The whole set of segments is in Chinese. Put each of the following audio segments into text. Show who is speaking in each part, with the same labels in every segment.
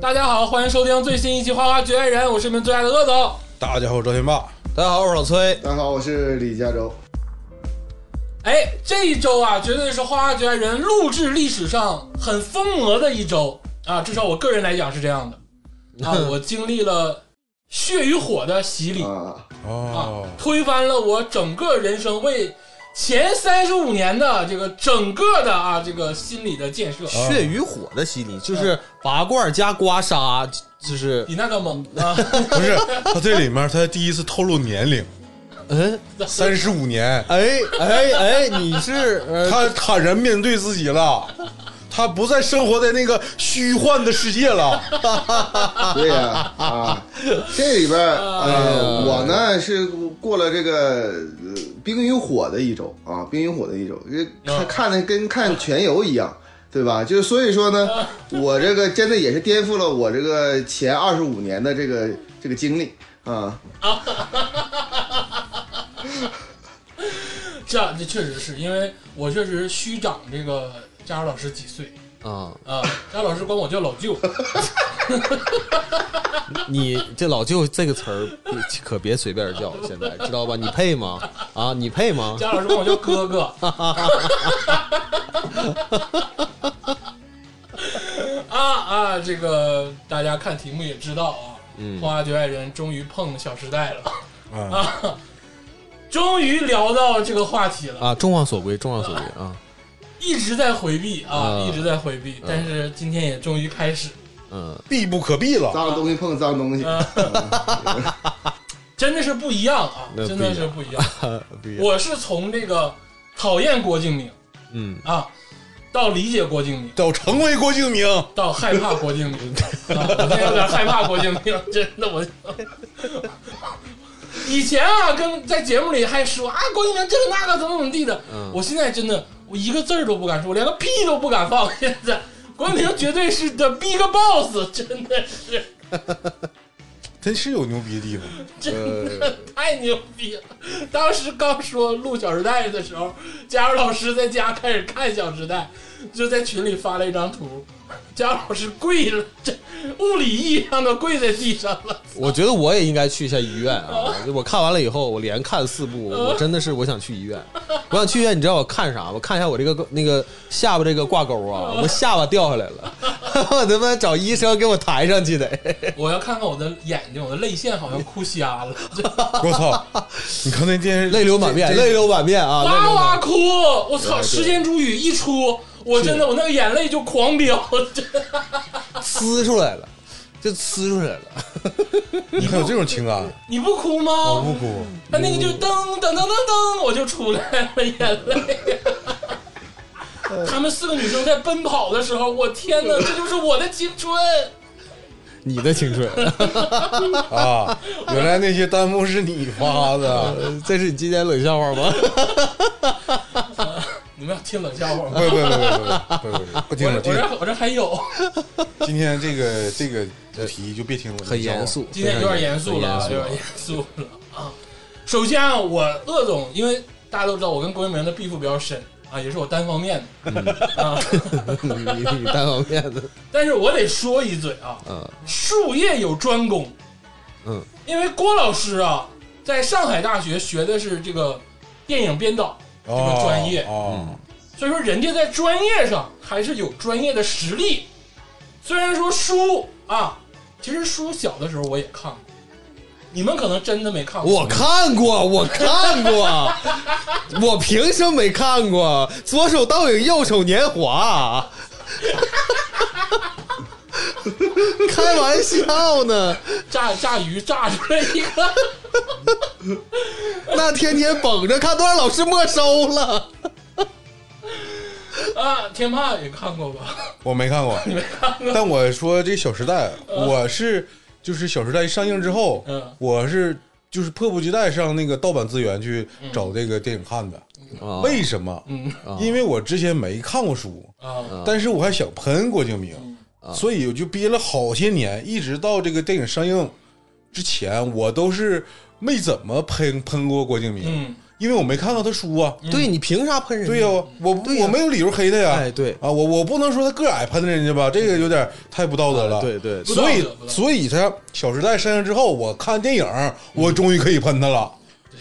Speaker 1: 大家好，欢迎收听最新一期《花花局爱人》，我是你们最爱的鄂总。
Speaker 2: 大家好，我周天霸。
Speaker 3: 大家好，我是老崔。
Speaker 4: 大家好，我是李佳洲。
Speaker 1: 哎，这一周啊，绝对是《花花局爱人》录制历史上很疯魔的一周啊，至少我个人来讲是这样的啊，我经历了血与火的洗礼
Speaker 4: 啊，
Speaker 1: 啊
Speaker 2: 哦，，
Speaker 1: 推翻了我整个人生为前三十五年的这个整个的啊这个心理的建设，
Speaker 3: 血与火的洗礼就是拔罐加刮痧，就是
Speaker 1: 比那个猛啊！
Speaker 2: 不是，他这里面他第一次透露年龄，
Speaker 3: 嗯，
Speaker 2: 三十五年，
Speaker 3: 哎哎哎，你是呃
Speaker 2: 他坦然面对自己了，他不再生活在那个虚幻的世界了。
Speaker 4: 对呀、啊，这里边儿呃，我呢是过了这个呃冰与火的一周啊，冰与火的一周，这
Speaker 1: 啊
Speaker 4: 看看的跟看全游一样，对吧？就是所以说呢，我这个真的也是颠覆了我这个前二十五年的这个这个经历啊。
Speaker 1: 这这确实是因为我确实虚长这个佳儿老师几岁
Speaker 3: 啊，
Speaker 1: 啊，佳儿老师管我叫老舅。
Speaker 3: 你这老舅这个词儿别可别随便叫，现在知道吧？你配吗？啊，你配吗？
Speaker 1: 贾老师管我叫哥哥。啊啊！这个大家看题目也知道啊，
Speaker 3: 嗯
Speaker 1: 花花绝爱人》终于碰《小时代》了，
Speaker 2: 啊，
Speaker 1: 终于聊到这个话题了，
Speaker 3: 啊，众望所归，众望所归啊，
Speaker 1: 一直在回避啊，
Speaker 3: 啊
Speaker 1: 一直在回避，但是今天也终于开始，
Speaker 3: 嗯，
Speaker 2: 避不可避了。
Speaker 4: 脏东西碰脏东西，
Speaker 1: 真的是不一样啊，
Speaker 3: 那
Speaker 1: 真的是不一样。
Speaker 3: 不一样，
Speaker 1: 我是从这个讨厌郭敬明
Speaker 3: 嗯，
Speaker 1: 啊，到理解郭敬明。
Speaker 2: 要成为郭敬明，
Speaker 1: 到害怕郭敬明， 啊我现在有点害怕郭敬明，真的我。 以前啊，跟在节目里还说啊，郭敬明这个那个怎么怎么地的，
Speaker 3: 嗯
Speaker 1: 我现在真的我一个字儿都不敢说，我连个屁都不敢放。现在郭敬明绝对是 the big boss，真的是
Speaker 2: 真是有牛逼的地方。
Speaker 1: 真
Speaker 3: 呃
Speaker 1: 的 太牛逼了。当时刚说录《小时代》的时候，佳茹老师在家开始看《小时代》，就在群里发了一张图，佳茹老师跪了，这物理意义上的跪在地上了。
Speaker 3: 我觉得我也应该去一下医院啊！我看完了以后，我连看四部，我真的是我想去医院。我想去医院，你知道我看啥吗？看一下我这个那个下巴这个挂钩啊，我下巴掉下来了， 我他妈找医生给我抬上去得。
Speaker 1: 我要看看我的眼睛，我的泪腺好像哭瞎了，这
Speaker 2: 我操！你看那电视，
Speaker 3: 泪流满面，
Speaker 2: 这
Speaker 3: 泪流满面啊！泪
Speaker 1: 哇
Speaker 3: 流
Speaker 1: 哇
Speaker 3: 满
Speaker 1: 哭！我操，时间煮雨一出，我真的我那个眼泪就狂飙，真的
Speaker 3: 呲出来了，就呲出来了。
Speaker 2: 你还有这种情感？
Speaker 1: 你不哭吗？
Speaker 2: 我不哭，
Speaker 1: 他那个就噔噔噔噔噔，我就出来了，眼泪。他们四个女生在奔跑的时候，我天哪，这就是我的青春！
Speaker 3: 你的青 春，
Speaker 2: 啊！原来那些弹幕是你发的，
Speaker 3: 啊这是你今天冷笑话吗？
Speaker 1: 你们要听冷笑话
Speaker 2: 不
Speaker 1: 吗？
Speaker 2: 不不不不不不，不听
Speaker 1: 我
Speaker 2: 了。
Speaker 1: 我
Speaker 2: 今天
Speaker 1: 这我这还有，
Speaker 2: 今天这个这个主题就别听了，
Speaker 3: 很严肃，
Speaker 1: 今天有点严肃了，啊，
Speaker 3: 很
Speaker 1: 有
Speaker 3: 严
Speaker 1: 点
Speaker 3: 肃
Speaker 1: 严肃了啊。首先啊，我鄂总，因为大家都知道我跟郭敬明的 beef 比较深啊，也是我单方面的啊，
Speaker 3: 你你单方面 的，
Speaker 1: 但是我得说一嘴啊，
Speaker 3: 嗯
Speaker 1: 术业有专攻，
Speaker 3: 嗯，
Speaker 1: 因为郭老师啊，在上海大学学的是这个电影编导这
Speaker 2: 哦
Speaker 1: 个专业，嗯
Speaker 2: 哦
Speaker 1: 所以说人家在专业上还是有专业的实力。虽然说书啊，其实书小的时候我也看过，你们可能真的没看过。
Speaker 3: 我看过，我看过， 我凭什么没看过？左手倒影，右手年华。 开玩笑呢，
Speaker 1: 炸炸鱼炸出来一个，
Speaker 3: 那天天绷着看，都让老师没收了。
Speaker 1: 啊，天霸也看过吧？
Speaker 2: 我没 看过，但我说这《小时代》，我是就是《小时代》上映之后
Speaker 1: 嗯，
Speaker 2: 我是就是迫不及待上那个盗版资源去找这个电影看的。
Speaker 3: 嗯
Speaker 2: 为什么？
Speaker 1: 嗯
Speaker 2: 因为我之前没看过书，
Speaker 3: 嗯
Speaker 1: 啊，
Speaker 2: 但是我还想喷郭敬明，
Speaker 1: 嗯
Speaker 2: 所以我就憋了好些年，一直到这个电影上映之前，我都是没怎么喷喷过郭敬明。
Speaker 1: 嗯
Speaker 2: 因为我没看到他输啊。
Speaker 3: 对你凭啥喷人家？
Speaker 2: 对呀、我
Speaker 3: 对呀
Speaker 2: 我没有理由黑他呀。
Speaker 3: 哎对
Speaker 2: 啊，我我不能说他个矮喷人家吧，这个有点太不道德了。
Speaker 3: 啊对对
Speaker 1: 不
Speaker 2: 所以
Speaker 1: 道德不道德
Speaker 2: 所以他《小时代》上映之后，我看电影，我终于可以喷他了。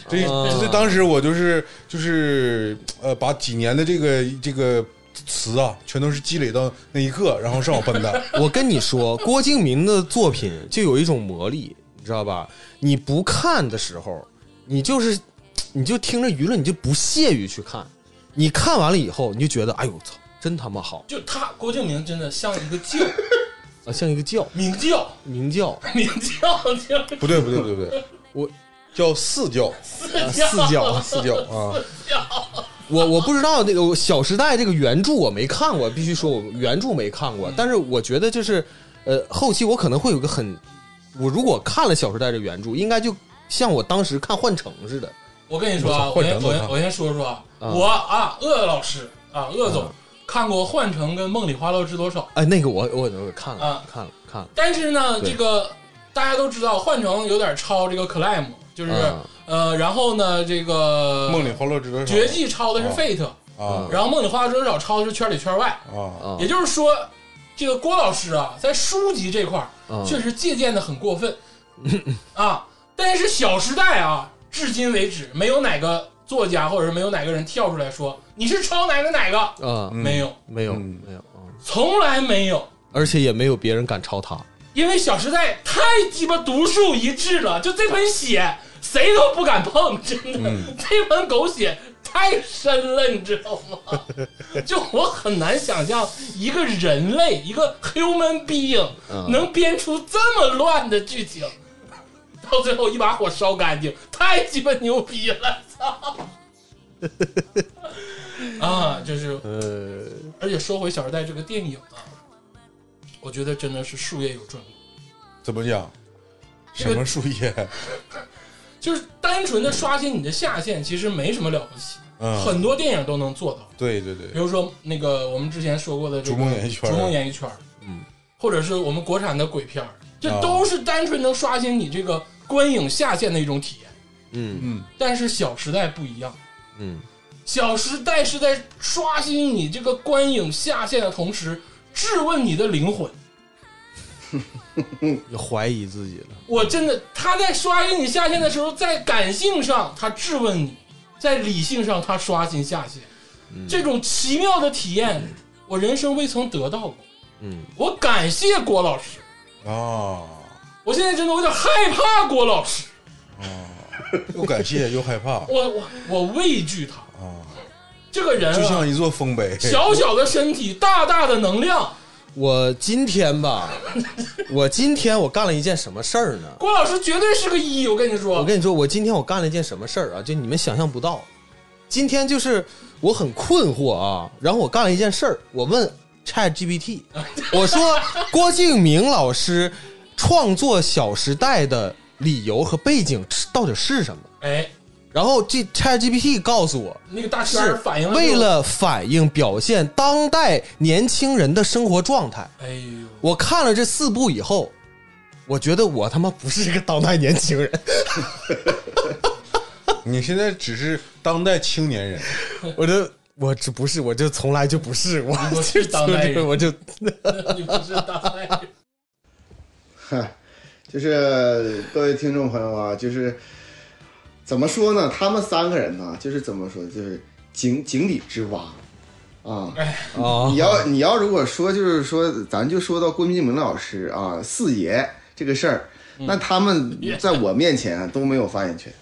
Speaker 2: 这
Speaker 3: 啊
Speaker 2: 这当时我就是就是呃，把几年的这个这个词啊，全都是积累到那一刻，然后上我喷他。
Speaker 3: 我跟你说，郭敬明的作品就有一种魔力，你知道吧？你不看的时候，你就是你就听着舆论，你就不屑于去看。你看完了以后，你就觉得，哎呦，操，真他妈好
Speaker 1: 就他郭敬明真的像一个教
Speaker 3: 啊，像一个教
Speaker 1: 明教，
Speaker 3: 明教、啊
Speaker 1: 明教就是
Speaker 2: 不对不对不对不对，
Speaker 3: 我
Speaker 2: 叫四教
Speaker 3: 啊、四 教。
Speaker 2: 四教啊，
Speaker 3: 我我不知道那个《小时代》这个原著我没看过，必须说我原著没看
Speaker 2: 嗯
Speaker 3: 过。但是我觉得就是，呃，后期我可能会有一个很，我如果看了《小时代》这原著，应该就像我当时看《幻城》似的。
Speaker 1: 我跟你说啊，我
Speaker 2: 我操换
Speaker 1: 先
Speaker 2: 人
Speaker 1: 我
Speaker 2: 都
Speaker 1: 先
Speaker 2: 看
Speaker 1: 我先说说啊，
Speaker 3: 啊
Speaker 1: 我啊，鄂老师啊，鄂总看过《幻城》跟《梦里花落知多少》，
Speaker 3: 哎，那个我我我看了、
Speaker 1: 啊
Speaker 3: 看了看了，
Speaker 1: 但是呢，
Speaker 3: 对
Speaker 1: 这个大家都知道，《幻城》有点抄这个 Climb，就是
Speaker 3: 啊
Speaker 1: 呃，然后呢，这个
Speaker 2: 梦里花落知多少
Speaker 1: 绝技抄的是
Speaker 2: 啊
Speaker 1: Fate，
Speaker 2: 啊
Speaker 1: 然后梦里花落知多少抄的是圈里圈外，
Speaker 2: 啊，
Speaker 3: 啊
Speaker 1: 也就是说，这个郭老师啊，在书籍这块儿
Speaker 3: 啊
Speaker 1: 确实借鉴的很过分啊，但是《小时代》啊，至今为止没有哪个作家或者是没有哪个人跳出来说你是抄哪个哪个，
Speaker 3: 啊，
Speaker 2: 嗯
Speaker 1: 没有，
Speaker 3: 没有
Speaker 2: 嗯
Speaker 3: 没有啊，
Speaker 1: 从来没有。
Speaker 3: 而且也没有别人敢抄他。
Speaker 1: 因为《小时代》太鸡巴独树一帜了，就这盆血谁都不敢碰，真的，这盆狗血太深了，你知道吗？就我很难想象一个人类，一个 human being
Speaker 3: 嗯
Speaker 1: 能编出这么乱的剧情，到最后一把火烧干净，太鸡巴牛逼了，操！啊，就是，
Speaker 3: 呃，
Speaker 1: 而且说回《小时代》这个电影啊，我觉得真的是术业有专攻。
Speaker 2: 怎么讲？
Speaker 1: 这
Speaker 2: 什
Speaker 1: 个
Speaker 2: 么树叶？
Speaker 1: 就是单纯的刷新你的下限，其实没什么了不起，
Speaker 2: 嗯，
Speaker 1: 很多电影都能做到。
Speaker 2: 对对对
Speaker 1: 比，如说那个我们之前说过的这个
Speaker 2: 逐梦演艺圈
Speaker 1: 逐梦演艺圈》，
Speaker 3: 嗯，
Speaker 1: 或者是我们国产的鬼片儿，这
Speaker 2: 啊
Speaker 1: 都是单纯能刷新你这个观影下限的一种体验。
Speaker 3: 嗯
Speaker 2: 嗯
Speaker 1: 但是《小时代》不一样，
Speaker 3: 嗯，
Speaker 1: 《小时代》是在刷新你这个观影下限的同时，质问你的灵魂。
Speaker 3: 也怀疑自己了。
Speaker 1: 我真的，他在刷新你下限的时候，在感性上他质问你，在理性上他刷新下限，
Speaker 3: 嗯
Speaker 1: 这种奇妙的体验，我人生未曾得到过。
Speaker 3: 嗯，
Speaker 1: 我感谢郭老师，
Speaker 2: 啊，
Speaker 1: 我现在真的我有点害怕郭老师，
Speaker 2: 又感谢又害怕
Speaker 1: 我我我畏惧他
Speaker 2: 啊，
Speaker 1: 这个人
Speaker 2: 就
Speaker 1: 啊，
Speaker 2: 像一座丰碑。
Speaker 1: 小小的身体，大大的能量。
Speaker 3: 我今天吧，我今天我干了一件什么事儿呢？
Speaker 1: 郭老师绝对是个一，我跟你说，
Speaker 3: 我跟你说，我今天我干了一件什么事儿啊？就你们想象不到。今天就是我很困惑啊，然后我干了一件事儿，我问 Chat GPT，我说郭敬明老师创作《小时代》的理由和背景是到底是什么？
Speaker 1: 哎，
Speaker 3: 然后这 Chat GPT 告诉我，
Speaker 1: 那个大圈
Speaker 3: 是
Speaker 1: 儿反应
Speaker 3: 为了反映表现当代年轻人的生活状态。
Speaker 1: 哎呦，
Speaker 3: 我看了这四部以后，我觉得我他妈不是一个当代年轻人，
Speaker 2: 你现在只是当代青年人，
Speaker 3: 我就我这不是，我就从来就不是，我
Speaker 1: 不
Speaker 3: 就是就
Speaker 1: 当代人
Speaker 3: 就 我就
Speaker 1: 你不是大太阳
Speaker 4: 嗨， 就是各位听众朋友啊，就是怎么说呢？他们三个人呢，就是怎么说，就是井井底之蛙啊。
Speaker 3: 啊
Speaker 4: 你要你要如果说就是说，咱就说到郭敬明老师啊，四爷这个事儿，那他们在我面前啊都没有发言权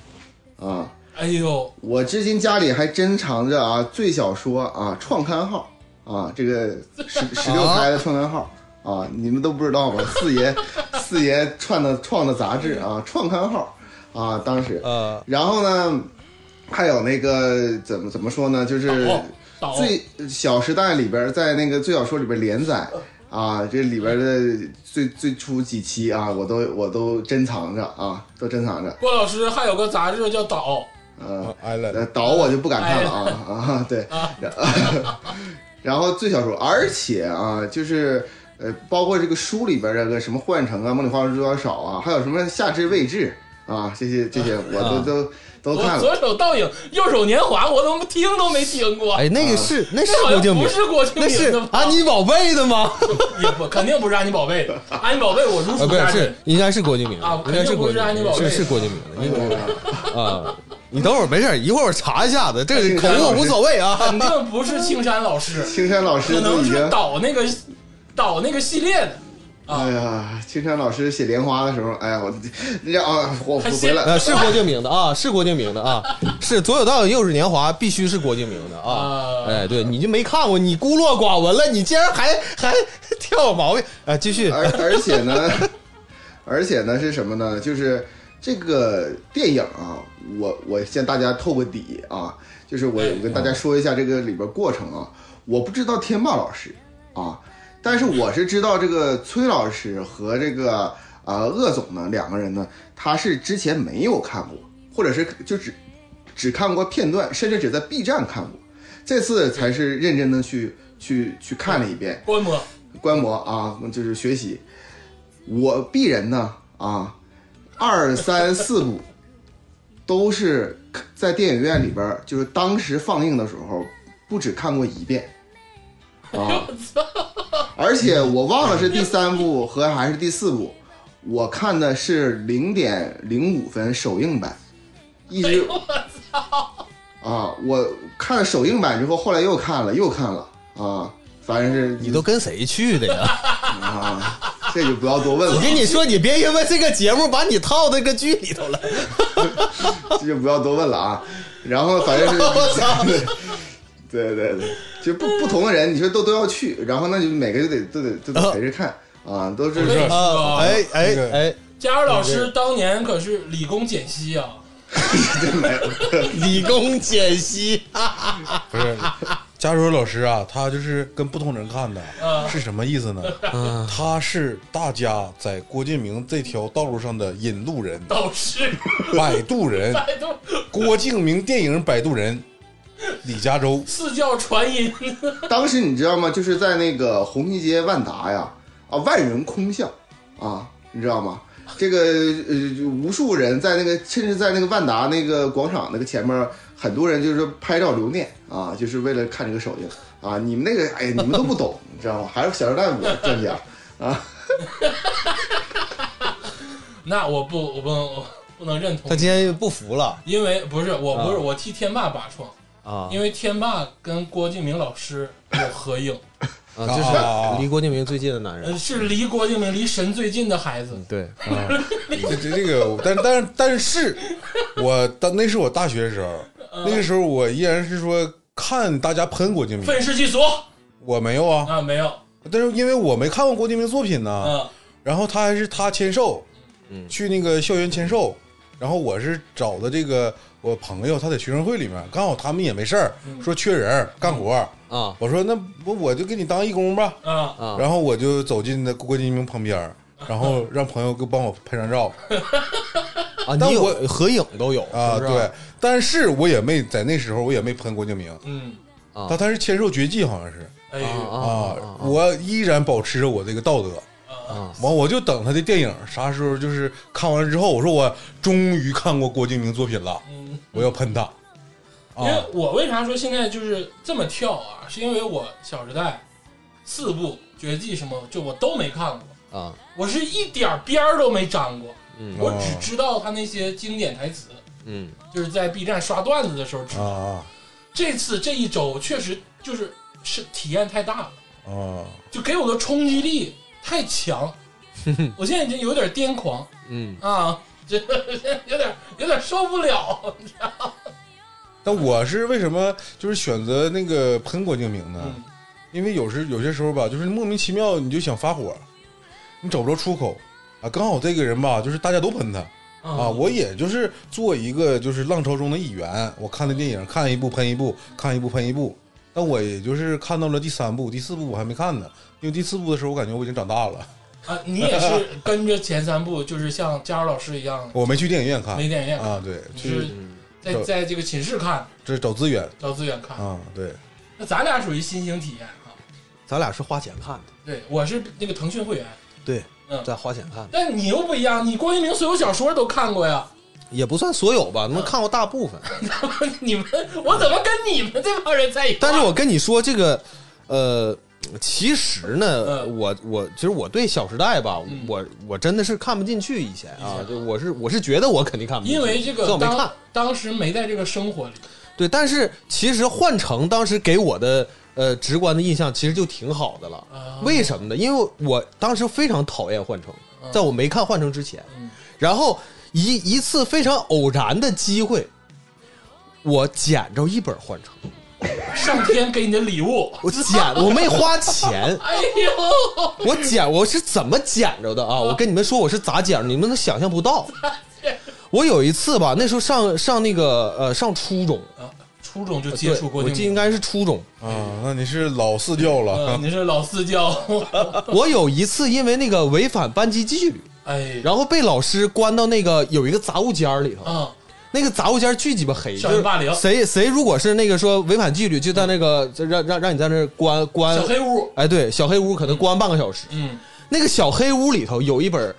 Speaker 4: 啊。
Speaker 1: 哎呦，
Speaker 4: 我至今家里还珍藏着啊，最小说啊，创刊号啊，这个十十六开的创刊号啊，你们都不知道吧？四爷四爷创的创的杂志啊，创刊号啊，当时，
Speaker 3: 呃
Speaker 4: 然后呢，还有那个怎么怎么说呢，就是
Speaker 1: 倒倒
Speaker 4: 最《小时代》里边儿，在那个《最小说》里边儿连载啊，这里边儿的最最初几期啊，我都我都珍藏着啊，都珍藏着，
Speaker 1: 郭老师还有个杂志叫《岛》，
Speaker 4: 嗯、
Speaker 2: 艾伦
Speaker 4: 呃，倒我就不敢看了
Speaker 1: 哎
Speaker 4: 啊、啊，对，然后最小说，而且啊，就是呃，包括这个书里边这个什么幻城啊、梦里花落知多少啊，还有什么夏至未至啊，这些这些我
Speaker 1: 啊
Speaker 4: 都都都
Speaker 1: 我
Speaker 4: 看了。
Speaker 1: 左手倒影，右手年华，我怎么听都没听过？
Speaker 3: 哎，那个是那是
Speaker 1: 那好
Speaker 3: 郭
Speaker 1: 像
Speaker 3: 敬明
Speaker 1: 不，是郭敬
Speaker 3: 那
Speaker 1: 明
Speaker 3: 是
Speaker 1: 的吧？
Speaker 3: 安妮宝贝 的吗？
Speaker 1: 也不肯定不是安妮宝 贝，安妮宝贝我如
Speaker 3: 啊，
Speaker 1: 数
Speaker 3: 不是，
Speaker 1: 家
Speaker 3: 是
Speaker 1: 珍。
Speaker 3: 应该是郭敬明
Speaker 1: 啊，
Speaker 3: 应该是郭敬
Speaker 1: 肯定
Speaker 3: 明，
Speaker 1: 不是安妮宝贝
Speaker 3: 是是郭敬明的，
Speaker 4: 没
Speaker 3: 应
Speaker 4: 有没有没有
Speaker 3: 该啊。你等会儿没事儿，一会儿我查一下子，这个口误无所谓啊。
Speaker 1: 肯定不是青山老师，
Speaker 4: 青山老师
Speaker 1: 可
Speaker 4: 都
Speaker 1: 能啊
Speaker 4: 已
Speaker 1: 是
Speaker 4: 经，
Speaker 1: 导那个导那个系列的，
Speaker 4: 哎呀，青山老师写莲花的时候，哎呀，我让啊，我
Speaker 1: 还
Speaker 4: 回来，
Speaker 3: 呃，是郭敬明的啊，是郭敬明的啊，是左有倒影，右是年华，必须是郭敬明的啊
Speaker 1: 啊。
Speaker 3: 哎，对，你就没看过，你孤陋寡闻了，你竟然还还 挑毛病啊！继续，
Speaker 4: 而而且呢，而且呢是什么呢？就是这个电影啊，我我向大家透个底啊，就是我我跟大家说一下这个里边过程啊，我不知道天霸老师啊，但是我是知道这个崔老师和这个啊鄂总呢两个人呢，他是之前没有看过，或者是就只只看过片段，甚至只在 B 站看过，这次才是认真的去去去看了一遍。
Speaker 1: 观摩
Speaker 4: 观摩啊，就是学习。我鄙人呢啊，二三四部都是在电影院里边儿，就是当时放映的时候，不止看过一遍啊，而且我忘了是第三部和还是第四部，我看的是零点零五分首映版，一直、啊，我看了首映版之后，后来又看了又看了啊，反正是
Speaker 3: 你都跟谁去的 呀？
Speaker 4: 啊，这就不要多问
Speaker 3: 我
Speaker 4: 了，
Speaker 3: 跟你说，你别因为这个节目把你套到这个剧里 头了。
Speaker 4: 这就不要多问了啊。然后反正是，
Speaker 3: 我操！
Speaker 4: 对对对，就不不同的人，你说都都要去，然后那就每个就得都得都得陪着看啊，都是
Speaker 1: 我跟你说
Speaker 3: 啊，哎哎哎，
Speaker 1: 佳儿老师当年可是理工简析啊，
Speaker 3: 理工解析，
Speaker 2: 不是，佳茹老师啊，他就是跟不同人看的，是什么意思呢？ 他是大家在郭敬明这条道路上的引路人、
Speaker 1: 导师
Speaker 2: 摆渡 人。
Speaker 1: 百度
Speaker 2: 郭敬明电影摆渡人，李嘉洲
Speaker 1: 四教传音，
Speaker 4: 当时你知道吗？就是在那个红旗街万达呀，啊，万人空巷啊，你知道吗？这个呃，就无数人在那个，甚至在那个万达那个广场那个前面，很多人就是拍照留念啊，就是为了看这个首映啊。你们那个，哎，你们都不懂，你知道吗？还是小时代我专家啊。
Speaker 1: 那我不我不能我不能认
Speaker 3: 他啊
Speaker 1: 同，
Speaker 3: 今天不服了
Speaker 1: 因为不是我不是我替天霸拔创，
Speaker 3: 啊
Speaker 1: 因为天霸跟郭敬明老师有合影，
Speaker 3: 啊，就是离郭敬明最近的男人
Speaker 1: 呃，，是离郭敬明离神最近的孩子，
Speaker 3: 对啊，
Speaker 2: 这这这个，但但但是，我当那是我大学的时候，那个时候我依然是说看大家喷郭敬明，
Speaker 1: 愤世嫉俗
Speaker 2: 我没有啊，
Speaker 1: 啊没有，
Speaker 2: 但是因为我没看过郭敬明作品呢、
Speaker 1: 嗯
Speaker 2: 然后他还是他签售，
Speaker 3: 嗯
Speaker 2: 去那个校园签售，然后我是找的这个我朋友，他在学生会里面，刚好他们也没事儿，说缺人儿干活儿，
Speaker 3: 啊
Speaker 2: 我说那不我就给你当义工吧，
Speaker 1: 啊
Speaker 3: 啊
Speaker 2: 然后我就走进那郭敬明旁边 儿，然后让朋友给帮我拍张照
Speaker 3: 啊！
Speaker 2: 但
Speaker 3: 你
Speaker 2: 我
Speaker 3: 有合影都有
Speaker 2: 啊，
Speaker 3: 是不是
Speaker 2: 对，但是我也没在那时候我也没喷郭敬明，
Speaker 1: 嗯，
Speaker 3: 啊
Speaker 2: 他他是签售绝技好像是
Speaker 1: 哎呦
Speaker 3: 啊
Speaker 2: 啊，我依然保持着我这个道德。
Speaker 1: 啊
Speaker 2: 完，我就等他的电影啥时候就是看完了之后，我说我终于看过郭敬明作品了，
Speaker 1: 嗯。
Speaker 2: 我要喷他
Speaker 1: 因为
Speaker 2: 啊！
Speaker 1: 我为啥说现在就是这么跳啊？是因为我《小时代》四部、绝技什么，就我都没看过，
Speaker 3: 啊
Speaker 1: 我是一点儿边儿都没沾过，
Speaker 3: 嗯
Speaker 1: 我只知道他那些经典台词，
Speaker 3: 嗯
Speaker 1: 就是在 B 站刷段子的时候知
Speaker 2: 啊
Speaker 1: 道。
Speaker 2: 啊
Speaker 1: 这次这一周确实就是是体验太大了，
Speaker 2: 啊！
Speaker 1: 就给我的冲击力太强，我现在已经有点癫狂
Speaker 3: 嗯
Speaker 1: 啊， 这有点有点受不了。
Speaker 2: 但我是为什么就是选择那个喷郭敬明呢？
Speaker 1: 嗯
Speaker 2: 因为有时有些时候吧，就是莫名其妙你就想发火，你找不着出口啊。刚好这个人吧，就是大家都喷他啊，我也就是做一个就是浪潮中的一员。我看的电影看一部喷一部，看一部喷一部。但我也就是看到了第三部、第四部我还没看呢，因为第四部的时候我感觉我已经长大了，
Speaker 1: 啊，你也是跟着前三部，就是像佳儿老师一样
Speaker 2: 我没去电影院看
Speaker 1: 没电影院看，
Speaker 2: 啊。对，
Speaker 1: 就
Speaker 2: 去
Speaker 1: 是
Speaker 3: 嗯
Speaker 1: 在在这个寝室看，
Speaker 2: 这找资源
Speaker 1: 找资源看。
Speaker 2: 啊。对，
Speaker 1: 那咱俩属于新型体验啊。
Speaker 3: 咱俩是花钱看的，
Speaker 1: 对，我是那个腾讯会员，
Speaker 3: 对
Speaker 1: 嗯
Speaker 3: 咱花钱看的
Speaker 1: 但你又不一样，你郭敬明所有小说都看过呀，
Speaker 3: 也不算所有吧，能看过大部分。
Speaker 1: 你们，我怎么跟你们这帮人在一块儿？
Speaker 3: 但是我跟你说这个，呃，其实呢，
Speaker 1: 嗯
Speaker 3: 我我其实我对《小时代》吧，
Speaker 1: 嗯
Speaker 3: 我我真的是看不进去以前啊
Speaker 1: 以前啊，
Speaker 3: 就我是我是觉得我肯定看不进去，
Speaker 1: 因为这
Speaker 3: 所以
Speaker 1: 个
Speaker 3: 我没看
Speaker 1: 当。当时没在这个生活里，
Speaker 3: 对，但是其实换成当时给我的呃直观的印象，其实就挺好的了。
Speaker 1: 啊
Speaker 3: 为什么呢？因为我当时非常讨厌换乘，在我没看换乘之前，
Speaker 1: 嗯
Speaker 3: 然后一一次非常偶然的机会，我捡着一本换乘，
Speaker 1: 上天给你的礼物。，
Speaker 3: 我捡我没花钱
Speaker 1: 哎呦，
Speaker 3: 我捡我是怎么捡着的啊？我跟你们说我是咋捡着，你们都想象不到。我有一次吧，那时候上上那个呃上初中，
Speaker 1: 啊初中就接触过
Speaker 3: 对我
Speaker 1: 这个
Speaker 3: 记得应啊该是 初中。
Speaker 2: 啊，那你是老四教
Speaker 1: 呃
Speaker 2: 了，
Speaker 1: 你是老四教，
Speaker 3: 我有一次因为那个违反班级纪律，
Speaker 1: 哎，
Speaker 3: 然后被老师关到那个有一个杂物间儿里头，
Speaker 1: 啊，
Speaker 3: 那个杂物间儿巨鸡巴黑，
Speaker 1: 校
Speaker 3: 就
Speaker 1: 园
Speaker 3: 是
Speaker 1: 霸凌
Speaker 3: 谁谁如果是那个说违反纪律，就在那个就让让让你在那儿关关
Speaker 1: 小，黑屋，
Speaker 3: 哎，对，小黑屋可能关半个小时。
Speaker 1: 嗯，，
Speaker 3: 那个小黑屋里头有一本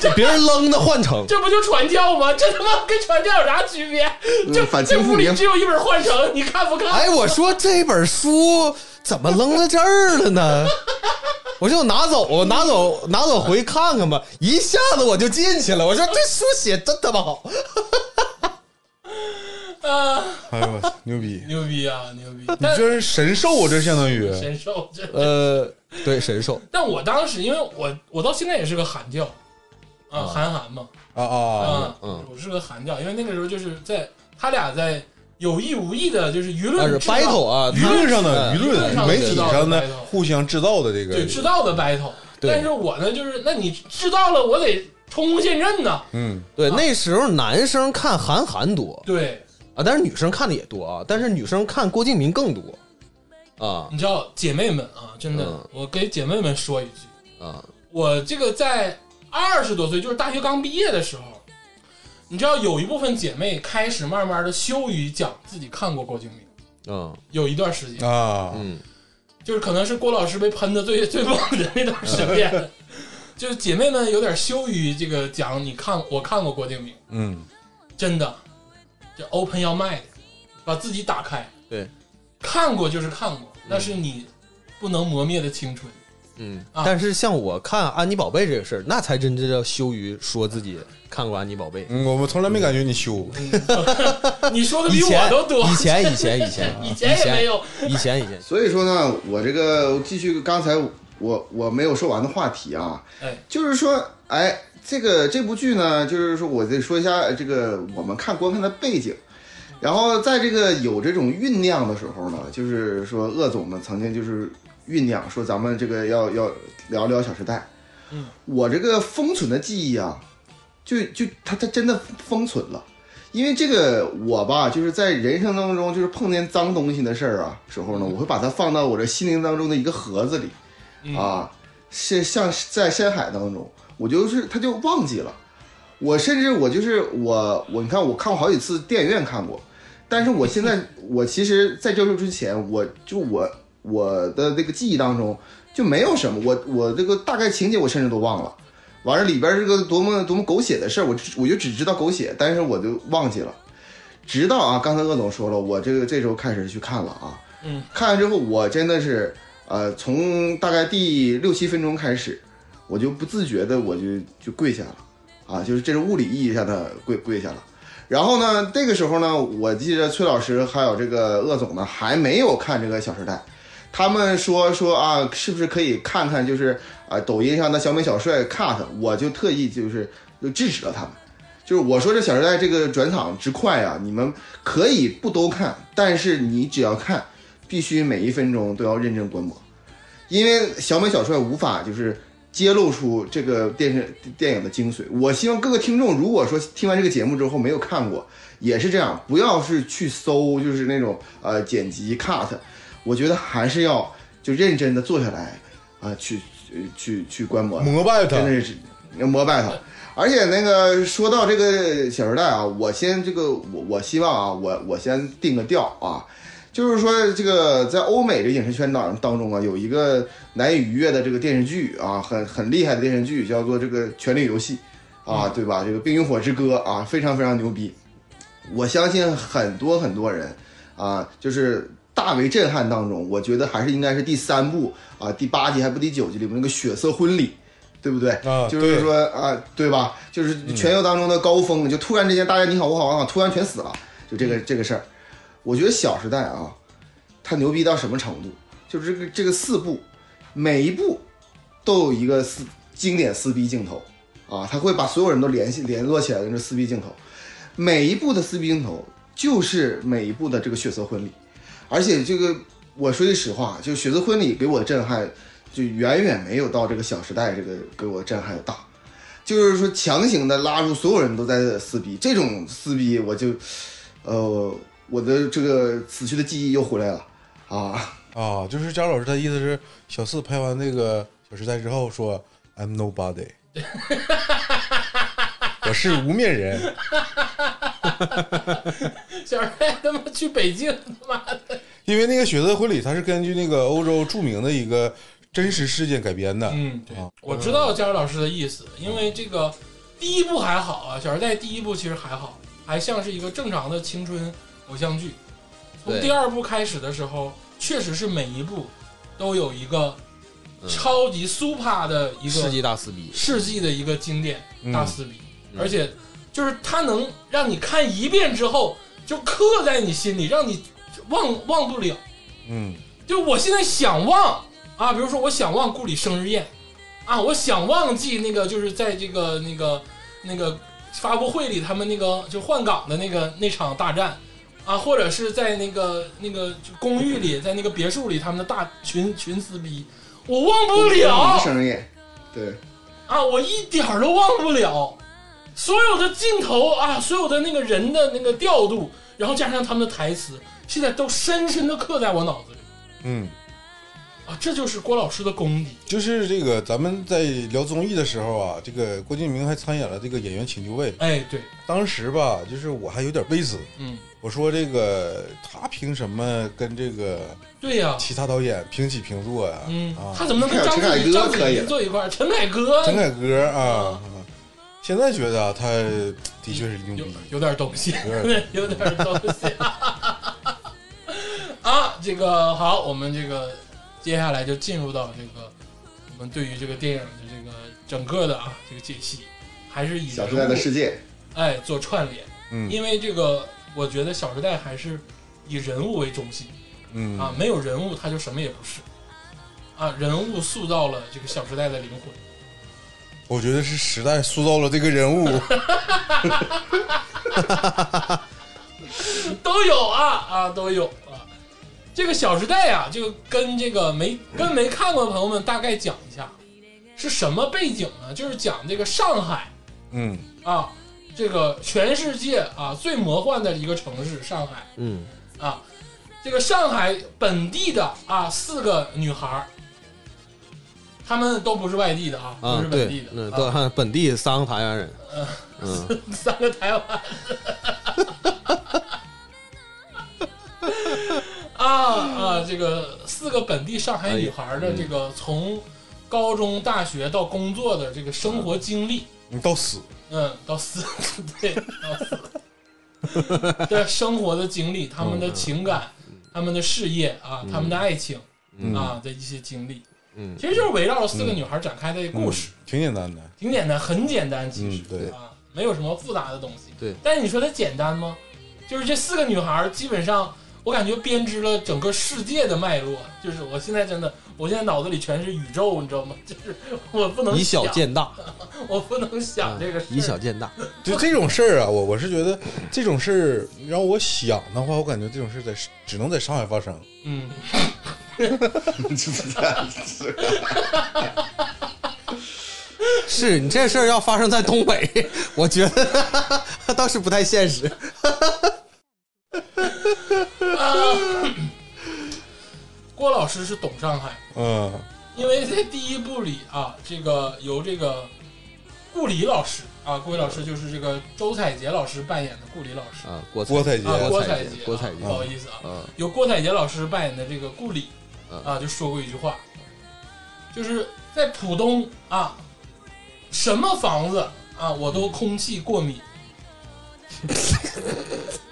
Speaker 3: 这别人扔的幻城
Speaker 1: 这不就传教吗？这他妈跟传教有啥区别？
Speaker 3: 嗯
Speaker 1: 这
Speaker 4: 反
Speaker 1: 这
Speaker 4: 清复
Speaker 1: 屋里
Speaker 4: 明
Speaker 1: 只有一本《幻城》，你看不看？
Speaker 3: 哎，我说这本书怎么扔到这儿了呢？ 我说我拿走，我拿走，拿走回看看吧。一下子我就进去了。我说这书写真他妈好。
Speaker 1: 啊，
Speaker 2: 哎呦我 操，牛逼！
Speaker 1: 牛逼啊，牛逼！
Speaker 2: 你
Speaker 1: 但
Speaker 2: 这是神兽啊，这相当于
Speaker 1: 神兽这，
Speaker 3: 呃，对，神兽
Speaker 1: 但我当时因为我我到现在也是个韩教，啊，韩寒嘛，
Speaker 2: 啊啊，
Speaker 1: 啊，
Speaker 3: 嗯
Speaker 1: 我是个韩教，因为那个时候就是在他俩在有意无意的，就是舆
Speaker 3: 那
Speaker 1: 论
Speaker 3: 是
Speaker 1: 制造
Speaker 3: battle 啊，
Speaker 2: 舆论上的
Speaker 3: 嗯
Speaker 2: 舆论
Speaker 1: 嗯
Speaker 2: 媒体上
Speaker 1: 对
Speaker 2: 的互相制造的这个
Speaker 1: 对制造的 battle。
Speaker 3: 对
Speaker 1: 但是我呢，就是那你知道了，我得冲锋陷阵呐。
Speaker 2: 嗯，
Speaker 3: 对
Speaker 1: 啊
Speaker 3: 那时候男生看韩寒多
Speaker 1: 对，
Speaker 3: 啊，但是女生看的也多啊，但是女生看郭敬明更多啊
Speaker 1: 你知道姐妹们啊，真的，
Speaker 3: 嗯
Speaker 1: 我给姐妹们说一句，
Speaker 3: 啊
Speaker 1: 我这个在二十多岁，就是大学刚毕业的时候，你知道有一部分姐妹开始慢慢的羞于讲自己看过郭敬明，
Speaker 3: 嗯
Speaker 1: 有一段时间，
Speaker 2: 啊，
Speaker 3: 嗯
Speaker 1: 就是可能是郭老师被喷的最最猛的那段时 间，就是姐妹们有点羞于这个讲你看我看过郭敬明，
Speaker 2: 嗯，
Speaker 1: 真的，这 open 要卖的，把自己打开，
Speaker 3: 对，
Speaker 1: 看过就是看过，那是你不能磨灭的青 春。
Speaker 3: 嗯。
Speaker 1: 啊
Speaker 3: 但是像我看《安妮宝贝》这个事儿，那才真正叫羞于说自己看过《安妮宝贝》。
Speaker 2: 嗯我们从来没感觉你羞，
Speaker 1: 你说的
Speaker 3: 以
Speaker 1: 比
Speaker 3: 前
Speaker 1: 我都多，
Speaker 3: 以前以前以前
Speaker 1: 以前也没有，
Speaker 3: 以前以前
Speaker 4: 所以说呢，我这个我继续刚才我我没有说完的话题啊，
Speaker 1: 哎，
Speaker 4: 就是说，哎，这个这部剧呢，就是说我得说一下呃这个我们看观看的背景。然后在这个有这种酝酿的时候呢，就是说鄂总呢曾经就是酝酿说咱们这个要要聊聊《小时代》，
Speaker 1: 嗯，
Speaker 4: 我这个封存的记忆啊，就就它它真的封存了，因为这个我吧，就是在人生当中就是碰见脏东西的事儿啊时候呢，我会把它放到我这心灵当中的一个盒子里，
Speaker 1: 嗯
Speaker 4: 啊，是像在深海当中，我就是他就忘记了。我甚至我就是我我你看我看过好几次电影院看过，但是我现在我其实，在教授之前，我就我我的那个记忆当中就没有什么，我我这个大概情节我甚至都忘了。完了里边这个多么多么狗血的事儿，我只我就只知道狗血，但是我就忘记了。直到啊，刚才鄂总说了，我这个这周开始去看了啊，
Speaker 1: 嗯，
Speaker 4: 看完之后我真的是呃，从大概第六七分钟开始，我就不自觉的我就就跪下了，啊，就是这是物理意义上的跪跪下了。然后呢，这个时候呢，我记着崔老师还有这个鄂总呢还没有看这个《小时代》，他们说说啊，是不是可以看看就是啊、抖音上的小美小帅 cut，我就特意就是就制止了他们。就是我说这《小时代》这个转场之快啊，你们可以不都看，但是你只要看，必须每一分钟都要认真观摩，因为小美小帅无法就是揭露出这个电视电影的精髓。我希望各个听众，如果说听完这个节目之后没有看过，也是这样，不要是去搜就是那种呃剪辑 cut，我觉得还是要就认真的坐下来啊、去去去去观摩它。
Speaker 2: 膜拜他
Speaker 4: 真，的是膜拜他。而且那个说到这个《小时代》啊，我先这个我我希望啊，我我先定个调啊，就是说这个在欧美这影视圈当当中啊，有一个难以逾越的这个电视剧啊，很很厉害的电视剧叫做这个《权力游戏》啊，对吧？这个《冰与火之歌》啊，非常非常牛逼。我相信很多很多人啊，就是大为震撼当中，我觉得还是应该是第三部啊，第八集还不第九集里面那个血色婚礼，对不对？
Speaker 2: 啊
Speaker 4: 就是说啊，对吧？就是全游当中的高峰，就突然之间大家你好我好我好，突然全死了，就这个这个事儿。我觉得《小时代》啊，它牛逼到什么程度？就是这个这个四部，每一部都有一个撕经典撕逼镜头啊，它会把所有人都联系联络起来的这撕逼镜头。每一部的撕逼镜头就是每一部的这个血色婚礼，而且这个我说句实话，就血色婚礼给我的震撼，就远远没有到这个《小时代》这个给我震撼大。就是说，强行的拉住所有人都在撕逼，这种撕逼我就，呃，我的这个死去的记忆又回来了啊！
Speaker 2: 啊，就是佳老师他意思是小四拍完那个《小时代》之后说 I'm nobody，我是无面人。
Speaker 1: 小时代他妈去北京，他妈的，
Speaker 2: 因为那个血色婚礼，它是根据那个欧洲著名的一个真实事件改编的。
Speaker 1: 嗯，对
Speaker 2: 啊，
Speaker 1: 我知道佳儿老师的意思，因为这个第一部还好啊，《小时代》第一部其实还好，还像是一个正常的青春偶像剧。从
Speaker 3: 对
Speaker 1: 第二部开始的时候，确实是每一部都有一个
Speaker 3: 嗯
Speaker 1: 超级 super 的一
Speaker 3: 世
Speaker 1: 个
Speaker 3: 纪大撕逼，
Speaker 1: 世纪的一个经典
Speaker 2: 嗯
Speaker 1: 大撕逼，
Speaker 3: 嗯
Speaker 1: 而且就是它能让你看一遍之后就刻在你心里，让你忘忘不了。
Speaker 2: 嗯，
Speaker 1: 就是我现在想忘啊，比如说我想忘顾里生日宴啊，我想忘记那个就是在这个那个那个发布会里他们那个就换岗的那个那场大战啊，或者是在那个那个就公寓里，在那个别墅里他们的大群群撕逼，我忘不了
Speaker 4: 生日，对，
Speaker 1: 啊，我一点儿都忘不了。所有的镜头啊，所有的那个人的那个调度，然后加上他们的台词，现在都深深的刻在我脑子里。
Speaker 2: 嗯，
Speaker 1: 啊，这就是郭老师的功底。
Speaker 2: 就是这个咱们在聊综艺的时候啊，这个郭敬明还参演了这个《演员请就位》。
Speaker 1: 哎，对，
Speaker 2: 当时吧，就是我还有点微词，
Speaker 1: 嗯，
Speaker 2: 我说这个他凭什么跟这个
Speaker 1: 对呀、
Speaker 2: 其他导演平起平坐呀、啊？
Speaker 1: 嗯，
Speaker 2: 啊，
Speaker 1: 他怎么能跟张子
Speaker 4: 陈凯
Speaker 1: 怡、
Speaker 4: 歌
Speaker 1: 章子
Speaker 4: 可以
Speaker 1: 怡
Speaker 4: 了
Speaker 1: 坐一块儿？陈凯歌
Speaker 2: 陈凯歌啊，现在觉得啊他的确是牛
Speaker 1: 有
Speaker 2: 逼，
Speaker 1: 有点东西，
Speaker 2: 有点
Speaker 1: 有点东西。 啊，这个好，我们这个接下来就进入到这个我们对于这个电影的这个整个的啊这个解析，还是以
Speaker 4: 《小时
Speaker 1: 人
Speaker 4: 代》的
Speaker 1: 物
Speaker 4: 世界，
Speaker 1: 哎做串联，
Speaker 2: 嗯
Speaker 1: 因为这个我觉得《小时代》还是以人物为中心。
Speaker 2: 嗯
Speaker 1: 啊，没有人物他就什么也不是，啊，人物塑造了这个小时代的灵魂。
Speaker 2: 我觉得是时代塑造了这个人物，
Speaker 1: 都有啊啊都有啊。这个《小时代》啊，就跟这个没跟没看过的朋友们大概讲一下，是什么背景呢？就是讲这个上海
Speaker 2: 嗯
Speaker 1: 啊，这个全世界啊最魔幻的一个城市——上海
Speaker 3: 嗯，
Speaker 1: 啊，这个上海本地的啊四个女孩儿，她们都不是外地的啊，
Speaker 3: 啊
Speaker 1: 不是，本地
Speaker 3: 对，
Speaker 1: 的，
Speaker 3: 嗯，
Speaker 1: 啊
Speaker 3: 都看本地三个台湾人，嗯，
Speaker 1: 三个台湾。啊啊！这个四个本地上海女孩的这个从高中、大学到工作的这个生活经历，
Speaker 2: 你到死，
Speaker 1: 嗯，到死，对，到死，对生活的经历，他们的情感、他们的事业啊，他们的爱情
Speaker 2: 嗯
Speaker 1: 啊的一些经历，
Speaker 3: 嗯
Speaker 1: 其实就是围绕着四个女孩展开的故事，
Speaker 2: 嗯挺简单的，
Speaker 1: 挺简单，很简单，其实、
Speaker 2: 嗯对
Speaker 1: 啊，没有什么复杂的东西。
Speaker 3: 对
Speaker 1: 但是你说它简单吗？就是这四个女孩儿，基本上我感觉编织了整个世界的脉络。就是我现在真的，我现在脑子里全是宇宙，你知道吗？ 就是我不 能
Speaker 3: 以小
Speaker 1: 想，
Speaker 3: 见大，嗯
Speaker 1: 我不能想这个事儿。
Speaker 3: 以小见大，
Speaker 2: 就这种事儿啊，我我是觉得这种事儿让我想的话，我感觉这种事儿在只能在上海发生。
Speaker 1: 嗯，哎
Speaker 3: 是你这事儿要发生在东北，我觉得 倒是不太现实。
Speaker 1: 郭老师是懂上海，
Speaker 2: 嗯
Speaker 1: 因为在第一部里啊，这个由这个顾里老师啊，顾里老师就是这个周采洁老师扮演的顾里老师。
Speaker 3: 啊，郭
Speaker 2: 郭采洁
Speaker 1: 啊，郭
Speaker 3: 郭
Speaker 1: 采
Speaker 3: 采
Speaker 1: 洁，
Speaker 3: 郭采
Speaker 1: 啊
Speaker 3: 洁
Speaker 1: 不好意思啊，
Speaker 3: 啊，
Speaker 1: 由郭采洁老师扮演的这个顾里
Speaker 3: 嗯
Speaker 1: 啊，就说过一句话，就是在浦东啊，什么房子啊，我都空气过敏。
Speaker 2: 啊
Speaker 3: 嗯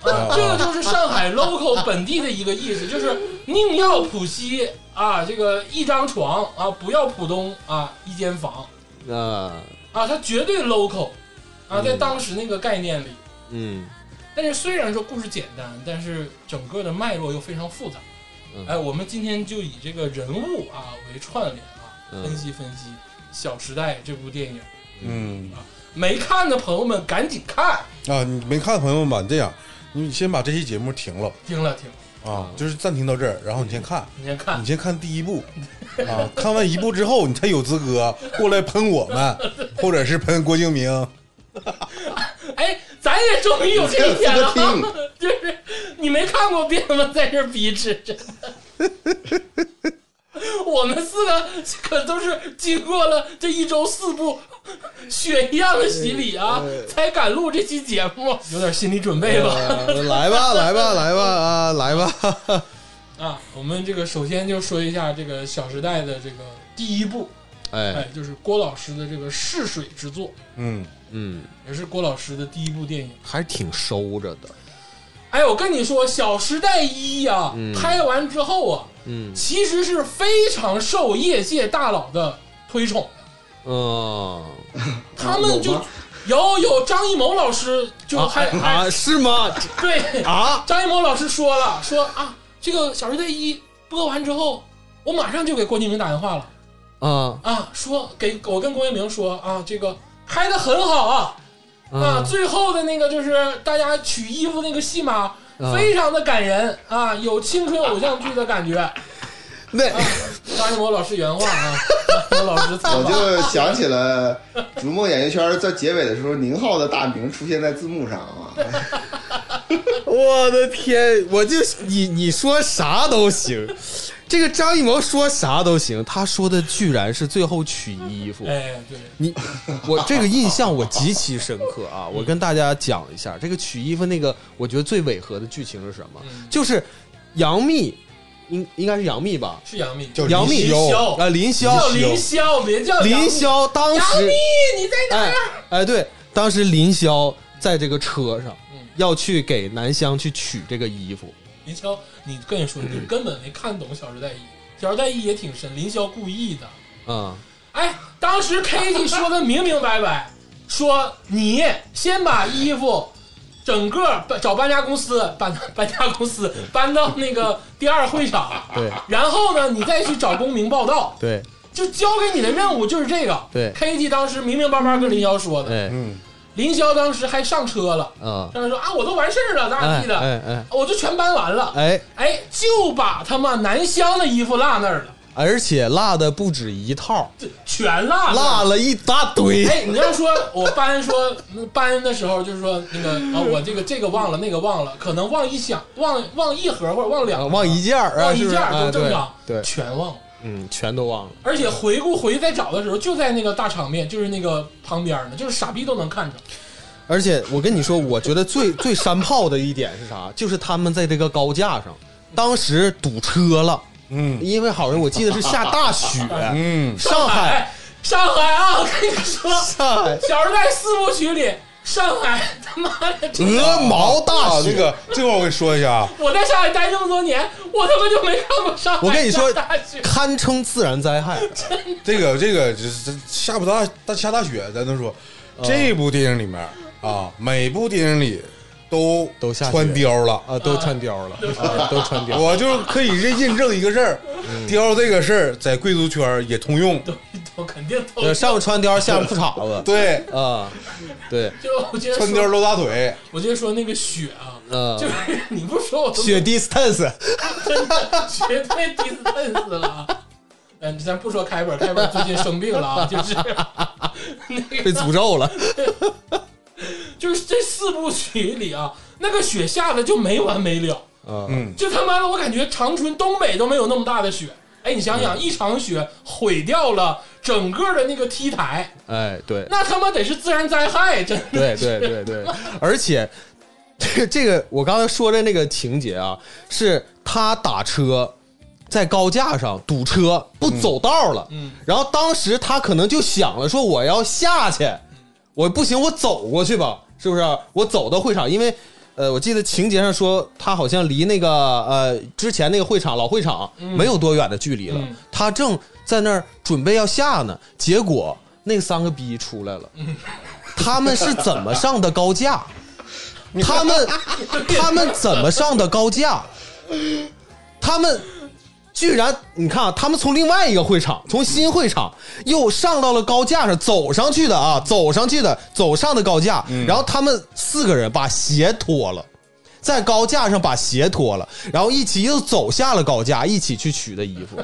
Speaker 1: 啊，这个就是上海 local 本地的一个意思，就是宁要浦西啊，这个一张床啊，不要浦东啊，一间房
Speaker 3: 啊，
Speaker 1: 啊，它绝对 local 啊，
Speaker 3: 嗯
Speaker 1: 在当时那个概念里。
Speaker 3: 嗯
Speaker 1: 但是虽然说故事简单，但是整个的脉络又非常复杂
Speaker 3: 嗯。
Speaker 1: 哎，我们今天就以这个人物啊为串联啊，分
Speaker 3: 嗯，
Speaker 1: 析分析《小时代》这部电影。
Speaker 2: 嗯
Speaker 1: 没看的朋友们赶紧看，
Speaker 2: 啊，你没看的朋友们吧，你这样，你先把这期节目停了
Speaker 1: 听了听了，
Speaker 2: 啊，就是暂停到这儿，然后你先看，
Speaker 1: 你先看
Speaker 3: 嗯
Speaker 2: 你。先看第一部啊，看完一部之后，你才有资格过来喷我们，或者是喷郭敬明
Speaker 1: 哎，咱也终于有这一天了
Speaker 4: 这个听，
Speaker 1: 就是你没看过，别他妈在这儿逼吃，真的。我们四个可都是经过了这一周四部血一样的洗礼啊，才敢录这期节目，有点心理准备吧。
Speaker 3: 啊 来吧来吧来吧啊来吧，
Speaker 1: 啊，我们这个首先就说一下这个《小时代》的这个第一部，
Speaker 3: 哎
Speaker 1: 哎，就是郭老师的这个试水之作，
Speaker 2: 嗯，
Speaker 3: 嗯，
Speaker 1: 也是郭老师的第一部电影。
Speaker 3: 还是挺收着的，
Speaker 1: 哎，我跟你说，《小时代一》啊，
Speaker 3: 嗯
Speaker 1: 拍完之后啊，
Speaker 3: 嗯
Speaker 1: 其实是非常受业界大佬的推崇的。
Speaker 3: 嗯
Speaker 1: 他们就
Speaker 4: 有吗
Speaker 1: 有有张艺谋老师就还、还、
Speaker 3: 啊是吗？
Speaker 1: 对
Speaker 3: 啊
Speaker 1: 张艺谋老师说了说啊，这个《小时代一》播完之后，我马上就给郭敬明打电话了
Speaker 3: 啊
Speaker 1: 啊，说给我跟郭敬明说啊，这个拍的很好啊啊，最后的那个就是大家取衣服那个戏码。
Speaker 3: 啊
Speaker 1: 非常的感人啊，有青春偶像剧的感觉。
Speaker 3: 那
Speaker 1: 张艺谋老师原话啊，张艺谋老师采
Speaker 4: 我
Speaker 1: 访
Speaker 4: 就想起了《逐梦演艺圈》在结尾的时候，宁浩的大名出现在字幕上啊，
Speaker 3: 我的天，我就你你说啥都行，这个张艺谋说啥都行，他说的居然是最后取衣服。
Speaker 1: 哎，对，
Speaker 3: 你我这个印象我极其深刻啊！
Speaker 1: 嗯
Speaker 3: 我跟大家讲一下，这个取衣服那个，我觉得最违和的剧情是什么？
Speaker 1: 嗯
Speaker 3: 就是杨幂，应应该是杨幂吧？
Speaker 1: 是杨幂，
Speaker 2: 叫
Speaker 3: 杨幂
Speaker 2: 林
Speaker 1: 萧
Speaker 3: 啊，林
Speaker 1: 叫
Speaker 3: 萧，
Speaker 1: 林萧，别叫杨幂
Speaker 3: 林。萧当
Speaker 1: 杨
Speaker 3: 时
Speaker 1: 幂，你在哪
Speaker 3: 哎
Speaker 1: 儿？
Speaker 3: 哎，对，当时林萧在这个车上
Speaker 1: 嗯
Speaker 3: 要去给南湘去取这个衣服，
Speaker 1: 林萧，你跟你说，你根本没看懂《小时代一》，《小时代一》也挺深，林萧故意的。
Speaker 3: 啊、
Speaker 1: 哎，当时 k a t i e 说的明明白白， 说你先把衣服整个搬找搬家公司搬搬家公司搬到那个第二会场，
Speaker 3: 对
Speaker 1: 然后呢，你再去找公民报道，
Speaker 3: 对，
Speaker 1: 就交给你的任务就是这个。
Speaker 3: 对
Speaker 1: k a t i e 当时明明白白跟林霄说的，
Speaker 3: 哎，
Speaker 2: 嗯
Speaker 1: 林霄当时还上车了，
Speaker 3: 啊，
Speaker 1: 上车说啊，我都完事儿了，咋咋
Speaker 3: 哎
Speaker 1: 地的，
Speaker 3: 哎哎
Speaker 1: 我就全搬完了，
Speaker 3: 哎，
Speaker 1: 哎，就把他妈南湘的衣服落那儿了，
Speaker 3: 而且落的不止一套，
Speaker 1: 这全落那儿
Speaker 3: 落了一大堆。
Speaker 1: 哎，你要说我搬说嗯搬的时候，就是说那个啊，我这个这个忘了，那个忘了，可能忘一箱，忘忘一盒或者忘两
Speaker 3: 啊
Speaker 1: 盒，
Speaker 3: 忘一件儿啊，
Speaker 1: 忘一件儿
Speaker 3: 是不是
Speaker 1: 都正常，
Speaker 3: 啊对，对，
Speaker 1: 全忘了。
Speaker 3: 嗯，全都忘了。
Speaker 1: 而且回顾回再找的时候，就在那个大场面，就是那个旁边呢，就是傻逼都能看着。
Speaker 3: 而且我跟你说，我觉得最最山炮的一点是啥？就是他们在这个高架上，当时堵车了，
Speaker 2: 嗯
Speaker 3: 因为好像我记得是下大雪，
Speaker 2: 嗯，
Speaker 3: 上海，
Speaker 1: 哎，上海啊，我跟你说，《
Speaker 3: 上海，
Speaker 1: 小时代》四部曲里，上海他妈的这个，
Speaker 3: 鹅毛大
Speaker 2: 啊，
Speaker 3: 雪。
Speaker 2: 这个这块儿我跟你说一下啊，
Speaker 1: 我在上海待这么多年，我他妈就没看过上海
Speaker 3: 我跟你说
Speaker 1: 下大雪。
Speaker 3: 堪称自然灾害，
Speaker 2: 这个这个这这下不大大下大雪，咱都说
Speaker 3: 嗯
Speaker 2: 这部电影里面啊，每部电影里都
Speaker 3: 都下雪
Speaker 2: 穿貂了。
Speaker 3: 啊，都穿 貂了，啊，都穿貂。
Speaker 2: 我就可以认印证一个事儿，
Speaker 3: 嗯
Speaker 2: 貂这个事儿在贵族圈儿也通用。
Speaker 1: 都都肯定都
Speaker 3: 呃，上面穿貂，下面裤衩子，
Speaker 2: 对，
Speaker 3: 啊，对，
Speaker 1: 就我接着
Speaker 2: 穿
Speaker 1: 说
Speaker 2: 貂露大腿，
Speaker 1: 我就说那个雪啊，
Speaker 3: 嗯
Speaker 1: 就是 你不说我都
Speaker 3: 雪 distance，
Speaker 1: 绝对 distance 了啊。嗯，咱不说开本，开本最近生病了啊，就是那
Speaker 3: 被
Speaker 1: 个
Speaker 3: 诅 咒了。
Speaker 1: 就是这四部曲里啊，那个雪下的就没完没了，
Speaker 3: 啊，
Speaker 2: 嗯，
Speaker 1: 就他妈的我感觉长春东北都没有那么大的雪。哎，你想想，
Speaker 3: 嗯
Speaker 1: 一场雪毁掉了整个的那个 T 台，
Speaker 3: 哎，对，
Speaker 1: 那他妈得是自然灾害，真的。
Speaker 3: 对对对对，而且这个这个我刚才说的那个情节啊，是他打车在高架上堵车不走道了，
Speaker 1: 嗯嗯
Speaker 3: 然后当时他可能就想了，说我要下去，我不行，我走过去吧，是不是？我走到会场，因为呃，我记得情节上说他好像离那个呃之前那个会场老会场没有多远的距离了，
Speaker 1: 嗯
Speaker 3: 他正在那儿准备要下呢，结果那三个逼出来了，他们是怎么上的高架？他们他们怎么上的高架？他们居然，你看啊，他们从另外一个会场，从新会场又上到了高架上，走上去的啊，走上去的，走上的高架，然后他们四个人把鞋脱了。在高架上把鞋脱了，然后一起又走下了高架，一起去取的衣服。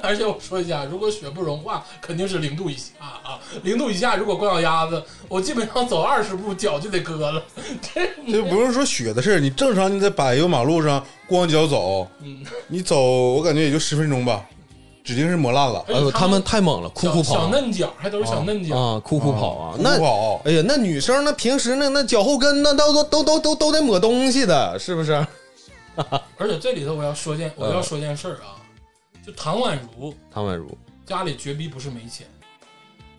Speaker 1: 而且我说一下，如果雪不融化，肯定是零度以下啊。零度以下，如果光脚丫子，我基本上走二十步脚就得割了。这
Speaker 2: 这不用说雪的事儿，你正常你在柏油马路上光脚走，
Speaker 1: 嗯
Speaker 2: 你走我感觉也就十分钟吧，指定是磨烂了。
Speaker 3: 哎呦，他们太猛了，哭
Speaker 1: 小
Speaker 3: 哭
Speaker 1: 小
Speaker 3: 跑
Speaker 1: 嫩脚，还都是小嫩脚。
Speaker 3: 啊，哭哭跑啊，
Speaker 2: 啊
Speaker 3: 那
Speaker 2: 哭哭跑
Speaker 3: 哎呀，那女生那平时那那脚后跟那都都都都都都得抹东西的，是不是？
Speaker 1: 而且这里头我要说件，
Speaker 3: 嗯
Speaker 1: 我要说件事儿啊，就唐宛如
Speaker 3: 唐宛如，
Speaker 1: 家里绝逼不是没钱，
Speaker 3: 啊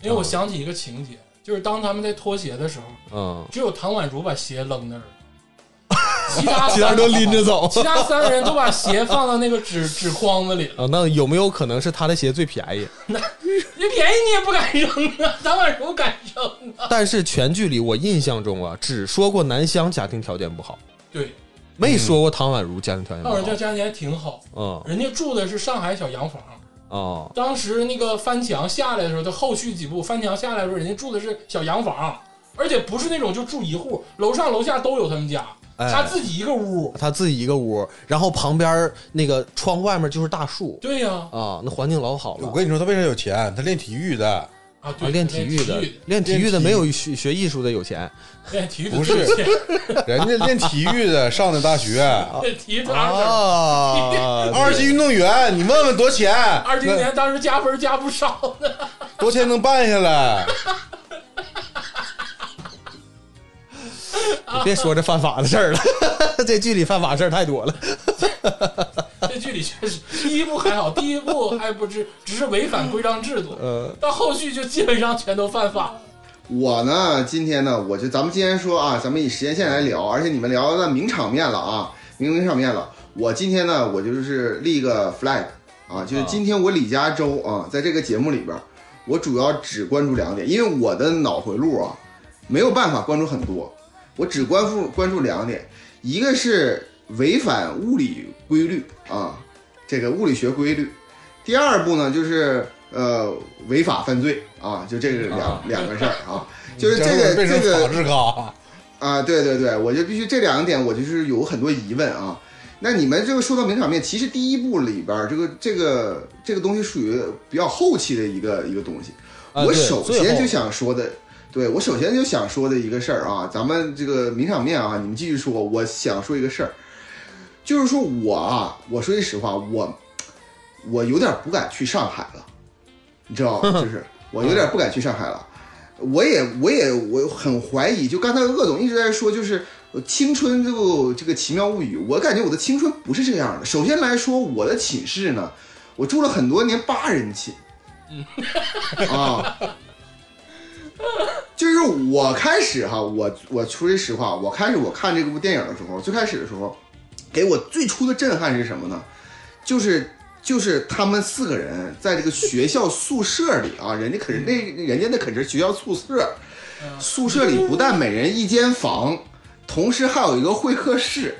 Speaker 1: 因为我想起一个情节，就是当他们在脱鞋的时候，
Speaker 3: 嗯，
Speaker 1: 只有唐宛如把鞋扔那儿了，其他
Speaker 3: 其他
Speaker 1: 三
Speaker 3: 人都拎着 走
Speaker 1: 其他三人都把鞋放到那个纸 纸筐子里了。
Speaker 3: 啊。那有没有可能是他的鞋最便宜？
Speaker 1: 你便宜你也不敢扔啊， 唐宛如敢扔啊？
Speaker 3: 但是全剧里我印象中啊，只说过南湘家庭条件不好，
Speaker 1: 对，
Speaker 3: 没说过唐宛如家庭条件
Speaker 2: 嗯
Speaker 1: 那会儿家
Speaker 3: 不
Speaker 1: 家庭还挺好，
Speaker 3: 好。嗯
Speaker 1: 人家住的是上海小洋房。
Speaker 3: 哦，
Speaker 1: 当时那个翻墙下来的时候，他后续几部翻墙下来的时候，人家住的是小洋房，而且不是那种就住一户，楼上楼下都有他们家，
Speaker 3: 哎
Speaker 1: 他自己一个屋。
Speaker 3: 他自己一个屋，然后旁边那个窗外面就是大树
Speaker 1: 对呀、
Speaker 3: 啊，那环境老好
Speaker 2: 我
Speaker 3: 了。
Speaker 2: 跟你说，他为啥有钱？他练体育的，
Speaker 1: 啊，
Speaker 3: 啊
Speaker 1: 对，
Speaker 3: 练体
Speaker 1: 体
Speaker 3: 育的
Speaker 1: 的，，
Speaker 3: 练体育
Speaker 2: 练
Speaker 3: 的
Speaker 2: 体育
Speaker 3: 没有学学艺术的有钱
Speaker 1: 练体育的
Speaker 2: 不是
Speaker 1: 最欠
Speaker 2: 人家练体育的上的大 学，
Speaker 1: 练体育的二
Speaker 3: 哦
Speaker 1: 等。
Speaker 3: 啊
Speaker 2: 二级运动员，你问问多钱？
Speaker 1: 二零年当时加分加不少呢，
Speaker 2: 那多钱能办下来？
Speaker 3: 你别说这犯法的事儿了， 这剧里犯法事儿太多了。
Speaker 1: 这剧里确实第一部还好，第一部还不知只是违反规章制度，
Speaker 3: 呃，
Speaker 1: 到后续就基本上全都犯法 了。
Speaker 4: 我呢，今天呢，我就咱们今天说啊，咱们以时间线来聊，而且你们聊到名场面了啊，名名场面了。我今天呢，我就是立一个 flag 啊，就是今天我李佳洲啊，在这个节目里边，我主要只关注两点，因为我的脑回路啊，没有办法关注很多，我只关注关注两点，一个是违反物理规律啊，这个物理学规律，第二步呢就是呃违法犯罪啊，就这个两、
Speaker 3: 啊
Speaker 4: 两个事儿啊，就是
Speaker 2: 你
Speaker 4: 这
Speaker 2: 会
Speaker 4: 个
Speaker 2: 变
Speaker 4: 这
Speaker 2: 成
Speaker 4: 个
Speaker 2: 法制咖，
Speaker 4: 啊，对对对，我就必须这两点，我就是有很多疑问啊。那你们这个说到名场面，其实第一部里边儿这个这个这个东西属于比较后期的一个一个东西。
Speaker 3: 啊
Speaker 4: 我
Speaker 3: 对
Speaker 4: 首
Speaker 3: 最
Speaker 4: 先
Speaker 3: 后
Speaker 4: 就想说的，对我首先就想说的一个事儿啊，咱们这个名场面啊，你们继续说，我想说一个事儿，就是说我啊，我说句实话，我我有点不敢去上海了，你知道吗？ 就是我有点不敢去上海了。我也我也我很怀疑，就刚才鄂总一直在说，就是呃青春这部这个奇妙物语，我感觉我的青春不是这样的。首先来说，我的寝室呢，我住了很多年八人寝，啊，就是我开始哈，我我说句实话，我开始我看这部电影的时候，最开始的时候，给我最初的震撼是什么呢？就是就是他们四个人在这个学校宿舍里啊，人家可是那人家那可是学校宿舍， 宿舍里不但每人一间房，同时还有一个会客室。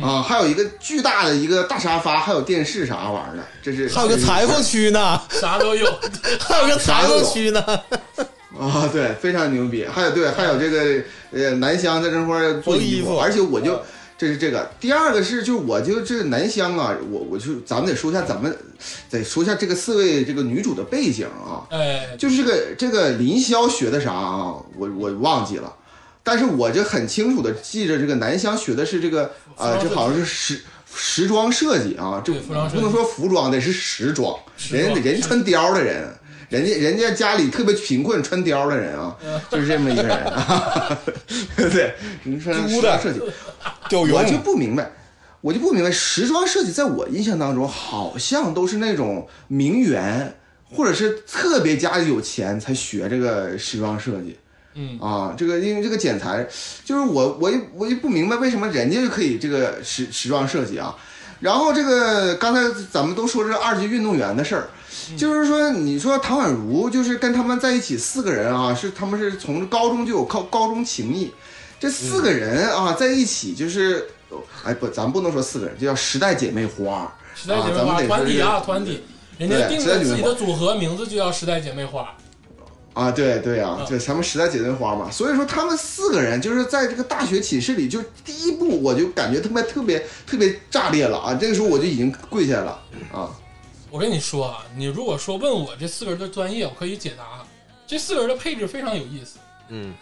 Speaker 4: 啊，还有一个巨大的一个大沙发，还有电视啥玩意儿的，这是
Speaker 3: 还有个裁缝区呢，
Speaker 1: 啥都有，
Speaker 3: 还有个裁缝区呢。
Speaker 4: 啊、对，非常牛逼。还有对，还有这个呃，南湘在这块儿做
Speaker 3: 缝
Speaker 4: 衣
Speaker 3: 衣
Speaker 4: 服，啊
Speaker 3: 服
Speaker 4: 而且我就这是这个。第二个是，就我就这南湘啊，我我就咱们得说一下，咱们得说一下这个四位这个女主的背景啊，
Speaker 1: 哎，
Speaker 4: 就是这个这个林霄学的啥啊，我我忘记了，但是我就很清楚的记着这个南湘学的是这个呃，
Speaker 1: 服装设计
Speaker 4: 这好像是时时装设计啊，这
Speaker 1: 对服装设计
Speaker 4: 不能说服装，得是时装，
Speaker 1: 时
Speaker 4: 人
Speaker 1: 装
Speaker 4: 家人
Speaker 1: 是
Speaker 4: 家穿貂的人，人家人家家里特别贫困穿貂的 人啊，就是这么一个人，啊 对，人穿
Speaker 2: 租的
Speaker 4: 时装设计，
Speaker 2: 钓鱼
Speaker 4: 我就不明白，我就不明白，时装设计在我印象当中好像都是那种名媛，或者是特别家里有钱才学这个时装设计。
Speaker 1: 嗯
Speaker 4: 啊，这个因为这个剪裁，就是我我也我也不明白为什么人家就可以这个时时装设计啊。然后这个刚才咱们都说这二级运动员的事儿，
Speaker 1: 嗯
Speaker 4: 就是说你说唐宛如就是跟他们在一起四个人啊，是他们是从高中就有高高中情谊，这四个人啊在一起就是，哎不，咱不能说四个人，就叫时代姐妹花儿。
Speaker 1: 时代姐妹
Speaker 4: 啊咱
Speaker 1: 花
Speaker 4: 们得
Speaker 1: 团体啊，
Speaker 4: 是啊
Speaker 1: 团体，人家定
Speaker 4: 时代
Speaker 1: 了
Speaker 4: 姐
Speaker 1: 自
Speaker 4: 妹
Speaker 1: 己
Speaker 4: 花
Speaker 1: 的组合名字就叫时代姐妹花，
Speaker 4: 啊，对对啊
Speaker 1: 嗯，
Speaker 4: 就咱们时代姐妹花嘛，所以说他们四个人就是在这个大学寝室里，就第一步我就感觉他们特别特别炸裂了啊！这个时候我就已经跪下了啊，
Speaker 1: 我跟你说啊，你如果说问我这四个人的专业，我可以解答。这四个人的配置非常有意思。
Speaker 3: 嗯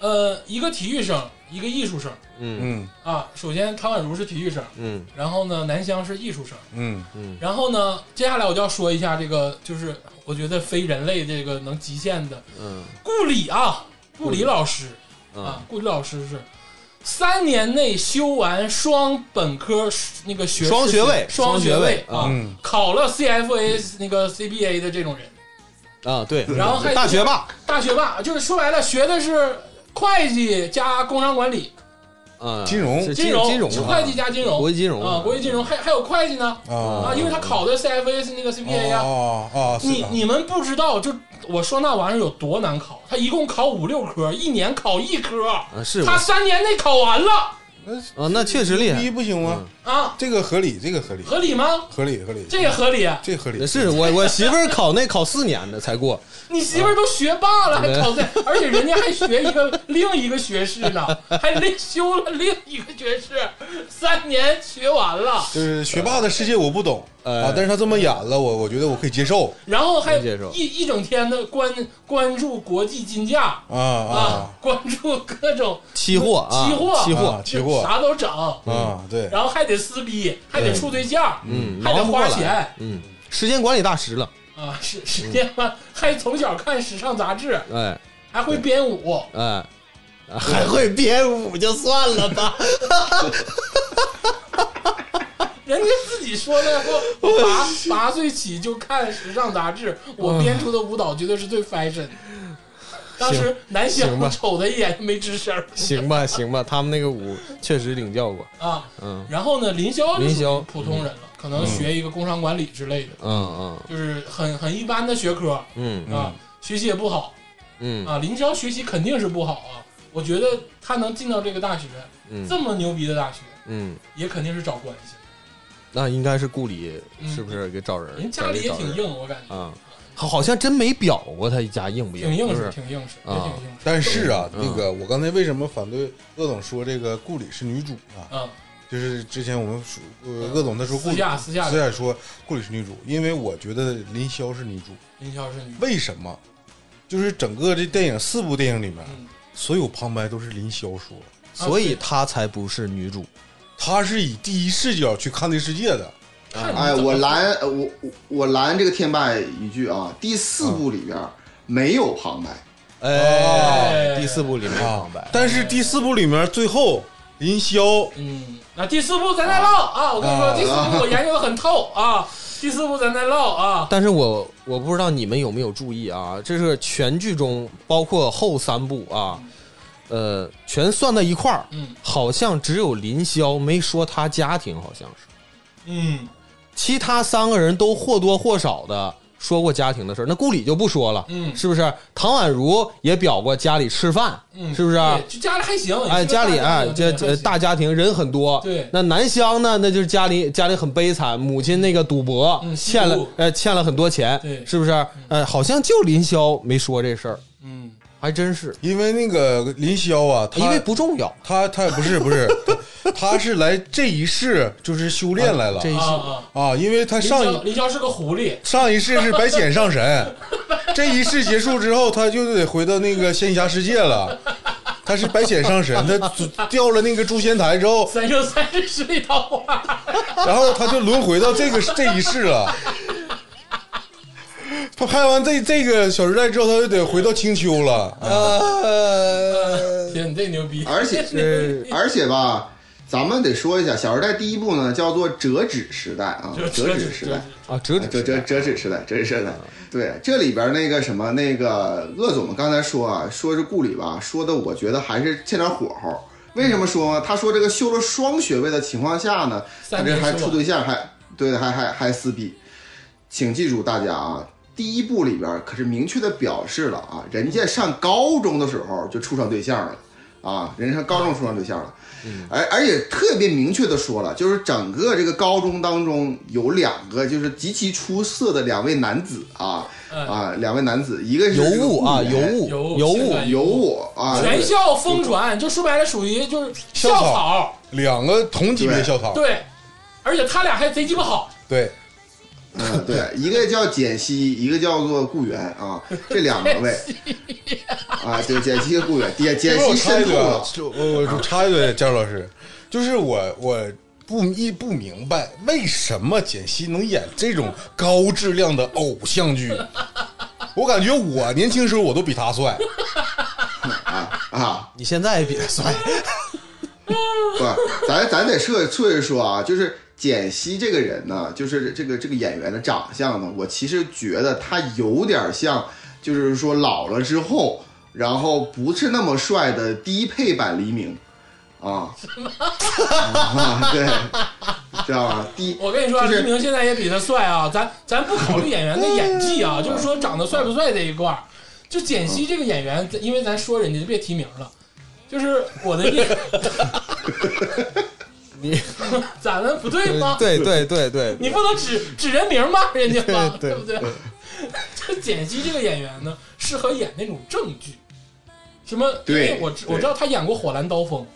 Speaker 1: 呃，一个体育生，一个艺术生
Speaker 3: 嗯
Speaker 2: 嗯
Speaker 1: 啊。首先，唐宛如是体育生，
Speaker 3: 嗯
Speaker 1: 然后呢，南湘是艺术生，
Speaker 2: 嗯
Speaker 3: 嗯
Speaker 1: 然后呢，接下来我就要说一下这个，就是我觉得非人类这个能极限的
Speaker 3: 嗯
Speaker 1: 顾里啊，顾里老师
Speaker 3: 嗯
Speaker 1: 啊，顾里老师是三年内修完双本科那个学士
Speaker 3: 双学位
Speaker 1: 双学位
Speaker 3: 双学位
Speaker 1: 啊，
Speaker 2: 嗯
Speaker 1: 考了 CFA 那个 CBA 的这种人，
Speaker 3: 啊对，
Speaker 1: 然后还
Speaker 3: 大学霸
Speaker 1: 大学霸，就是说白了学的是会计加工商管理、
Speaker 3: 啊，
Speaker 2: 金融
Speaker 3: 是
Speaker 1: 金
Speaker 3: 融
Speaker 1: 融、
Speaker 3: 融啊
Speaker 1: 会计加金融
Speaker 3: 国际金融
Speaker 1: 啊，国际金融还还有会计呢
Speaker 2: 啊
Speaker 1: 啊，因为他考的 CFA 是那个 CBA 呀。
Speaker 2: 哦哦，是
Speaker 1: 啊你
Speaker 2: 的
Speaker 1: 你们不知道，就我说那玩意儿有多难考，他一共考五六科，一年考一科，
Speaker 3: 啊是我
Speaker 1: 他三年内考完了
Speaker 2: 那
Speaker 3: 啊，那确实
Speaker 2: 第
Speaker 3: 厉
Speaker 2: 一
Speaker 3: 害。嗯
Speaker 2: 不行吗？
Speaker 1: 啊，
Speaker 2: 这个合理，这个合理，
Speaker 1: 合理吗？
Speaker 2: 合理合理，
Speaker 1: 这也合理。
Speaker 2: 这合理
Speaker 3: 是我我媳妇儿考那考四年的才过，
Speaker 1: 你媳妇儿都学霸了，还
Speaker 3: 对
Speaker 1: 考在，而且人家还学一个另一个学士呢，还另修了另一个学士，三年学完了，
Speaker 2: 就是学霸的世界我不懂
Speaker 3: 呃
Speaker 1: 哎
Speaker 2: 啊，但是他这么演了，我我觉得我可以接受
Speaker 1: 然后还
Speaker 3: 能接受
Speaker 1: 一一整天的关关注国际金价
Speaker 2: 啊啊
Speaker 1: 啊，关注各种
Speaker 3: 期货啊，
Speaker 1: 期货
Speaker 3: 期
Speaker 2: 啊
Speaker 3: 货，
Speaker 2: 期货
Speaker 1: 啥都整，
Speaker 2: 啊，对，
Speaker 1: 然后还得撕逼，还得处对象，
Speaker 3: 嗯，
Speaker 1: 还得
Speaker 3: 忙不过
Speaker 1: 花
Speaker 3: 来
Speaker 1: 钱。
Speaker 3: 嗯，时间管理大师了，
Speaker 1: 啊，时时间观，还从小看时尚杂志，
Speaker 3: 哎
Speaker 1: 还会编舞，
Speaker 3: 哎， 还会编舞就算了吧，
Speaker 1: 人家自己说的， 说
Speaker 3: 哎
Speaker 1: 我八八岁起就看时尚杂志，我编出的舞蹈绝对是最 fashion 的。当时南
Speaker 3: 行
Speaker 1: 湘
Speaker 3: 吧
Speaker 1: 瞅他一眼没吱声儿
Speaker 3: 行吧行吧，他们那个舞确实领教过，
Speaker 1: 啊。
Speaker 3: 嗯
Speaker 1: 然后呢，林霄就
Speaker 3: 林
Speaker 1: 属于
Speaker 3: 霄
Speaker 1: 普通人了，可能学一个工商管理之类的，
Speaker 3: 嗯
Speaker 1: 就是很很一般的学科啊，
Speaker 3: 嗯
Speaker 1: 学习也不好
Speaker 3: 嗯嗯
Speaker 1: 啊。林霄学习肯定是不好啊，我觉得他能进到这个大学，
Speaker 3: 嗯
Speaker 1: 这么牛逼的大学，
Speaker 3: 嗯，
Speaker 1: 也肯定是找关系。
Speaker 3: 那应该是顾里是不是给找人？
Speaker 1: 嗯人家里也挺硬，我感觉
Speaker 3: 啊，好好像真没表过他家硬不硬，
Speaker 1: 挺硬
Speaker 3: 就
Speaker 1: 实，
Speaker 3: 是
Speaker 1: 挺硬实，也
Speaker 3: 啊
Speaker 1: 挺硬实。
Speaker 2: 但是啊，
Speaker 3: 嗯
Speaker 2: 那个我刚才为什么反对鄂总说这个顾里是女主啊？
Speaker 1: 啊，
Speaker 2: 就是之前我们说，呃
Speaker 1: 嗯，
Speaker 2: 鄂总他说顾
Speaker 1: 私
Speaker 2: 里，
Speaker 1: 下私下
Speaker 2: 私下说顾里是女主，因为我觉得林霄是女主。
Speaker 1: 林霄是
Speaker 3: 啊
Speaker 1: 女，
Speaker 2: 为什么？就是整个这电影四部电影里面，
Speaker 1: 嗯，
Speaker 2: 所有旁白都是林霄说，
Speaker 3: 所以她才不是女
Speaker 1: 哦
Speaker 3: 主。
Speaker 2: 他是以第一视角去看这世界的。
Speaker 1: 看你
Speaker 4: 哎，
Speaker 1: 怎么
Speaker 4: 我拦呃我我我拦这个天霸一句啊，第四部里边没有旁白，
Speaker 3: 哎，第四部里面旁
Speaker 1: 哎
Speaker 3: 白，
Speaker 2: 但是第四部里面最后林霄
Speaker 1: 嗯，那第四部咱再唠啊！我跟你说，
Speaker 2: 啊
Speaker 1: 第四部我研究的很透 啊，第四部咱再唠啊。
Speaker 3: 但是我我不知道你们有没有注意啊，这是全剧中包括后三部啊，呃，全算到一块儿，
Speaker 1: 嗯
Speaker 3: 好像只有林霄没说他家庭，好像是，
Speaker 1: 嗯
Speaker 3: 其他三个人都或多或少的说过家庭的事儿。那顾里就不说了，
Speaker 1: 嗯
Speaker 3: 是不是？唐宛如也表过家里吃饭，
Speaker 1: 嗯，
Speaker 3: 是不是？啊
Speaker 1: 对就家里还行，
Speaker 3: 哎，
Speaker 1: 你说
Speaker 3: 家里哎，
Speaker 1: 还
Speaker 3: 这
Speaker 1: 行
Speaker 3: 这大家庭人很多。
Speaker 1: 对
Speaker 3: 那南湘呢？那就是家里家里很悲惨，母亲那个赌博，
Speaker 1: 嗯吸毒
Speaker 3: 欠了呃欠了很多钱，
Speaker 1: 对
Speaker 3: 是不是？呃，好像就林霄没说这事儿，
Speaker 1: 嗯
Speaker 3: 还真是，
Speaker 2: 因为那个林霄啊，他
Speaker 3: 因为不重要。
Speaker 2: 他他不是不是，他他是来这一世就是修炼来了
Speaker 3: 啊这一
Speaker 1: 啊啊，
Speaker 2: 啊，因为他
Speaker 1: 林
Speaker 2: 上一
Speaker 1: 霄林霄是个狐狸，
Speaker 2: 上一世是白浅上 神，这一世结束之后，他就得回到那个仙侠世界了。他是白浅上神，他掉了那个诛仙台之后，
Speaker 1: 三生三世十里桃花，
Speaker 2: 然后他就轮回到这个这一世了。他拍完这这个《小时代》之后，他就得回到青丘了。啊
Speaker 3: 呃，
Speaker 1: 行，你这牛逼，
Speaker 4: 而且嗯
Speaker 1: 这牛逼
Speaker 4: 而且吧，咱们得说一下，《小时代》第一部呢叫做折纸时代啊，
Speaker 1: 就
Speaker 4: 折纸时代，
Speaker 3: 啊，折
Speaker 4: 折
Speaker 3: 纸
Speaker 4: 折折纸时代，折纸时代。对，这里边那个什么，那个鄂总刚才说啊，说是顾里吧，说的我觉得还是欠点火候。为什么说呢？他说这个修了双学位的情况下呢，他
Speaker 1: 三
Speaker 4: 这
Speaker 1: 年
Speaker 4: 还
Speaker 1: 是
Speaker 4: 处
Speaker 1: 吧
Speaker 4: 对象，还对还还还撕逼。请记住大家啊，第一部里边可是明确的表示了啊，人家上高中的时候就处上对象了啊，人家上高中处上对象了。而而且特别明确的说了，就是整个这个高中当中有两个就是极其出色的两位男子啊
Speaker 1: 嗯
Speaker 4: 啊，两位男子，一个是
Speaker 3: 尤
Speaker 4: 这个
Speaker 3: 物啊，
Speaker 4: 顾
Speaker 3: 尤
Speaker 4: 源
Speaker 3: 物
Speaker 1: 尤物
Speaker 3: 尤
Speaker 1: 哎现
Speaker 3: 物
Speaker 1: 在
Speaker 4: 尤物啊，
Speaker 1: 全
Speaker 4: 对
Speaker 1: 校疯传，就说白了属于就是校
Speaker 2: 校草
Speaker 1: 草，
Speaker 2: 两个同级别校草，
Speaker 1: 对，而且他俩还贼鸡巴好，
Speaker 2: 对，
Speaker 4: 嗯对，一个叫简溪，一个叫做顾源啊，这两个位啊，对，简溪和顾源，简简
Speaker 2: 我
Speaker 4: 溪
Speaker 2: 插一
Speaker 4: 渗透
Speaker 2: 嘴啊
Speaker 4: 了，，
Speaker 2: 就我我插一嘴，佳茹老师，就是我我不一不明白为什么简溪能演这种高质量的偶像剧，我感觉我年轻时候我都比他帅，
Speaker 4: 啊，
Speaker 3: 你现在也比他 帅，
Speaker 4: 不，咱咱得说说一说啊，就是简溪这个人呢，就是这个这个演员的长相呢，我其实觉得他有点像，就是说老了之后，然后不是那么帅的低配版黎明，啊，啊对，知道吧？低，
Speaker 1: 我跟你说啊，
Speaker 4: 就是
Speaker 1: 黎明现在也比他帅啊，咱咱不考虑演员的演技啊，就是说长得帅不帅这一块儿，就简溪这个演员，因为咱说人家就别提名了，就是我的意 思，
Speaker 3: 你
Speaker 1: 咱们不对吗？
Speaker 3: 对对对对，
Speaker 1: 你不能指指人名骂人家吧，
Speaker 3: 对
Speaker 1: 对不对？这简溪这个演员呢，适合演那种正剧，什么？因
Speaker 4: 对
Speaker 1: 为我知我
Speaker 4: 对
Speaker 1: 知道他演过《火蓝刀锋》，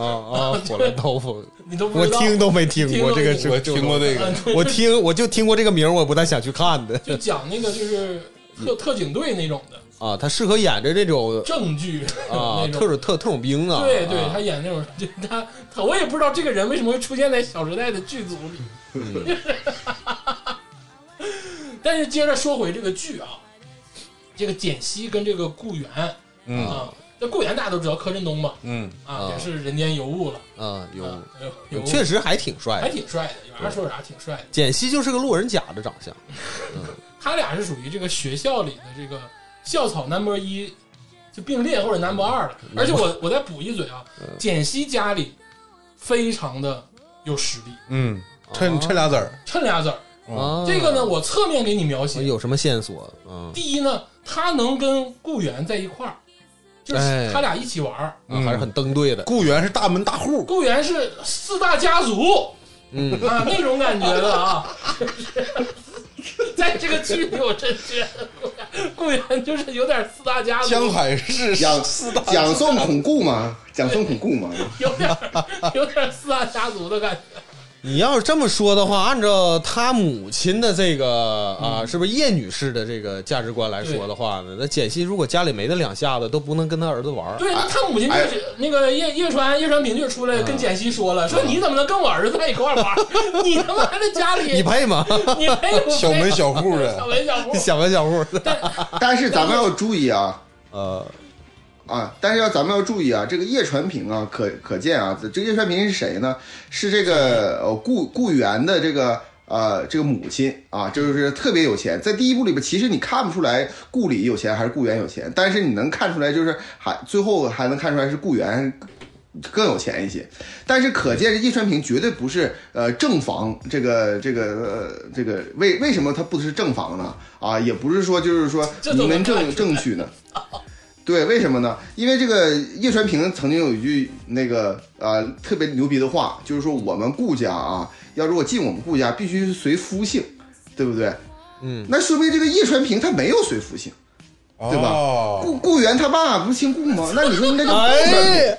Speaker 3: 啊 啊，火蓝刀锋，
Speaker 1: 你都不
Speaker 3: 我
Speaker 1: 知道。
Speaker 3: 听都没听
Speaker 1: 听
Speaker 3: 过
Speaker 1: 都
Speaker 3: 这
Speaker 1: 没
Speaker 3: 个
Speaker 1: 听
Speaker 3: 是，
Speaker 2: 我听过这
Speaker 1: 嗯
Speaker 2: 个，
Speaker 3: 我听我就听过这个名儿，我不太想去看 的
Speaker 1: 就讲那个就是
Speaker 3: 嗯
Speaker 1: 特特警队那种的
Speaker 3: 啊。他适合演着这种
Speaker 1: 正剧
Speaker 3: 啊
Speaker 1: 那
Speaker 3: 特
Speaker 1: 种。
Speaker 3: 种特特种兵啊，
Speaker 1: 对对，
Speaker 3: 啊
Speaker 1: 他演那种，就他他我也不知道这个人为什么会出现在《小时代》的剧组里。
Speaker 3: 嗯
Speaker 1: 但是接着说回这个剧啊，这个简溪跟这个顾源
Speaker 2: 嗯
Speaker 1: 啊，那顾源大家都知道柯震东嘛，
Speaker 2: 嗯，
Speaker 1: 啊，
Speaker 3: 啊
Speaker 1: 也是人间尤物了，
Speaker 3: 啊
Speaker 1: 啊哎
Speaker 3: 有，
Speaker 1: 尤物
Speaker 3: 确实还挺帅
Speaker 1: 还
Speaker 3: 的。
Speaker 1: 挺帅的，有啥说啥，挺帅的。
Speaker 3: 简溪就是个路人甲的长相，
Speaker 1: 他俩是属于这个学校里的这个校草 number 一就并列或者 number
Speaker 3: 嗯
Speaker 1: 二了。而且我我再补一嘴啊，简溪家里非常的有实力，
Speaker 2: 嗯，趁趁俩子儿，
Speaker 1: 趁俩子儿。
Speaker 3: 啊，
Speaker 1: 嗯这个呢，我侧面给你描
Speaker 3: 我
Speaker 1: 写。
Speaker 3: 有什么线索？嗯，
Speaker 1: 第一呢，他能跟顾源在一块儿，就是
Speaker 3: 哎
Speaker 1: 他俩一起玩儿。
Speaker 3: 啊还是很登对的。
Speaker 2: 顾源是大门大户，
Speaker 1: 顾源是四大家族
Speaker 3: 嗯，
Speaker 1: 啊，那种感觉的啊。 在这个剧里，我真觉得顾源顾源就是有点四大家族
Speaker 2: 江海市
Speaker 4: 讲
Speaker 2: 四大
Speaker 4: 讲宋孔顾嘛，讲宋孔顾嘛，
Speaker 1: 有点儿有点儿四大家族的感 觉。
Speaker 3: 你要是这么说的话，按照他母亲的这个
Speaker 1: 嗯
Speaker 3: 啊，是不是叶女士的这个价值观来说的话呢？那简溪如果家里没那两下子，都不能跟他儿子玩儿。
Speaker 1: 对，他母亲
Speaker 2: 哎
Speaker 1: 就是、那个叶叶川叶川平就出
Speaker 2: 嗯
Speaker 1: 来跟简溪说了，说你怎么能跟我儿子在一块儿玩儿？ 你他妈还在家 里，
Speaker 3: 你
Speaker 1: 你
Speaker 3: 配吗？，
Speaker 1: 你没有
Speaker 2: 小门小户
Speaker 1: 小
Speaker 2: 的，
Speaker 1: 门小 户
Speaker 3: 小门小户的，
Speaker 4: 但是咱们要注意啊，
Speaker 3: 呃，
Speaker 4: 啊，但是要咱们要注意啊，这个叶传平啊，可可见啊，这个叶传平是谁呢？是这个呃顾顾源的这个呃这个母亲啊，就是特别有钱。在第一部里边，其实你看不出来顾里有钱还是顾源有钱，但是你能看出来，就是还最后还能看出来是顾源更有钱一些。但是可见叶传平绝对不是呃正房这个这个呃这个为为什么他不是正房呢？啊，也不是说就是说
Speaker 1: 这都
Speaker 4: 名门
Speaker 1: 能看
Speaker 4: 正正娶呢。对，为什么呢？因为这个叶传平曾经有一句那个呃特别牛逼的话，就是说我们顾家啊，要如果进我们顾家，必须是随夫姓，对不对？
Speaker 3: 嗯，
Speaker 4: 那说明这个叶传平他没有随夫姓，
Speaker 2: 对
Speaker 4: 对吧
Speaker 2: 哦
Speaker 4: 顾顾源他爸不是姓顾吗？那你说应该叫顾源，
Speaker 3: 哎，
Speaker 4: 对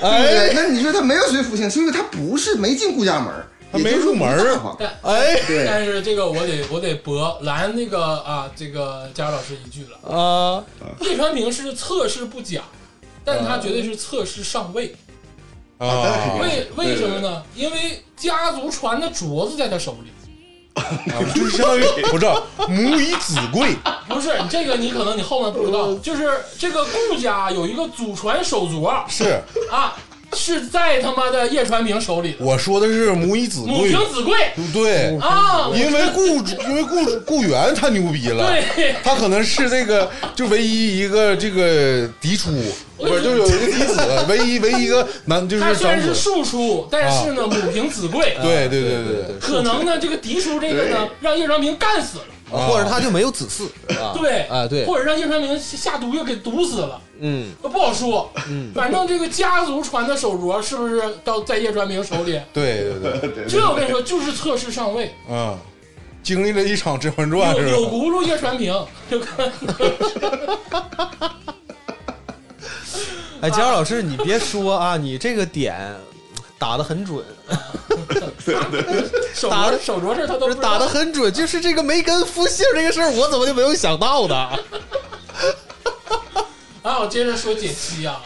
Speaker 4: 不
Speaker 3: 哎
Speaker 4: 对？，那你说他没有随夫姓，是因为他不是没进顾家门儿，
Speaker 2: 他
Speaker 4: 也
Speaker 2: 没
Speaker 4: 就是说
Speaker 2: 入门儿
Speaker 4: 不是大房
Speaker 1: 但
Speaker 3: 哎，
Speaker 4: 对
Speaker 1: 但是这个我得我得驳拦那个啊这个佳老师一句了，
Speaker 3: 啊，
Speaker 1: 叶川平是测试不假，但他绝对是测试上位。
Speaker 2: 啊，
Speaker 1: 为为什么呢？因为家族传的镯子在他手里。
Speaker 2: 啊就是相当于不是母以子贵，
Speaker 1: 不是这个，你可能你
Speaker 2: 嗯
Speaker 1: 后面不知道，就是这个顾家有一个祖传手镯
Speaker 2: 是
Speaker 1: 啊，是在他妈的叶传明手里的，
Speaker 2: 我说的是母以子
Speaker 1: 母
Speaker 2: 贵
Speaker 1: 凭，子贵
Speaker 2: 对，
Speaker 1: 啊！
Speaker 2: 因为 雇主，因为雇主雇员太牛逼了，
Speaker 1: 对
Speaker 2: 他可能是这个就唯一一个这个嫡出，不是就是有一个嫡 子，唯一唯一一个男就是啊
Speaker 1: 他虽
Speaker 2: 长
Speaker 1: 然
Speaker 2: 子
Speaker 1: 是，庶出，但是呢，母凭子贵，
Speaker 2: 对对
Speaker 3: 对
Speaker 2: 对
Speaker 3: 对，
Speaker 1: 可能呢，这个嫡出这个呢，让叶传明干死了，
Speaker 2: 啊
Speaker 3: 或者他就没有子嗣啊，
Speaker 1: 对
Speaker 3: 啊对，
Speaker 1: 或者让叶传明下毒药给毒死了，呃
Speaker 3: 嗯
Speaker 1: 不好说。反正这个家族传的手镯是不是到在叶传明手里？
Speaker 2: 对对 对，
Speaker 4: 对对
Speaker 1: 这
Speaker 4: 对，
Speaker 1: 我跟你说，就是测试上位，
Speaker 2: 嗯，经历了一场《甄嬛传》
Speaker 1: 有
Speaker 2: 是
Speaker 1: 有
Speaker 2: 吧？
Speaker 1: 轱辘叶传明，就看
Speaker 3: 哎，姜老师，你别说啊，你这个点打的很准，
Speaker 1: 手
Speaker 3: 打
Speaker 1: 镯
Speaker 3: 得
Speaker 1: 手镯这他都
Speaker 3: 不
Speaker 1: 不
Speaker 3: 是
Speaker 1: 知道
Speaker 3: 打的很准，就是这个梅根夫姓这个事儿，我怎么就没有想到 呢？
Speaker 1: 啊！我接着说简溪啊，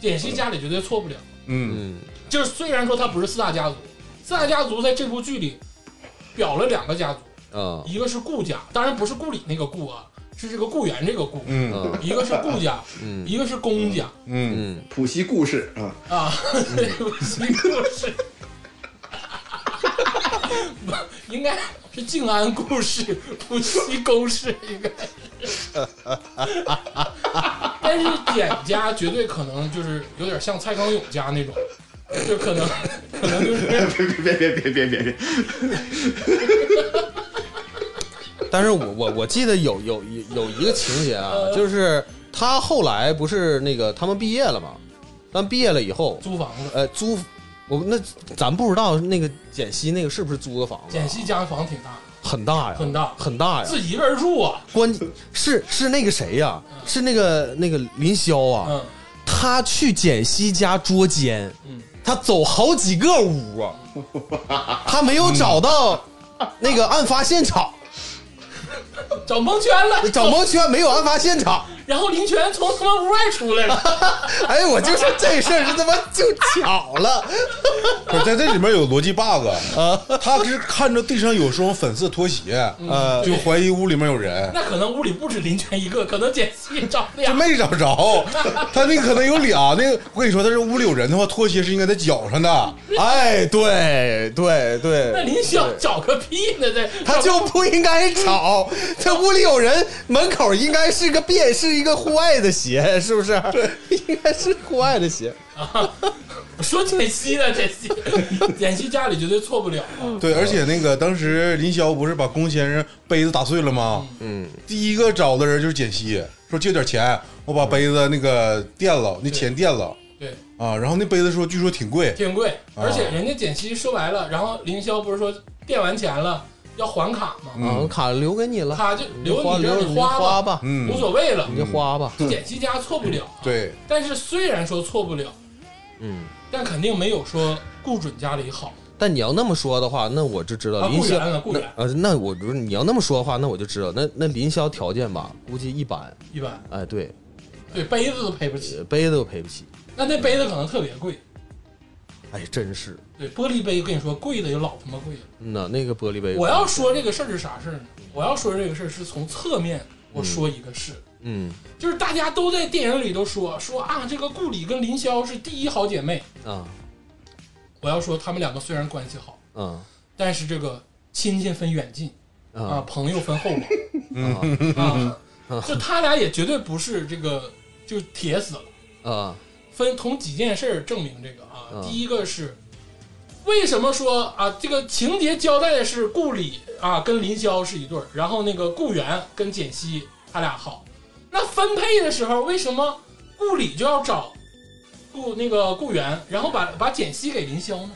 Speaker 1: 简溪家里绝对错不了。
Speaker 2: 嗯
Speaker 3: 嗯
Speaker 1: 就是虽然说他不是四大家族，四大家族在这部剧里表了两个家族，
Speaker 3: 啊
Speaker 1: 一个是顾家，当然不是顾里那个顾啊，是这个顾源这个顾，
Speaker 2: 嗯
Speaker 3: 嗯
Speaker 1: 一个是顾家，
Speaker 3: 嗯
Speaker 1: 一个是公家
Speaker 2: 嗯，
Speaker 3: 嗯，
Speaker 4: 普希故事啊，
Speaker 1: 啊，对不起，故事，不应该是静安故事，不惜公事应该是。但是简家绝对可能就是有点像蔡康永家那种，就可能可能就是
Speaker 4: 别别别别别别别别，
Speaker 3: 但是我我我记得有有有有一个情节啊，就是他后来不是那个他们毕业了嘛，但毕业了以后，
Speaker 1: 租房 子。
Speaker 3: 呃，租我那咱不知道那个简溪那个是不是租的房子啊，
Speaker 1: 简溪家房挺大的，
Speaker 3: 很大呀，
Speaker 1: 很大
Speaker 3: 很大呀，
Speaker 1: 自己一个人住啊，
Speaker 3: 关是是那个谁呀、是那个那个林霄啊，
Speaker 1: 嗯，
Speaker 3: 他去简溪家捉奸，
Speaker 1: 嗯
Speaker 3: 他走好几个屋啊，他没有找到那个案发现场，
Speaker 1: 找蒙圈了，
Speaker 3: 找蒙圈没有案发现场。
Speaker 1: 然后林泉从他妈屋外出来了，
Speaker 3: 哎，我就说这事儿是他妈就巧了，
Speaker 2: 不是在 这里面有逻辑 bug，他
Speaker 1: 啊
Speaker 2: 是看着地上有双粉色拖鞋，
Speaker 1: 嗯
Speaker 3: 呃，
Speaker 2: 就怀疑屋里面有人，
Speaker 1: 那可能屋里不止林泉一个，可能简溪找
Speaker 2: 这
Speaker 1: 俩，
Speaker 2: 没找着，他那可能有俩，那个我跟你说，他是屋里有人的话，拖鞋是应该在脚上的，
Speaker 3: 哎，对对
Speaker 1: 那
Speaker 3: 对，
Speaker 1: 林霄找个屁呢？这
Speaker 3: 他就不应该吵，这屋里有人，门口应该是个便，是一个户外的鞋，是不是？ 应该是户外的鞋。
Speaker 1: 说简溪呢，简溪， 简溪家里绝对错不了啊，
Speaker 2: 对，而且那个当时林霄不是把龚先生杯子打碎了吗？嗯，第一个找的人就是简溪，说借点钱，我把杯子那个垫了，那钱垫了
Speaker 1: 对，
Speaker 2: 啊，然后那杯子说据说挺贵，
Speaker 1: 挺贵，
Speaker 2: 啊
Speaker 1: 而且人家简溪说白了，然后林霄不是说垫完钱了要还卡
Speaker 2: 嗯
Speaker 1: 吗？
Speaker 3: 啊，卡留给你了，
Speaker 1: 嗯卡就留
Speaker 3: 花
Speaker 1: 你这儿，
Speaker 3: 留
Speaker 1: 你
Speaker 3: 你花
Speaker 1: 吧，
Speaker 3: 吧，
Speaker 2: 嗯
Speaker 1: 无，所谓了
Speaker 3: 你。就花吧。
Speaker 1: 简溪家错不了，，
Speaker 2: 对，
Speaker 1: 但是虽然说错不了，
Speaker 3: 嗯，
Speaker 1: 但肯定没有说顾准家里好。
Speaker 3: 但你要那么说的话，那我就知道
Speaker 1: 啊
Speaker 3: 林
Speaker 1: 顾
Speaker 3: 霄
Speaker 1: 源了顾
Speaker 3: 那
Speaker 1: 源
Speaker 3: 呃，那我就是你要那么说的话，那我就知道那那林霄条件吧，估计一般。
Speaker 1: 一般，
Speaker 3: 哎，对，
Speaker 1: 对杯子都赔不起，
Speaker 3: 呃杯子都赔不起。
Speaker 1: 那那杯子可能特别贵，
Speaker 3: 哎，真是，
Speaker 1: 对玻璃杯，跟你说贵的就老他妈贵了。
Speaker 3: 嗯呐，那个玻璃杯，
Speaker 1: 我要说这个事儿是啥事儿呢？我要说这个事儿是从侧面我说一个事，
Speaker 3: 嗯
Speaker 1: 就是大家都在电影里都说说啊，这个顾里跟林霄是第一好姐妹。
Speaker 3: 啊
Speaker 1: 我要说他们两个虽然关系好，
Speaker 3: 啊
Speaker 1: 但是这个亲戚分远近啊，
Speaker 3: 啊
Speaker 1: 朋友分厚薄。
Speaker 3: 啊
Speaker 1: 啊，就他俩也绝对不是这个，就铁死了。
Speaker 3: 啊！
Speaker 1: 分从几件事儿证明这个啊，
Speaker 3: 嗯
Speaker 1: 第一个是为什么说啊，这个情节交代的是顾里啊跟林霄是一对儿，然后那个顾源跟简溪他俩好，那分配的时候为什么顾里就要找顾那个顾源，然后把把简溪给林霄呢？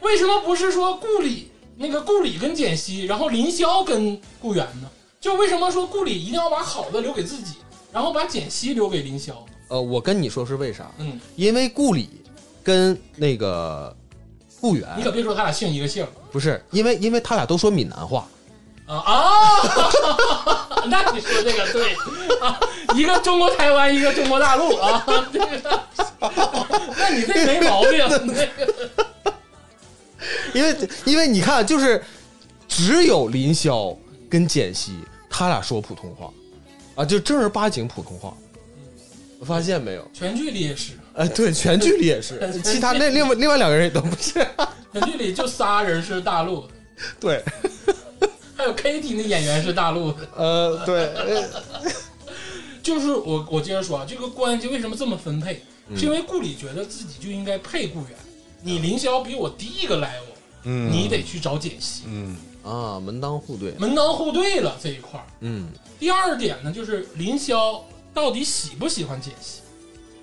Speaker 1: 为什么不是说顾里那个顾里跟简溪，然后林霄跟顾源呢？就为什么说顾里一定要把好的留给自己，然后把简溪留给林霄？
Speaker 3: 呃，我跟你说是为啥？
Speaker 1: 嗯，
Speaker 3: 因为顾里跟那个顾
Speaker 1: 你
Speaker 3: 源
Speaker 1: 可别说他俩姓一个姓儿
Speaker 3: 不是，因为因为他俩都说闽南话，
Speaker 1: 啊啊！那你说这个对啊，一个中国台湾，一个中国大陆啊，这个， 那你这没毛病，那个
Speaker 3: 因为因为你看，就是只有林霄跟简溪他俩说普通话啊，就正儿八经普通话。发现没有？
Speaker 1: 全剧里也是，
Speaker 3: 哎，对，全剧里也是，其他那另外另外两个人也都不 是。
Speaker 1: 全剧里就仨人是大陆的，
Speaker 3: 对，
Speaker 1: 还有 Kitty 那演员是大陆的。
Speaker 3: 呃，对，呃
Speaker 1: 就是我我接着说啊，这个关系为什么这么分配？是因为顾里觉得自己就应该配顾源，你凌霄比我第一个 level，、
Speaker 2: 嗯，
Speaker 1: 你得去找解析，
Speaker 2: 嗯
Speaker 3: 啊，门当户对，
Speaker 1: 门当户对了这一块儿。
Speaker 3: 嗯
Speaker 1: 第二点呢，就是林霄到底喜不喜欢简溪？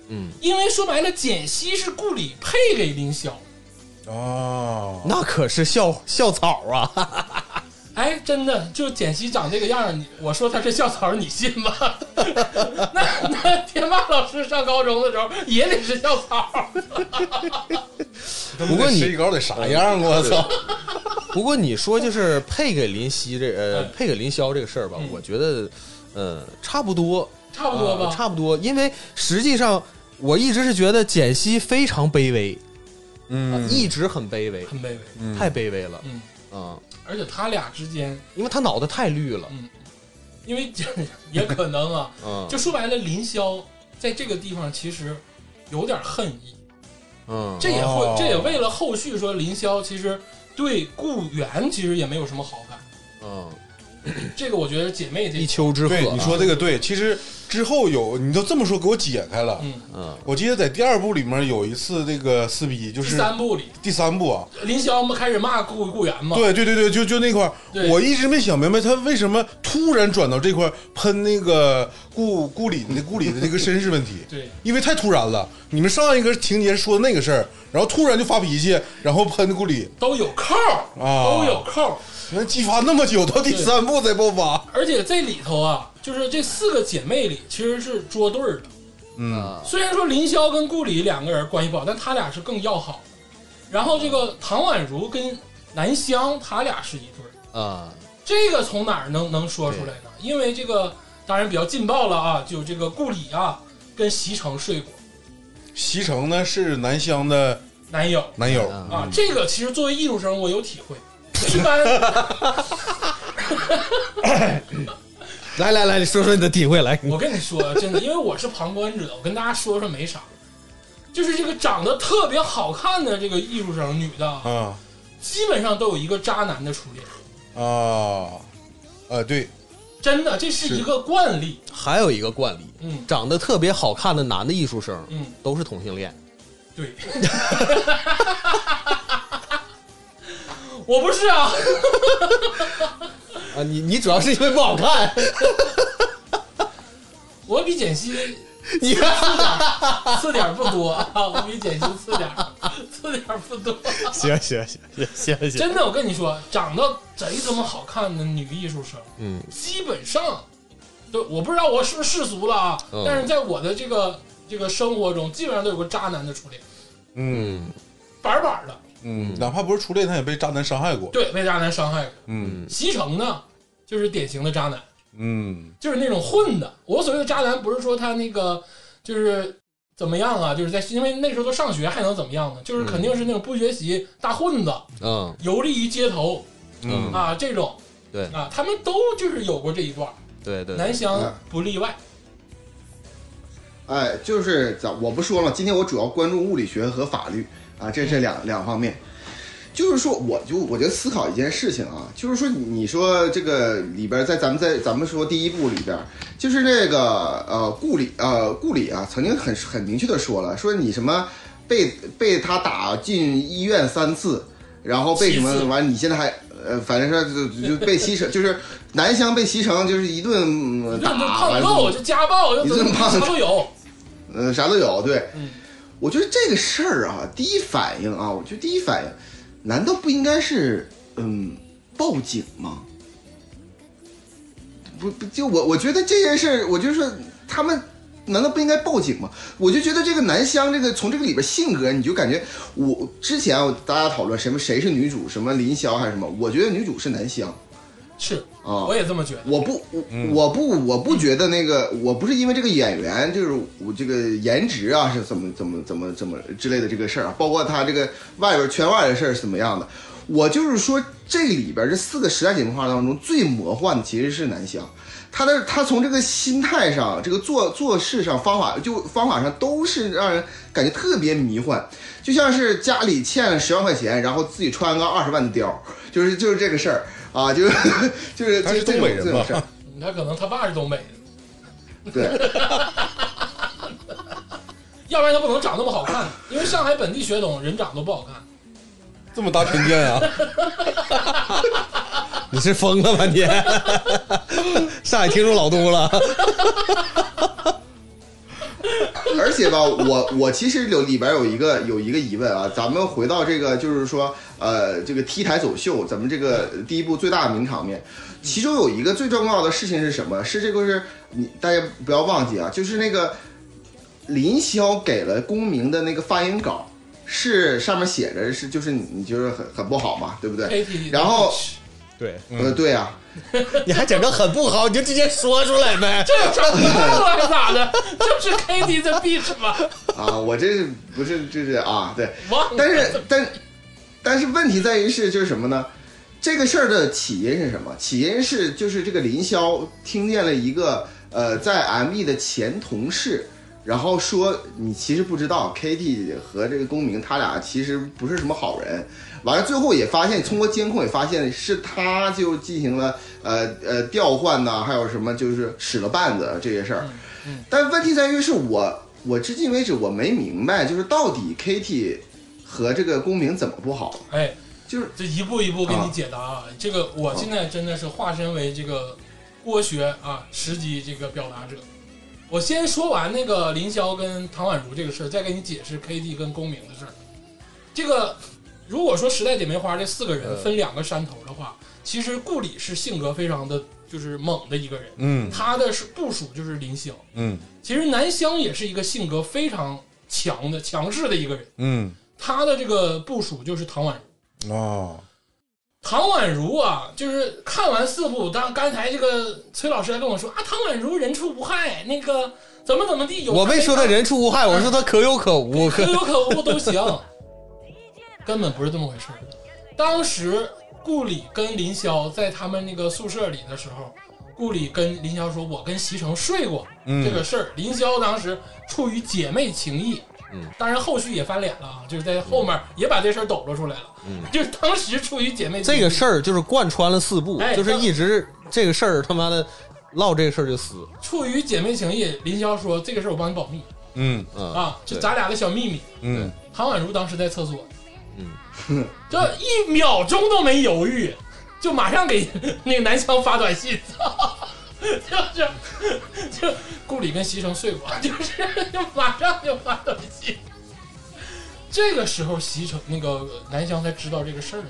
Speaker 3: 嗯，
Speaker 1: 因为说白了，简溪是顾里配给林霄。
Speaker 2: 哦，
Speaker 3: 那可是校校草啊，
Speaker 1: 哎，真的，就简溪长这个样儿，你我说他是校草，你信吗？那那天霸老师上高中的时候也得是校草，
Speaker 3: 不过你
Speaker 2: 身高得啥样？我操！
Speaker 3: 不过你说就是配给林夕这呃
Speaker 1: 嗯
Speaker 3: 配给林霄这个事儿吧
Speaker 1: 嗯，
Speaker 3: 我觉得呃差不多，
Speaker 1: 差不多吧？
Speaker 3: 啊差不多，因为实际上我一直是觉得简溪非常卑微，啊
Speaker 2: 嗯，
Speaker 3: 一直很卑微，
Speaker 1: 很卑微。
Speaker 3: 太卑微了
Speaker 1: 嗯，
Speaker 3: 啊，
Speaker 1: 而且他俩之间，
Speaker 3: 因为他脑袋太绿了，
Speaker 1: 因为也可能啊，
Speaker 3: 嗯
Speaker 1: 就说白了，林霄在这个地方其实有点恨意。
Speaker 3: 嗯，
Speaker 1: 这也
Speaker 2: 哦
Speaker 1: 会，这也为了后续说林霄其实对顾源其实也没有什么好感，
Speaker 3: 嗯
Speaker 1: 这个我觉得姐妹这
Speaker 3: 一丘之貉
Speaker 2: 对，
Speaker 3: 啊，
Speaker 2: 你说这个对。其实之后有，你都这么说给我解开了。
Speaker 1: 嗯，
Speaker 3: 嗯
Speaker 2: 我记得在第二部里面有一次这个撕逼，就
Speaker 1: 第
Speaker 2: 是
Speaker 1: 三部里
Speaker 2: 第三部啊，
Speaker 1: 林霄不开始骂顾顾源嘛，
Speaker 2: 对对对对，就就那块儿，
Speaker 1: 对，
Speaker 2: 我一直没想明白他为什么突然转到这块儿喷那个顾顾里那顾里的这个身世问题
Speaker 1: 对
Speaker 2: 因为太突然了。你们上一个情节说的那个事儿，然后突然就发脾气，然后喷顾里，
Speaker 1: 都有扣，
Speaker 2: 啊
Speaker 1: 都有扣，
Speaker 2: 原来激发那么久，到第三部才爆发。
Speaker 1: 而且这里头啊，就是这四个姐妹里其实是捉对儿的，
Speaker 2: 嗯，
Speaker 3: 啊
Speaker 1: 虽然说林霄跟顾里两个人关系不好，但他俩是更要好的，然后这个唐宛如跟南湘他俩是一对儿。
Speaker 2: 嗯
Speaker 3: 啊
Speaker 1: 这个从哪儿能能说出来呢？因为这个当然比较劲爆了啊，就这个顾里啊跟席城睡过
Speaker 2: 席城呢是南湘的
Speaker 1: 男友
Speaker 2: 男友，
Speaker 3: 嗯
Speaker 1: 啊，这个其实作为艺术生我有体会，一般
Speaker 3: 来来来，你说说你的体会来，
Speaker 1: 我跟你说真的，因为我是旁观者，我跟大家说说没啥，就是这个长得特别好看的这个艺术生女的啊，
Speaker 2: 啊
Speaker 1: 基本上都有一个渣男的初恋，
Speaker 2: 啊啊，对，
Speaker 1: 真的这是一个惯例，
Speaker 3: 还有一个惯例，
Speaker 1: 嗯
Speaker 3: 长得特别好看的男的艺术生
Speaker 1: 嗯。
Speaker 3: 都是同性恋，
Speaker 1: 对，我不是啊，
Speaker 3: 啊，你你主要是因为不好看，
Speaker 1: 我比简溪
Speaker 3: 你
Speaker 1: 次点儿不多啊，我比简溪次点儿，次点儿不多。
Speaker 3: 行行行行行，
Speaker 1: 真的，我跟你说，长得贼他妈好看的女艺术生，
Speaker 3: 嗯
Speaker 1: 基本上，对，我不知道我是不是世俗了啊，
Speaker 3: 嗯
Speaker 1: 但是在我的这个这个生活中，基本上都有个渣男的初恋，
Speaker 2: 嗯
Speaker 3: 嗯
Speaker 1: 板板的，
Speaker 2: 嗯，哪怕不是初恋，他也被渣男伤害过。
Speaker 1: 对，被渣男伤害过。
Speaker 2: 嗯
Speaker 3: 嗯
Speaker 1: 席城呢，就是典型的渣男，
Speaker 2: 嗯
Speaker 1: 就是那种混的。我所谓的渣男，不是说他那个就是怎么样啊，就是在因为那时候都上学，还能怎么样呢？就是肯定是那种不学习大混子，
Speaker 3: 嗯
Speaker 1: 游历于街头
Speaker 2: 嗯
Speaker 1: 啊这种。
Speaker 3: 对
Speaker 1: 啊，他们都就是有过这一段，
Speaker 3: 对对，
Speaker 1: 南
Speaker 4: 嗯
Speaker 1: 湘不例外。
Speaker 4: 哎，就是咱我不说了，今天我主要关注物理学和法律啊，这这
Speaker 1: 嗯
Speaker 4: 两两方面。就是说，我就我就思考一件事情啊，就是说，你说这个里边儿，在咱们在咱们说第一部里边儿，就是那个呃顾里呃顾里啊，曾经很很明确的说了，说你什么被被他打进医院三次，然后被什
Speaker 1: 七次
Speaker 4: 么完，你现在还呃，反正说就就被西城，就是南湘被西城就是一顿嗯
Speaker 1: 那就
Speaker 4: 打，完
Speaker 1: 胖揍，就家暴，就
Speaker 4: 你
Speaker 1: 怎
Speaker 4: 这
Speaker 1: 么
Speaker 4: 胖
Speaker 1: 什么都有。
Speaker 4: 嗯，啥都有。对，
Speaker 1: 嗯
Speaker 4: 我觉得这个事儿啊，第一反应啊，我觉得第一反应，难道不应该是嗯报警吗？不不，就我我觉得这件事儿，我就说他们难道不应该报警吗？我就觉得这个南湘这个从这个里边性格，你就感觉我之前啊大家讨论什么谁是女主，什么林霄还是什么，我觉得女主是南湘
Speaker 1: 是，
Speaker 4: 啊。
Speaker 1: 我也这么觉得。
Speaker 4: 我不，我我不，我不觉得那个，我不是因为这个演员，就是我这个颜值啊，是怎么怎么怎么怎么之类的这个事儿啊，包括他这个外边圈外的事儿是怎么样的，我就是说，这里边这四个时代姐妹花当中最魔幻的其实是南湘，她的她从这个心态上、这个做做事上、方法就方法上都是让人感觉特别迷幻，就像是家里欠了十万块钱，然后自己穿个二十万的貂，就是就是这个事儿啊，就是 就是
Speaker 2: 她是
Speaker 4: 就是这种
Speaker 2: 东北人
Speaker 4: 这种
Speaker 2: 吧
Speaker 4: 事儿，
Speaker 1: 他可能他爸是东北的，
Speaker 4: 对。
Speaker 1: 要不然他不能长那么好看，因为上海本地学童人长都不好看。
Speaker 2: 这么大偏见啊？
Speaker 3: 你是疯了 吧你？上海听众老多了，
Speaker 4: 而且吧，我我其实有里边有一个有一个疑问啊，咱们回到这个就是说，呃，这个 T 台走秀，咱们这个第一部最大的名场面，其中有一个最重要的事情是什么？是这个是你大家不要忘记啊，就是那个林霄给了公明的那个发言稿，是上面写着是就是你你就是很很不好嘛，对不对？
Speaker 1: A T，
Speaker 4: 然后
Speaker 3: 对，
Speaker 4: 呃，对啊，
Speaker 3: 你还整个很不好，你就直接说出来呗。
Speaker 1: 这有啥不好还咋 的？这不是 K T 的 beach 吗？
Speaker 4: 啊，我这是不是这是啊？对，
Speaker 1: 忘了
Speaker 4: 但是但但是问题在于是就是什么呢？这个事儿的起因是什么？起因是就是这个林霄听见了一个呃在 ME 的前同事，然后说你其实不知道 KT 和这个公明他俩其实不是什么好人。完了最后也发现，通过监控也发现是他就进行了呃呃调换呐、还有什么就是使了绊子这些事儿。但问题在于是我我至今为止我没明白，就是到底 KT 和这个公明怎么不好？
Speaker 1: 哎，
Speaker 4: 就是
Speaker 1: 这一步一步给你解答啊！这个我现在真的是化身为这个郭学啊十级这个表达者。我先说完那个林霄跟唐宛如这个事儿，再给你解释 KD 跟公明的事儿。这个如果说时代姐妹花这四个
Speaker 4: 嗯
Speaker 1: 人分两个山头的话，其实顾里是性格非常的就是猛的一个人，
Speaker 2: 嗯
Speaker 1: 他的是部署就是林霄。
Speaker 2: 嗯
Speaker 1: 其实南湘也是一个性格非常强的强势的一个人，
Speaker 2: 嗯
Speaker 1: 他的这个部署就是唐宛如。
Speaker 2: 啊，
Speaker 1: 唐宛如啊，就是看完四部，当刚才这个崔老师还跟我说啊，唐宛如人畜无害，那个怎么怎么地，有
Speaker 3: 我没说他人畜无害，我说他可有可 无。
Speaker 1: 可
Speaker 3: 可
Speaker 1: 有可无都行，根本不是这么回事儿。当时顾里跟林霄在他们那个宿舍里的时候，顾里跟林霄说：“我跟席城睡过。”
Speaker 2: 嗯
Speaker 1: 这个事儿，林霄当时出于姐妹情谊，
Speaker 3: 嗯，
Speaker 1: 当然后续也翻脸了啊，就是在后面也把这事儿抖落出来了，嗯， 就是当时出于姐妹情谊
Speaker 3: 这个事儿就是贯穿了四部
Speaker 1: 哎，
Speaker 3: 就是一直这个事儿他妈的唠这个事儿就撕，
Speaker 1: 出于姐妹情谊，林霄说这个事儿我帮你保密
Speaker 2: 嗯
Speaker 3: 嗯
Speaker 1: 啊，这
Speaker 3: 对
Speaker 1: 咱俩的小秘密。
Speaker 2: 嗯
Speaker 1: 唐宛如当时在厕所，
Speaker 3: 嗯，
Speaker 1: 这一秒钟都没犹豫，就马上给 那个南湘发短信， 就是 就顾里跟西城睡过， 就是就马上就发短信。这个时候，西城那个南湘才知道这个事儿，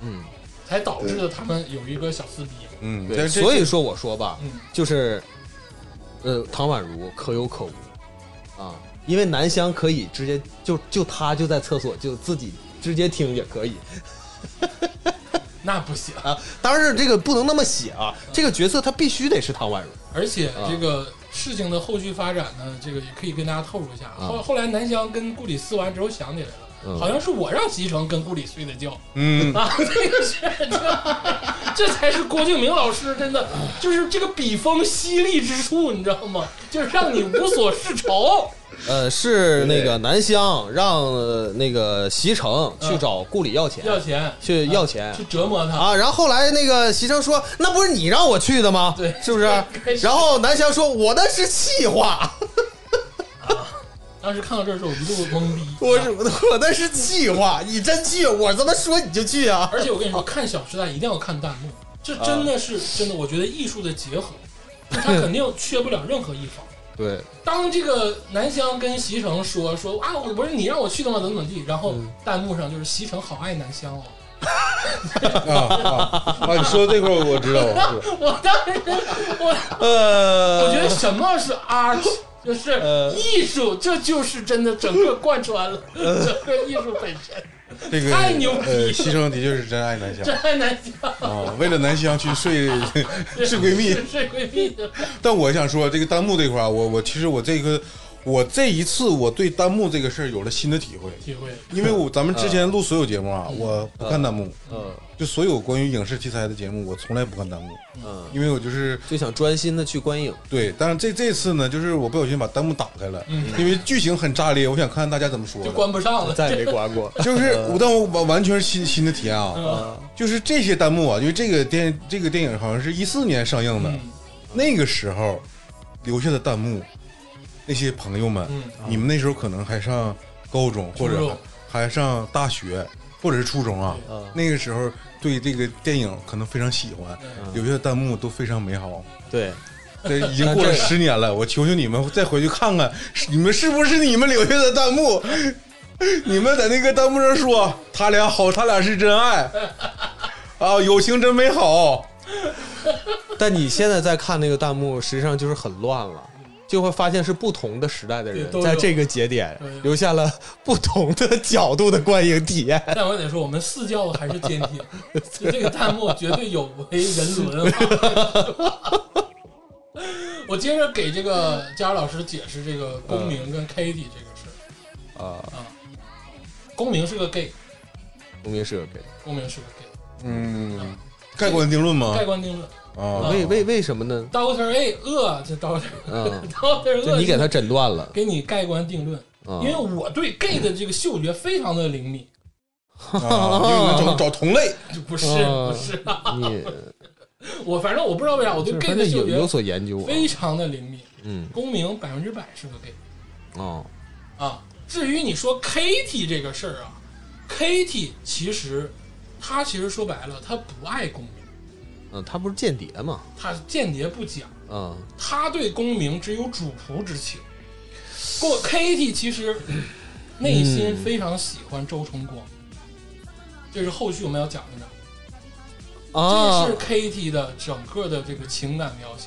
Speaker 3: 嗯，
Speaker 1: 才导致了他们有一个小撕逼。
Speaker 2: 嗯，
Speaker 3: 对，
Speaker 2: 但是这
Speaker 3: 所以说我说吧
Speaker 1: 嗯，
Speaker 3: 就是呃，唐宛如可有可无啊，因为南湘可以直接就就他就在厕所就自己直接听也可以，
Speaker 1: 那不行，
Speaker 3: 啊，当然这个不能那么写啊，这个角色他必须得是唐宛如。
Speaker 1: 而且
Speaker 3: 啊
Speaker 1: 这个事情的后续发展呢，这个也可以跟大家透露一下。后后来南湘跟顾里撕完之后想起来了，
Speaker 3: 啊嗯
Speaker 1: 好像是我让席城跟顾里睡的觉
Speaker 2: 嗯
Speaker 1: 啊， 这个是这这才是郭敬明老师真的就是这个笔锋犀利之处，你知道吗？就是让你无所适 从。
Speaker 3: 呃，是那个南湘让呃那个席城去找顾里嗯要钱，嗯
Speaker 1: 要钱
Speaker 3: 去要钱
Speaker 1: 去折磨他，
Speaker 3: 啊。然后后来那个席城说：“那不是你让我去的吗？
Speaker 1: 对
Speaker 3: 是不是
Speaker 1: 开？”始
Speaker 3: 然后南湘说：“我那是气话，
Speaker 1: 当时看到这儿的时候我一度懵逼。
Speaker 3: 我是我那是气话，你真去，我他妈说你就去啊。
Speaker 1: 而且我跟你说，看《小时代》一定要看弹幕，这真的是真的，我觉得艺术的结合，就它肯定缺不了任何一方。”
Speaker 3: 对，
Speaker 1: 当这个南湘跟席城说说啊，我不是你让我去的吗？怎么怎么地？然后弹幕上就是席城好爱南湘哦，嗯
Speaker 2: 啊啊啊！你说这块儿我知道了，是
Speaker 1: 我当时我
Speaker 3: 呃，
Speaker 1: 我觉得什么是 art，就是
Speaker 3: 呃
Speaker 1: 艺术，这就是真的整个贯穿了整个艺术本身。
Speaker 2: 这个
Speaker 1: 太牛逼了
Speaker 2: 呃，西城的确是真爱南湘
Speaker 1: 真爱南湘
Speaker 2: 啊，为了南湘去 睡睡闺蜜。
Speaker 1: 是闺蜜的，
Speaker 2: 但我想说，这个弹幕这块儿啊，我我其实我这个我这一次我对弹幕这个事儿有了新的体会，
Speaker 1: 体会，
Speaker 2: 因为我咱们之前录所有节目啊，我不看弹幕，
Speaker 3: 嗯
Speaker 2: 就所有关于影视题材的节目，我从来不看弹幕，
Speaker 3: 嗯，
Speaker 2: 因为我就是
Speaker 3: 就想专心的去观 影。
Speaker 2: 对，但是这这次呢，就是我不小心把弹幕打开了，因为剧情很炸裂，我想看大家怎么说
Speaker 1: 嗯就
Speaker 2: 的。
Speaker 1: 关不上了。
Speaker 3: 再也没刮 过 呃
Speaker 2: 就是我，但我完完全是新新的体验啊，
Speaker 1: 嗯
Speaker 2: 就是这些弹幕啊，因为这个电这个电影好像是一四年上映的，
Speaker 1: 嗯
Speaker 2: 那个时候留下的弹幕，那些朋友们，
Speaker 1: 嗯
Speaker 2: 你们那时候可能还上高中，
Speaker 1: 初
Speaker 2: 或者
Speaker 1: 中
Speaker 2: 还还上大学，或者是初中啊。
Speaker 3: 嗯，
Speaker 2: 那个时候对这个电影可能非常喜欢，
Speaker 3: 嗯
Speaker 2: 留下的弹幕都非常美好。
Speaker 3: 对，
Speaker 2: 这已经过了十年了，我求求你们再回去看看，是你们是不是你们留下的弹幕？你们在那个弹幕上说他俩好，他俩是真爱啊，友情真美好。
Speaker 3: 但你现在在看那个弹幕，实际上就是很乱了。就会发现是不同的时代的
Speaker 1: 对
Speaker 3: 人
Speaker 1: 都，有
Speaker 3: 在这个节点
Speaker 1: 对
Speaker 3: 留下了不同的角度的观影体验。
Speaker 1: 但我得说，我们四教还是坚挺，就这个弹幕绝对有违人伦啊。 我接着给这个佳儿老师解释这个公明跟 Kitty 这个事儿。
Speaker 3: 啊，
Speaker 1: 公明是个 gay，
Speaker 3: 公民社给
Speaker 1: 公明是个 gay，
Speaker 2: 嗯，盖棺定论吗
Speaker 1: 盖？棺定论。
Speaker 2: 啊，
Speaker 3: 为为为什么呢？
Speaker 1: Doctor A 恶，这 Doctor
Speaker 3: 嗯，
Speaker 1: Doctor
Speaker 3: 就
Speaker 1: 恶，
Speaker 3: 你给他诊断了，
Speaker 1: 给你盖棺定论，
Speaker 3: 嗯
Speaker 1: 因为我对 gay 的这个嗅觉非常的灵敏，
Speaker 2: 啊因为你们找找同类，
Speaker 1: 就不是
Speaker 3: 哦
Speaker 1: 不是啊，
Speaker 3: 你
Speaker 1: 我反正我不知道为啥我对
Speaker 3: 就是
Speaker 1: gay
Speaker 3: 反
Speaker 1: 的
Speaker 3: 正
Speaker 1: 嗅
Speaker 3: 有
Speaker 1: 觉
Speaker 3: 有所研究啊，
Speaker 1: 非常的灵敏。
Speaker 3: 嗯
Speaker 1: 公明百分之百是个 gay
Speaker 3: 哦，
Speaker 1: 啊。至于你说 Kitty 这个事儿啊，Kitty 其实他其实说白了，他不爱公明，
Speaker 3: 嗯，他不是间谍嘛，
Speaker 1: 他间谍不讲，
Speaker 3: 嗯
Speaker 1: 他对公明只有主仆之情。过 Kitty 其实内心非常喜欢周崇光，这是后续我们要讲的呢。
Speaker 3: 啊
Speaker 1: 这是 Kitty 的整个的这个情感描写，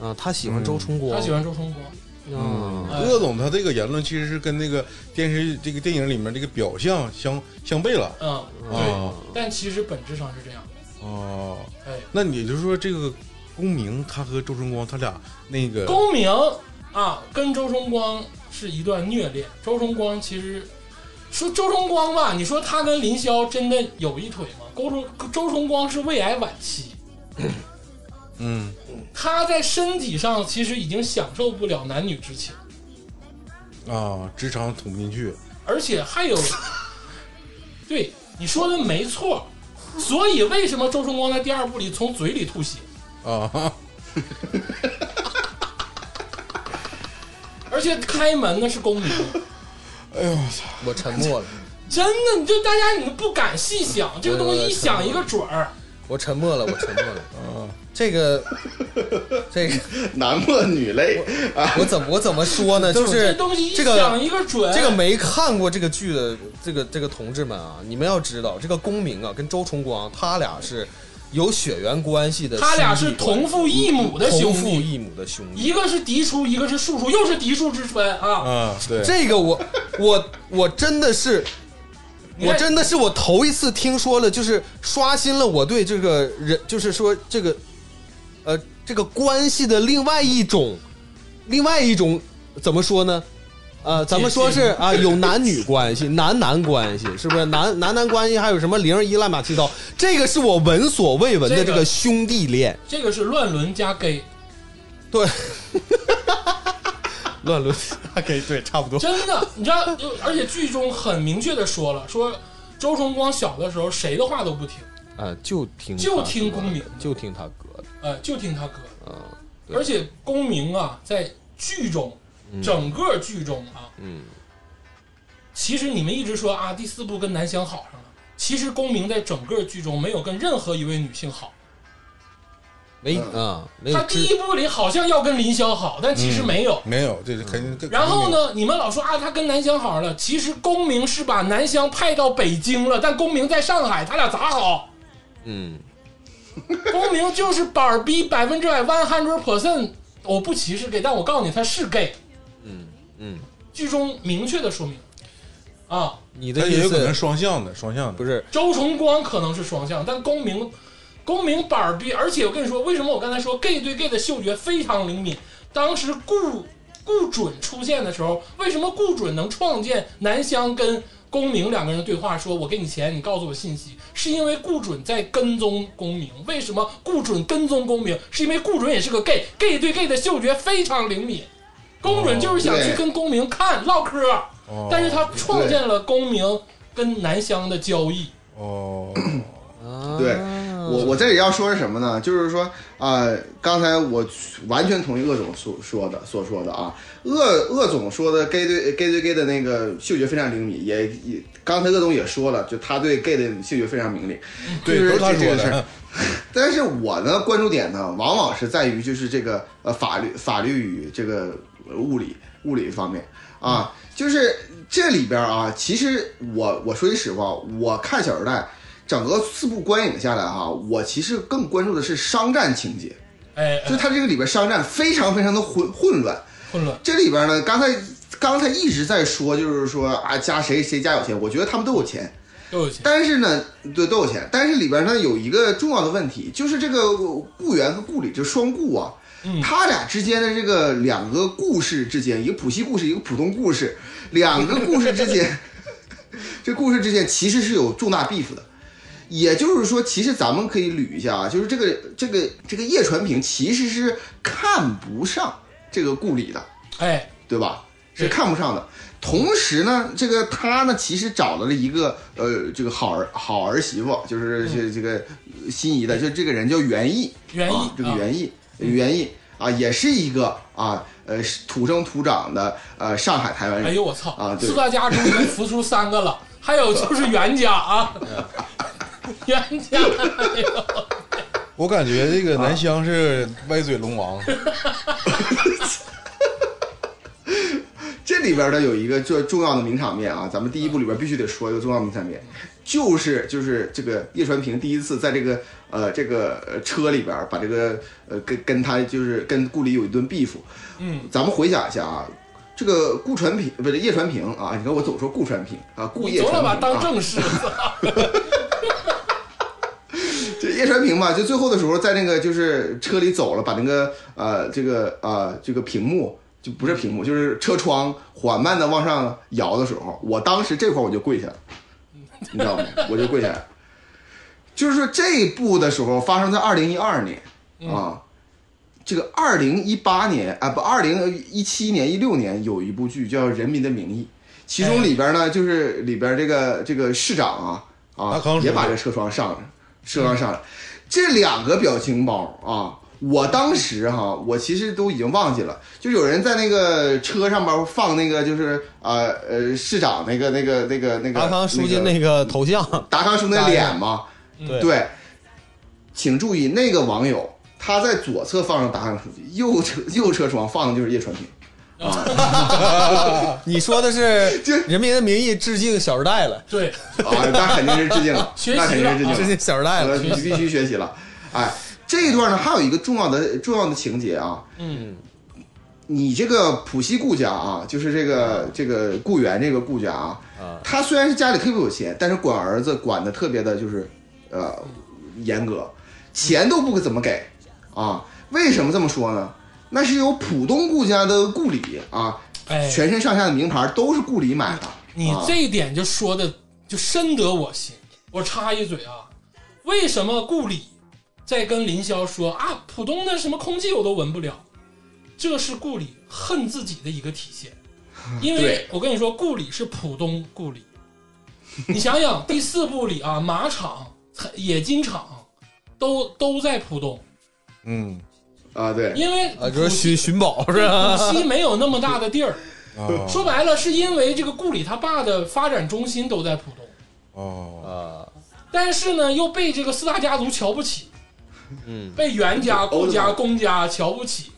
Speaker 3: 啊，他喜欢周冲
Speaker 1: 他
Speaker 3: 光，
Speaker 1: 喜欢周崇光，
Speaker 3: 嗯
Speaker 1: 哎
Speaker 2: 鄂总他这个言论其实是跟那个电视这个电影里面这个表象相相悖了
Speaker 1: 嗯，对，
Speaker 2: 啊
Speaker 1: 但其实本质上是这样的，
Speaker 2: 哦。
Speaker 1: 哎，
Speaker 2: 那也就是说，这个公明他和周春光他俩那个
Speaker 1: 公明啊，跟周崇光是一段虐恋。周崇光其实说周崇光吧，你说他跟林霄真的有一腿吗？周崇周崇光是胃癌晚期，
Speaker 2: 嗯
Speaker 1: 他在身体上其实已经享受不了男女之情，
Speaker 2: 啊，职场捅不进去，
Speaker 1: 而且还有，对你说的没错。所以为什么周崇光在第二部里从嘴里吐血？
Speaker 2: 啊，
Speaker 1: 而且开门的是公明，
Speaker 2: 哎呦我操！
Speaker 3: 我沉默了，
Speaker 1: 真的，你就大家你不敢细想，这个东西一想一个准儿。
Speaker 3: 我沉默了，我沉默了，这个这个
Speaker 4: 男莫女泪啊，
Speaker 3: 我怎么我怎么说呢？就
Speaker 1: 这
Speaker 3: 是
Speaker 1: 东西一
Speaker 3: 这
Speaker 1: 想
Speaker 3: 个。
Speaker 1: 一个准，
Speaker 3: 这个没看过这个剧的这个这个同志们啊，你们要知道，这个公明啊跟周崇光他俩是有血缘关系的兄弟关
Speaker 1: 他
Speaker 3: 系，
Speaker 1: 俩是同父异母的兄
Speaker 3: 同父
Speaker 1: 弟，
Speaker 3: 异母嗯的兄弟，
Speaker 1: 一个是嫡出，一个是庶出，又是嫡庶之分啊！
Speaker 2: 啊，对，
Speaker 3: 这个我我我真的是，
Speaker 1: 你
Speaker 3: 我
Speaker 1: 看
Speaker 3: 真的是我头一次听说了，就是刷新了我对这个人，就是说这个，呃，这个关系的另外一种，另外一种怎么说呢？呃，咱们说是啊，有男女关系、男男关系，是不是？男男男关系还有什么零一乱码七糟？这个是我闻所未闻的
Speaker 1: 这
Speaker 3: 这
Speaker 1: 个
Speaker 3: 个兄弟恋，
Speaker 1: 这个是乱伦加 gay，
Speaker 3: 对，乱伦，给对，差不多，
Speaker 1: 真的，你知道？就而且剧中很明确的说了，说周崇光小的时候谁的话都不听，
Speaker 3: 啊，就听
Speaker 1: 就
Speaker 3: 他
Speaker 1: 听
Speaker 3: 哥
Speaker 1: 公明
Speaker 3: 的就听他哥的，
Speaker 1: 呃，就听他哥。
Speaker 3: 嗯、对
Speaker 1: 而且公明啊，在剧中，整个剧中啊，
Speaker 3: 嗯，
Speaker 1: 其实你们一直说啊，第四部跟南湘好上了，其实公明在整个剧中没有跟任何一位女性好。
Speaker 3: 没
Speaker 4: 嗯
Speaker 3: 啊，没有
Speaker 1: 他第
Speaker 3: 知
Speaker 1: 一部里好像要跟林霄好，但其实
Speaker 3: 嗯
Speaker 1: 没有。
Speaker 2: 没有，这是肯定。肯定
Speaker 1: 嗯然后？呢，你们老说啊，他跟南湘好了，其实公明是把南湘派到北京了，但公明在上海，他俩咋 好？
Speaker 3: 嗯，
Speaker 1: 公明就是板儿逼百分之百 one hundred percent，我不歧视 gay，但我告诉你他是 gay，
Speaker 3: 嗯嗯，
Speaker 1: 剧中明确的说明。啊，
Speaker 3: 你
Speaker 2: 他
Speaker 3: 的
Speaker 2: 也
Speaker 3: 意
Speaker 2: 有可能
Speaker 3: 思
Speaker 2: 双向的，双向的
Speaker 3: 不是
Speaker 1: 周崇光可能是双向，但公明，公明板儿逼，而且我跟你说，为什么我刚才说 gay 对 gay 的嗅觉非常灵敏？当时顾顾准出现的时候，为什么顾准能创建南湘跟公明两个人的对话？说我给你钱，你告诉我信息，是因为顾准在跟踪公明。为什么顾准跟踪公明？是因为顾准也是个 gay，gay 对 gay 的嗅觉非常灵敏。公准就是想去
Speaker 4: 对
Speaker 1: 跟公明看唠嗑，
Speaker 2: 哦
Speaker 1: 但是他创建了公明跟南湘的交易。
Speaker 2: 哦，
Speaker 4: 对我我这里要说是什么呢？就是说啊、呃刚才我完全同意鄂总所说的所说的啊，鄂鄂总说的 gay 对 gay 对 gay 的那个嗅觉非常灵敏，也也刚才鄂总也说了，就他对 gay 的嗅觉非常灵敏，
Speaker 2: 对，
Speaker 4: 就
Speaker 2: 都
Speaker 4: 是
Speaker 2: 是他
Speaker 4: 这这
Speaker 2: 说
Speaker 4: 个事儿
Speaker 2: 的。
Speaker 4: 但是我呢，关注点呢，往往是在于就是这个呃法律法律与这个呃物理物理方面啊，就是这里边啊，其实我我说句实话，我看《小时代》整个四部观影下来哈、我其实更关注的是商战情节，
Speaker 1: 哎，哎
Speaker 4: 就它这个里边商战非常非常的混混乱，
Speaker 1: 混乱。
Speaker 4: 这里边呢，刚才刚才一直在说，就是说啊，家谁谁家有钱，我觉得他们都有钱，
Speaker 1: 都有钱。
Speaker 4: 但是呢，对都有钱，但是里边呢有一个重要的问题，就是这个顾源和顾里这双顾啊，他俩之间的这个两个故事之间，一个普希故事，一个普通故事，两个故事之间，这故事之间其实是有重大 beef 的。也就是说，其实咱们可以捋一下啊，就是这个这个这个叶传平其实是看不上这个顾里的，
Speaker 1: 哎，
Speaker 4: 对吧？
Speaker 1: 对
Speaker 4: 是看不上的。同时呢，这个他呢，其实找了一个呃，这个好儿好儿媳妇，就是这这个呃心仪的，就这个人叫袁艺，
Speaker 1: 嗯袁艺
Speaker 4: 啊这个
Speaker 1: 啊
Speaker 4: 袁艺，袁艺啊，也是一个啊呃土生土长的呃上海台湾
Speaker 1: 哎
Speaker 4: 人
Speaker 1: 呦我操！
Speaker 4: 啊对
Speaker 1: 四大家中已经浮出三个了，还有就是袁家 啊，袁家，哎呦
Speaker 2: 我感觉这个南湘是歪嘴龙王，
Speaker 4: 这里边呢有一个最重要的名场面啊，咱们第一部里边必须得说一个重要的名场面，就是就是这个叶传平第一次在这个呃这个呃车里边把这个呃跟跟他就是跟顾里有一顿 beef，嗯，咱们回想一下啊，这个顾传平不是叶传平啊，你看我总说顾传平啊，顾
Speaker 1: 你
Speaker 4: 叶
Speaker 1: 总
Speaker 4: 传
Speaker 1: 得把它
Speaker 4: 平
Speaker 1: 当
Speaker 4: 啊，
Speaker 1: 正事。
Speaker 4: 这叶传平吧， 就最后的时候在那个就是车里走了，把那个呃这个呃这个屏幕。就不是屏幕，就是车窗缓慢的往上摇的时候，我当时这块我就跪下了。你知道吗？我就跪下来。就是说这一步的时候发生在二零一二年
Speaker 3: 嗯
Speaker 4: 啊，这个二零一八年啊不，二零一七年一六年有一部剧叫《人民的名义》，其
Speaker 3: 哎
Speaker 4: 中里边呢就是里边这个这个市长啊
Speaker 2: 达
Speaker 4: 啊
Speaker 2: 康说
Speaker 4: 也把
Speaker 2: 的
Speaker 4: 这车窗上了，车窗上了，这两个表情包啊。我当时哈，我其实都已经忘记了，就有人在那个车上边放那个，就是呃呃市长那个那个那个那个
Speaker 3: 达康书记
Speaker 4: 个
Speaker 3: 那个头像，
Speaker 4: 达康叔那脸嘛，
Speaker 3: 对
Speaker 4: 对，请注意那个网友，他在左侧放上达康书记，右侧右车窗放的就是叶传平。
Speaker 3: 你说的 是
Speaker 4: 就
Speaker 3: 《人民的名义》致敬《小时代》了，
Speaker 1: 对，
Speaker 4: 啊，那肯定是致敬 了，
Speaker 1: 学习了
Speaker 4: 那肯定是致敬
Speaker 3: 致
Speaker 4: 了，
Speaker 3: 敬《小时
Speaker 1: 哎
Speaker 3: 代》
Speaker 4: 呃
Speaker 3: 了。
Speaker 4: 必须必须学习了。哎，这一段呢，还有一个重要的重要的情节啊，
Speaker 1: 嗯，
Speaker 4: 你这个浦西顾家啊，就是这个这个顾源这个顾家啊
Speaker 3: 啊，
Speaker 4: 他虽然是家里特别有钱，但是管儿子管的特别的，就是呃严格，钱都不怎么给啊。为什么这么说呢？那是由浦东顾家的顾里啊，
Speaker 1: 哎，
Speaker 4: 全身上下的名牌都是顾里买的。
Speaker 1: 你
Speaker 4: 啊
Speaker 1: 这一点就说的就深得我心。我插一嘴啊，为什么顾里在跟林霄说啊，浦东的什么空气我都闻不了？这是顾里恨自己的一个体现， 因为
Speaker 4: 对
Speaker 1: 我跟你说，顾里是浦东顾里。你想想， 第四部里啊，马场、冶金厂都都在浦东，
Speaker 2: 嗯
Speaker 4: 啊，对，
Speaker 1: 因为
Speaker 3: 啊，就是
Speaker 1: 浦
Speaker 3: 寻寻宝是吧？
Speaker 1: 浦西没有那么大的地 儿。
Speaker 2: 啊
Speaker 3: 哦
Speaker 1: 说白了，是因为这个顾里他爸的发展中心都在浦东。
Speaker 2: 哦，
Speaker 3: 啊，
Speaker 1: 但是呢，又被这个四大家族瞧不起，
Speaker 3: 嗯，
Speaker 1: 被袁家、顾家、
Speaker 4: 欧
Speaker 1: 龚家瞧不起，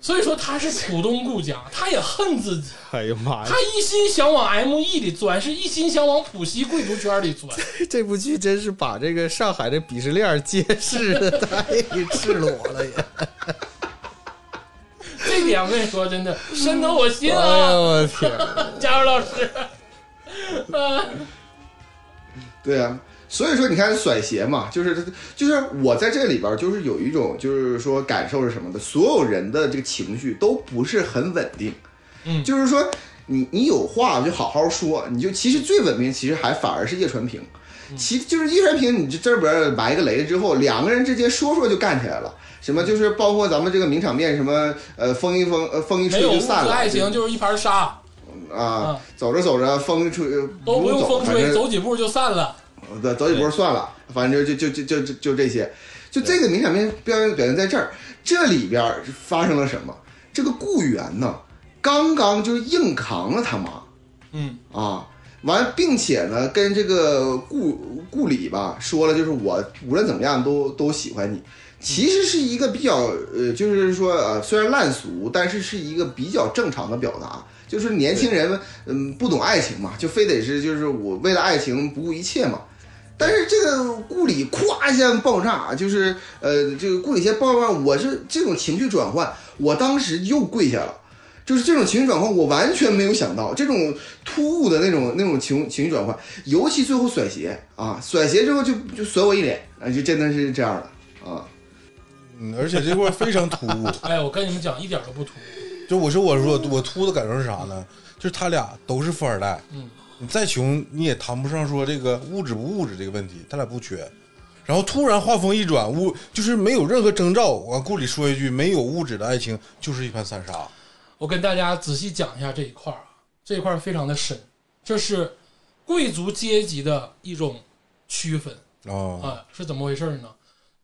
Speaker 1: 所以说他是浦东顾家，他也恨自己，
Speaker 3: 哎呀妈呀
Speaker 1: 他，一心想往 M E 里钻，是一心想往浦西贵族圈 里钻。
Speaker 3: 这部剧真是把这个上海的鄙视链揭示的太赤裸了 也。
Speaker 1: 这点我跟你说，真的深得我心
Speaker 3: 哎呀，
Speaker 1: 啊，
Speaker 3: 我天！
Speaker 1: 佳茹老师。啊，
Speaker 4: 对啊，所以说，你看甩鞋嘛，就是他，就是我在这里边，就是有一种，就是说感受是什么的，所有人的这个情绪都不是很稳定，嗯，就是说你你有话就好好说，你就其实最稳定，其实还反而是叶传平，
Speaker 1: 嗯
Speaker 4: 其就是叶传平，你这这边埋个雷之后，两个人之间说说就干起来了。什
Speaker 1: 嗯
Speaker 4: 么就是包括咱们这个名场面，什么呃风一风呃风一
Speaker 1: 没
Speaker 4: 吹
Speaker 1: 有
Speaker 4: 就
Speaker 1: 物
Speaker 4: 散
Speaker 1: 和
Speaker 4: 了，
Speaker 1: 爱情就是一盘沙，
Speaker 4: 啊
Speaker 1: 啊，
Speaker 4: 走着走着风吹呃
Speaker 1: 都不
Speaker 4: 用
Speaker 1: 用风
Speaker 4: 反
Speaker 1: 吹，
Speaker 4: 正
Speaker 1: 走几步就散了。
Speaker 4: 走走几波算了，反正就就就就就就这些，就这个明显面表现表现在这儿，这里边儿发生了什么？这个顾源呢，刚刚就硬扛了他妈，
Speaker 1: 嗯
Speaker 4: 啊，完，并且呢，跟这个顾顾里吧说了，就是我无论怎么样都都喜欢你。其实是一个比较呃，就是说呃，虽然烂俗，但是是一个比较正常的表达。就是年轻人嗯不懂爱情嘛，就非得是就是我为了爱情不顾一切嘛。但是这个顾里咵一下爆炸，就是呃，这个顾里一下爆炸，我是这种情绪转换，我当时又跪下了。就是这种情绪转换，我完全没有想到这种突兀的那种那种情情绪转换，尤其最后甩鞋啊，甩鞋之后就就甩我一脸啊，就真的是这样的啊。
Speaker 2: 嗯，而且这块儿非常突兀。
Speaker 1: 哎，我跟你们讲，一点都不突兀。
Speaker 2: 就我说我说我突的感受是啥呢？就是他俩都是富二代，
Speaker 1: 嗯，
Speaker 2: 你再穷你也谈不上说这个物质不物质这个问题，他俩不缺。然后突然话锋一转，物就是没有任何征兆，我顾里说一句：“没有物质的爱情就是一盘散沙。
Speaker 1: 我跟大家仔细讲一下这一块儿啊，这一块儿非常的深，这是贵族阶级的一种区分。”
Speaker 2: 啊，
Speaker 1: 啊，是怎么回事呢？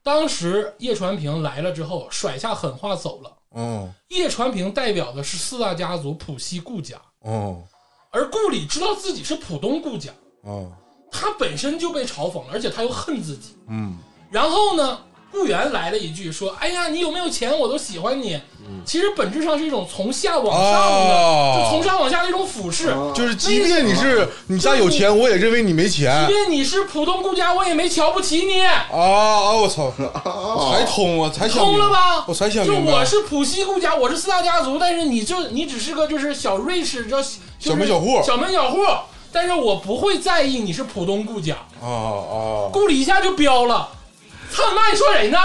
Speaker 1: 当时叶传平来了之后，甩下狠话走了。
Speaker 2: 嗯
Speaker 1: 叶传平代表的是四大家族浦西顾家，
Speaker 2: 嗯
Speaker 1: 而顾里知道自己是浦东顾家，
Speaker 2: 嗯
Speaker 1: 他本身就被嘲讽了，而且他又恨自己。
Speaker 2: 嗯
Speaker 1: 然后呢，顾源来了一句说：“哎呀，你有没有钱我都喜欢你。”其实本质上是一种从下往上的，
Speaker 2: 嗯哦
Speaker 1: 就从上往下的一种俯视。
Speaker 4: 啊
Speaker 2: 就是即便你是你家有钱，我也认为你没钱
Speaker 1: 即便你是浦东顾家，我也没瞧不起你。
Speaker 2: 啊啊！我操，
Speaker 4: 哦
Speaker 2: 我才通啊，才想
Speaker 1: 通了
Speaker 2: 明白
Speaker 1: 吧？
Speaker 2: 我才想
Speaker 1: 就
Speaker 2: 明白，
Speaker 1: 我是浦西顾家，我是四大家族，但是你就你只是个就是小瑞士，这
Speaker 2: 小门小户
Speaker 1: 小门小户。但是我不会在意你是浦东顾家，
Speaker 2: 啊啊
Speaker 1: 顾里一下就飙了，操你妈！你说谁呢？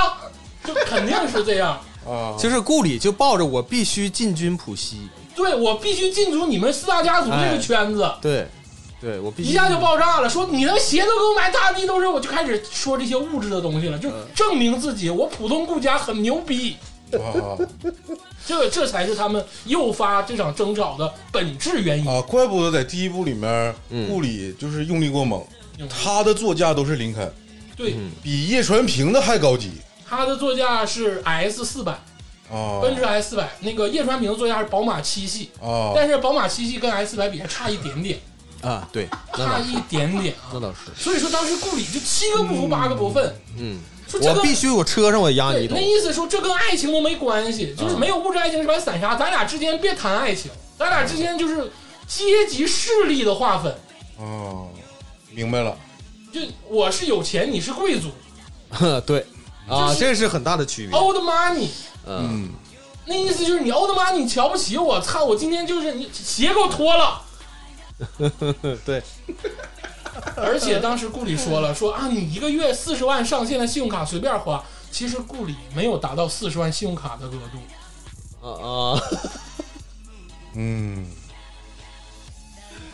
Speaker 1: 就肯定是这样。
Speaker 2: 啊！
Speaker 3: 就是顾里就抱着我必须进军浦西，
Speaker 1: 对我必须进足你们四大家族这个圈子，
Speaker 3: 对，对我必须
Speaker 1: 一下就爆炸了。说你的鞋都给我买，大地都是，我就开始说这些物质的东西了，就证明自己我浦东顾家很牛逼。
Speaker 2: 啊
Speaker 1: 这这才是他们诱发这场争吵的本质原因。
Speaker 2: 啊，怪不得在第一部里面，
Speaker 3: 嗯
Speaker 2: 顾里就是用力过猛，
Speaker 1: 用力
Speaker 2: 他的座驾都是林肯，
Speaker 1: 对，
Speaker 2: 比叶传平的还高级
Speaker 1: 它的座驾是 S 四百，
Speaker 2: 啊
Speaker 1: 奔驰 S 四百。那个叶传平的座驾是宝马七系，
Speaker 2: 啊！
Speaker 1: 但是宝马七系跟 S 四百比还差一点点，
Speaker 3: 啊，对，那
Speaker 1: 差
Speaker 3: 倒是
Speaker 1: 一点点啊
Speaker 3: 那。倒是，
Speaker 1: 所以说当时顾里就七个不服八个不忿，
Speaker 3: 嗯，
Speaker 1: 说这
Speaker 3: 我
Speaker 1: 个
Speaker 3: 必须我车上我压
Speaker 1: 对
Speaker 3: 你一头啊
Speaker 1: 那，意思说这跟爱情都没关系，就是没有物质爱情是盘散沙，咱俩之间别谈爱情，咱俩之间就是阶级势力的划分，
Speaker 2: 啊，明白了，
Speaker 1: 就我是有钱，你是贵族
Speaker 3: 对啊，
Speaker 1: 就是
Speaker 3: 这是哦很大的区别，
Speaker 1: ，old money。
Speaker 3: 嗯，
Speaker 2: 嗯
Speaker 1: 那意思就是你欧他妈你瞧不起我，操！我今天就是你鞋给我脱了。
Speaker 3: 对，
Speaker 1: 而且当时顾里说了，说啊，你一个月四十万上限的信用卡随便花。其实顾里没有达到四十万信用卡的额度，
Speaker 3: 啊啊，
Speaker 2: 嗯，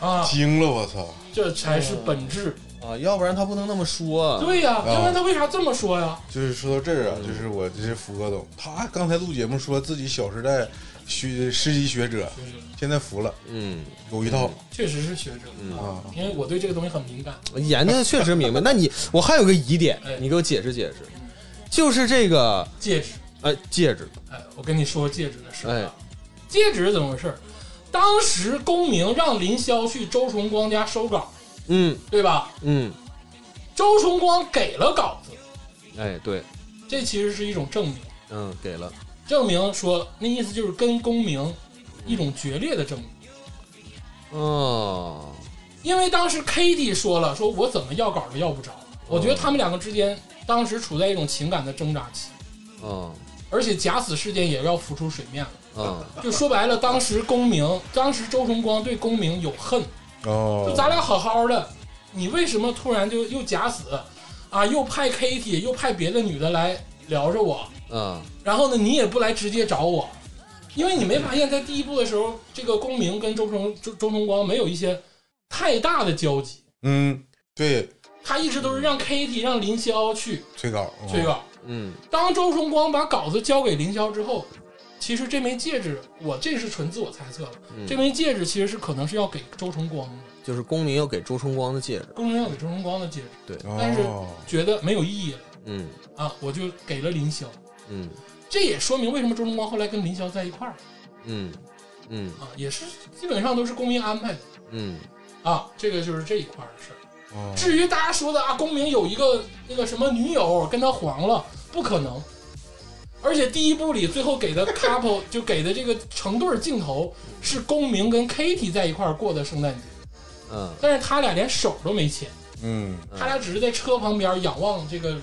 Speaker 1: 啊，
Speaker 2: 惊了，我操！
Speaker 1: 这才是本质。
Speaker 3: 啊，要不然他不能那么说。
Speaker 1: 对呀、
Speaker 3: 哦
Speaker 1: 要不然他为啥这么说呀？
Speaker 2: 就是说到这儿啊，就是我这是服哥懂，他刚才录节目说自己《小时代》学师级学者，现在服了，
Speaker 3: 嗯，
Speaker 2: 有一套
Speaker 1: 确实是学者啊，因为我对这个东西很敏感。
Speaker 3: 研究的确实明白。那你我还有个疑点
Speaker 1: 哎，
Speaker 3: 你给我解释解释，就是这个
Speaker 1: 戒指，
Speaker 3: 呃戒指，
Speaker 1: 哎，我跟你说戒指的事儿、
Speaker 3: 哎
Speaker 1: 啊。戒指是怎么回事儿？当时公明让林霄去周崇光家收稿，
Speaker 3: 嗯
Speaker 1: 对吧？
Speaker 3: 嗯，
Speaker 1: 周崇光给了稿子，
Speaker 3: 哎对，
Speaker 1: 这其实是一种证明，
Speaker 3: 嗯给了，
Speaker 1: 证明说那意思就是跟公明一种决裂的证明。
Speaker 3: 哦，
Speaker 1: 因为当时 k a t i e 说了，说我怎么要稿都要不着，我觉得他们两个之间当时处在一种情感的挣扎期，
Speaker 3: 哦，
Speaker 1: 而且假死事件也要浮出水面了。
Speaker 3: 哦，
Speaker 1: 就说白了，当时公明，当时周崇光对公明有恨，就
Speaker 2: 哦
Speaker 1: 咱俩好好的，你为什么突然就又假死啊？又派 Kitty，又派别的女的来聊着我，
Speaker 3: 嗯
Speaker 1: 然后呢，你也不来直接找我，因为你没发现，在第一部的时候，这个公明跟周崇周周崇光没有一些太大的交集，
Speaker 2: 嗯，对，
Speaker 1: 他一直都是让 Kitty 让林霄去
Speaker 2: 催稿，嗯
Speaker 1: 催，稿。
Speaker 3: 嗯
Speaker 1: 当周崇光把稿子交给林霄之后，其实这枚戒指，我这是纯自我猜测了，
Speaker 3: 嗯
Speaker 1: 这枚戒指其实是可能是要给周崇光的，
Speaker 3: 就是公民要给周崇光的戒指，
Speaker 1: 公明要给周崇光的戒指，但是
Speaker 2: 哦，
Speaker 1: 觉得没有意义了
Speaker 3: 嗯
Speaker 1: 啊，我就给了林霄。
Speaker 3: 嗯
Speaker 1: 这也说明为什么周崇光后来跟林霄在一块儿
Speaker 3: 嗯嗯
Speaker 1: 啊，也是基本上都是公明安排的。
Speaker 3: 嗯
Speaker 1: 啊，这个就是这一块儿的事儿。
Speaker 2: 哦
Speaker 1: 至于大家说的啊，公明有一个那个什么女友跟他黄了，不可能。而且第一部里最后给的 couple 就给的这个成对儿镜头是公明跟 Kitty 在一块儿过的圣诞节，
Speaker 3: 嗯
Speaker 1: 但是他俩连手都没牵，
Speaker 2: 嗯，
Speaker 1: 他俩只是在车旁边仰望这个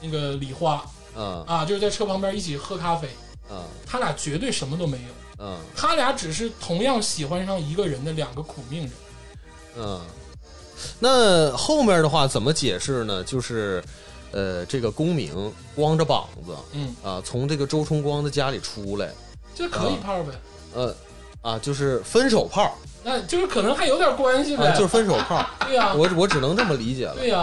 Speaker 1: 那个礼花
Speaker 3: 嗯
Speaker 1: 啊，就是在车旁边一起喝咖啡，
Speaker 3: 嗯
Speaker 1: 他俩绝对什么都没有，
Speaker 3: 嗯
Speaker 1: 他俩只是同样喜欢上一个人的两个苦命人。
Speaker 3: 嗯。那后面的话怎么解释呢？就是，呃，这个公民光着膀子
Speaker 1: 嗯，
Speaker 3: 啊，从这个周崇光的家里出来，
Speaker 1: 这可以泡呗，
Speaker 3: 呃，啊，就是分手炮，
Speaker 1: 那就是可能还有点关系呗，
Speaker 3: 啊，就是分手炮，
Speaker 1: 对啊呀、
Speaker 3: 我我只能这么理解了。
Speaker 1: 对呀、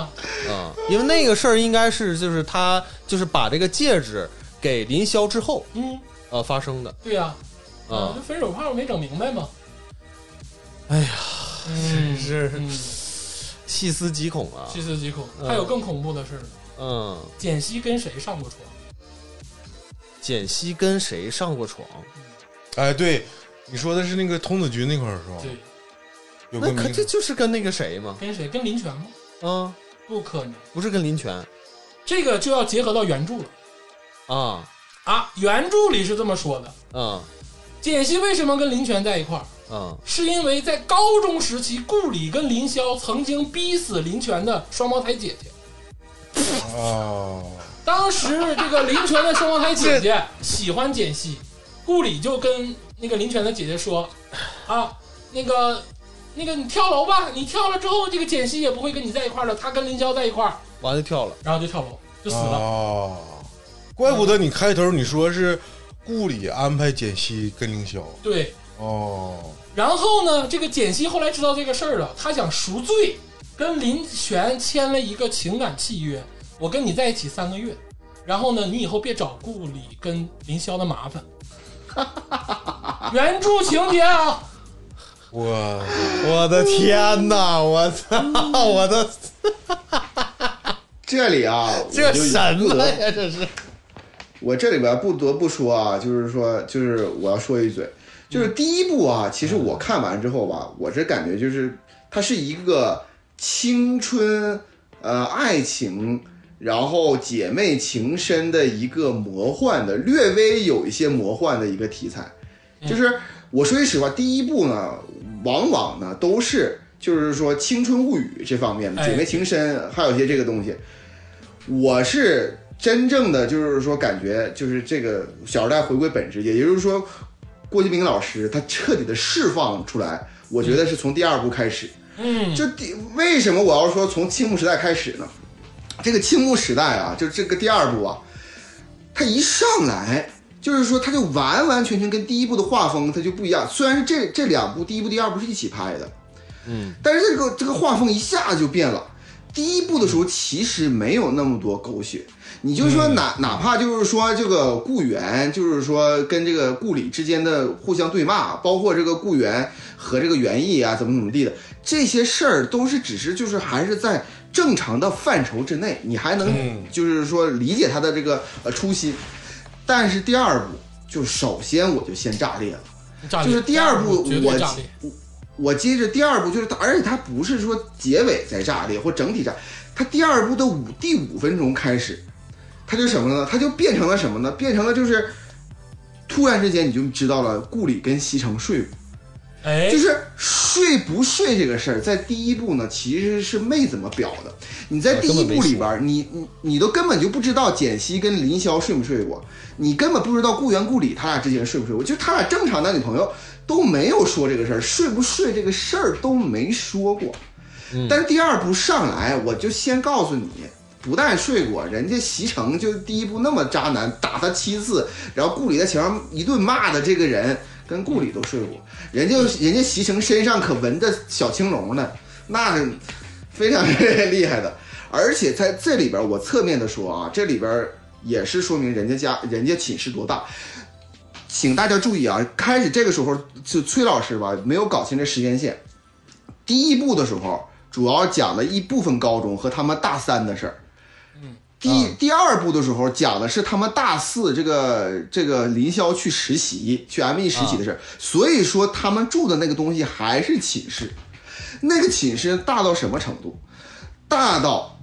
Speaker 3: 啊，因为那个事儿应该是就是他就是把这个戒指给林霄之后
Speaker 1: 嗯，
Speaker 3: 呃发生的
Speaker 1: 对呀、
Speaker 3: 啊
Speaker 1: 这，分手炮没整明白嘛。
Speaker 3: 哎呀，
Speaker 1: 嗯，
Speaker 3: 是
Speaker 1: 嗯，
Speaker 3: 细思极恐啊
Speaker 1: 细，思极恐。
Speaker 3: 嗯
Speaker 1: 还有更恐怖的事儿呢，
Speaker 3: 嗯，
Speaker 1: 简溪跟谁上过床？
Speaker 3: 简溪跟谁上过床？
Speaker 2: 哎，对，你说的是那个童子军那块儿是
Speaker 3: 哦
Speaker 2: 吧？
Speaker 1: 对，
Speaker 2: 有个
Speaker 3: 那可
Speaker 2: 名
Speaker 3: 这就是跟那个谁嘛，
Speaker 1: 跟谁？跟林泉吗？
Speaker 3: 啊，
Speaker 1: 不可能，
Speaker 3: 不是跟林泉
Speaker 1: 这个就要结合到原著了
Speaker 3: 啊，
Speaker 1: 啊。原著里是这么说的：
Speaker 3: 嗯
Speaker 1: 简溪为什么跟林泉在一块儿？
Speaker 3: 嗯
Speaker 1: 是因为在高中时期，顾里跟林霄曾经逼死林泉的双胞胎姐姐。
Speaker 2: 啊，
Speaker 1: 当时这个林泉的双胞胎姐姐喜欢简溪，顾里就跟那个林泉的姐姐说：“啊，那个，那个你跳楼吧，你跳了之后，这个简溪也不会跟你在一块儿了，她跟林霄在一块儿，
Speaker 3: 完了跳了，
Speaker 1: 然后就跳楼，就死了。
Speaker 2: 啊，怪不得你开头你说是顾里安排简溪跟凌霄
Speaker 1: 对，
Speaker 2: 哦，
Speaker 1: 然后呢，这个简溪后来知道这个事儿了，她想赎罪，跟林泉签了一个情感契约，我跟你在一起三个月，然后呢，你以后别找顾里跟林霄的麻烦。原著情节啊。”
Speaker 2: 我
Speaker 3: 我的天哪，我操，我的
Speaker 4: 这里啊，我
Speaker 3: 这
Speaker 4: 就
Speaker 3: 什
Speaker 4: 不
Speaker 3: 么
Speaker 4: 得
Speaker 3: 呀，这是，
Speaker 4: 我这里边不得不说啊，就是说，就是我要说一嘴，就是第一部啊，其实我看完之后吧，我这感觉就是它是一个青春呃爱情，然后姐妹情深的一个魔幻的，略微有一些魔幻的一个题材。就是我说句实话，第一部呢，往往呢都是就是说青春物语这方面的
Speaker 1: 哎
Speaker 4: 姐妹情深，还有一些这个东西。我是真正的就是说感觉就是这个《小时代》回归本质，也就是说，郭敬明老师他彻底的释放出来，我觉得是从第二部开始。
Speaker 1: 嗯，
Speaker 4: 就第为什么我要说从青木时代开始呢？这个青木时代啊，就这个第二部啊，它一上来就是说，它就完完全全跟第一部的画风它就不一样。虽然是这这两部，第一部、第二部是一起拍的，嗯，但是这个这个画风一下就变了。第一部的时候其实没有那么多狗血，你就说哪、哪怕就是说这个顾源，就是说跟这个顾里之间的互相对骂，包括这个顾源和这个袁艺啊，怎么怎么地的，这些事儿都是只是就是还是在正常的范畴之内，你还能就是说理解他的这个呃初心。但是第二部就首先我就先炸裂了。
Speaker 1: 炸裂
Speaker 4: 就是第二部
Speaker 1: 绝
Speaker 4: 我
Speaker 1: 对炸裂。
Speaker 4: 我接着第二部就是它，而且它不是说结尾在炸裂或整体炸，它第二部的五第五分钟开始，它就什么呢？它就变成了什么呢？变成了就是突然之间你就知道了顾里跟西城睡过，
Speaker 1: 哎
Speaker 4: 就，是睡不睡这个事儿，在第一部呢其实是没怎么表的。你在第一部里边儿，你你你都根本就不知道简溪跟林霄睡没睡过，你根本不知道顾源顾里他俩之间睡不睡过，就他俩正常男女朋友都没有说这个事儿，睡不睡这个事儿都没说过。但是第二部上来，我就先告诉你，不但睡过，人家席城就第一部那么渣男，打他七次，然后顾里在前面一顿骂的这个人，跟顾里都睡过，人家人家席城身上可闻着小青龙呢，那是非常 厉害的。而且在这里边，我侧面的说啊，这里边也是说明人家家人家寝室多大。请大家注意啊，开始这个时候就崔老师吧，没有搞清这时间线。第一部的时候，主要讲了一部分高中和他们大三的事儿。第第二部的时候讲的是他们大四这个这个林霄去实习，去 M E 实习的事儿，所以说他们住的那个东西还是寝室，那个寝室大到什么程度？大到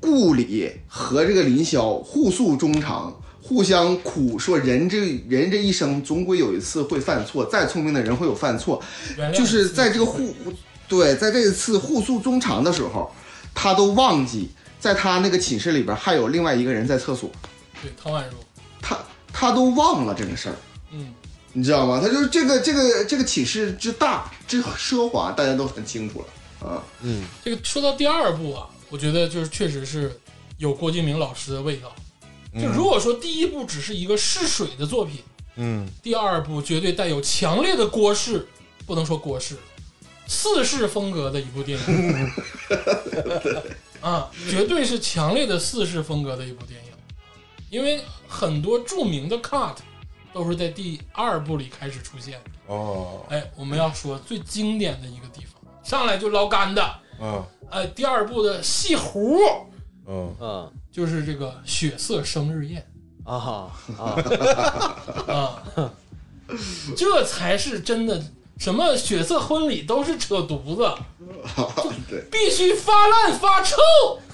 Speaker 4: 顾里和这个林霄互诉衷肠，互相苦说人这人这一生总归有一次会犯错，再聪明的人会有犯错，
Speaker 1: 原谅
Speaker 4: 就是在这个互对，在这次互诉衷肠的时候，他都忘记在他那个寝室里边还有另外一个人在厕所，
Speaker 1: 对唐宛如，
Speaker 4: 他他都忘了这个事儿，
Speaker 1: 嗯，
Speaker 4: 你知道吗？他就是这个这个这个寝室之大之奢华，大家都很清楚了啊。
Speaker 1: 这个说到第二部啊，我觉得就是确实是有郭敬明老师的味道。
Speaker 4: 嗯
Speaker 1: 就如果说第一部只是一个试水的作品，
Speaker 2: 嗯
Speaker 1: 第二部绝对带有强烈的郭氏，不能说郭氏，四氏风格的一部电影。啊，绝对是强烈的四氏风格的一部电影，因为很多著名的 cut 都是在第二部里开始出现。
Speaker 2: 哦
Speaker 1: 哎，我们要说最经典的一个地方，上来就捞干的。
Speaker 2: 啊
Speaker 1: 哎，第二部的戏胡
Speaker 2: 嗯
Speaker 3: 嗯
Speaker 1: 就是这个血色生日宴。
Speaker 3: 啊哈啊，
Speaker 1: 啊， 这才是真的。什么血色婚礼都是扯犊子，
Speaker 4: 对，
Speaker 1: 必须发烂发臭。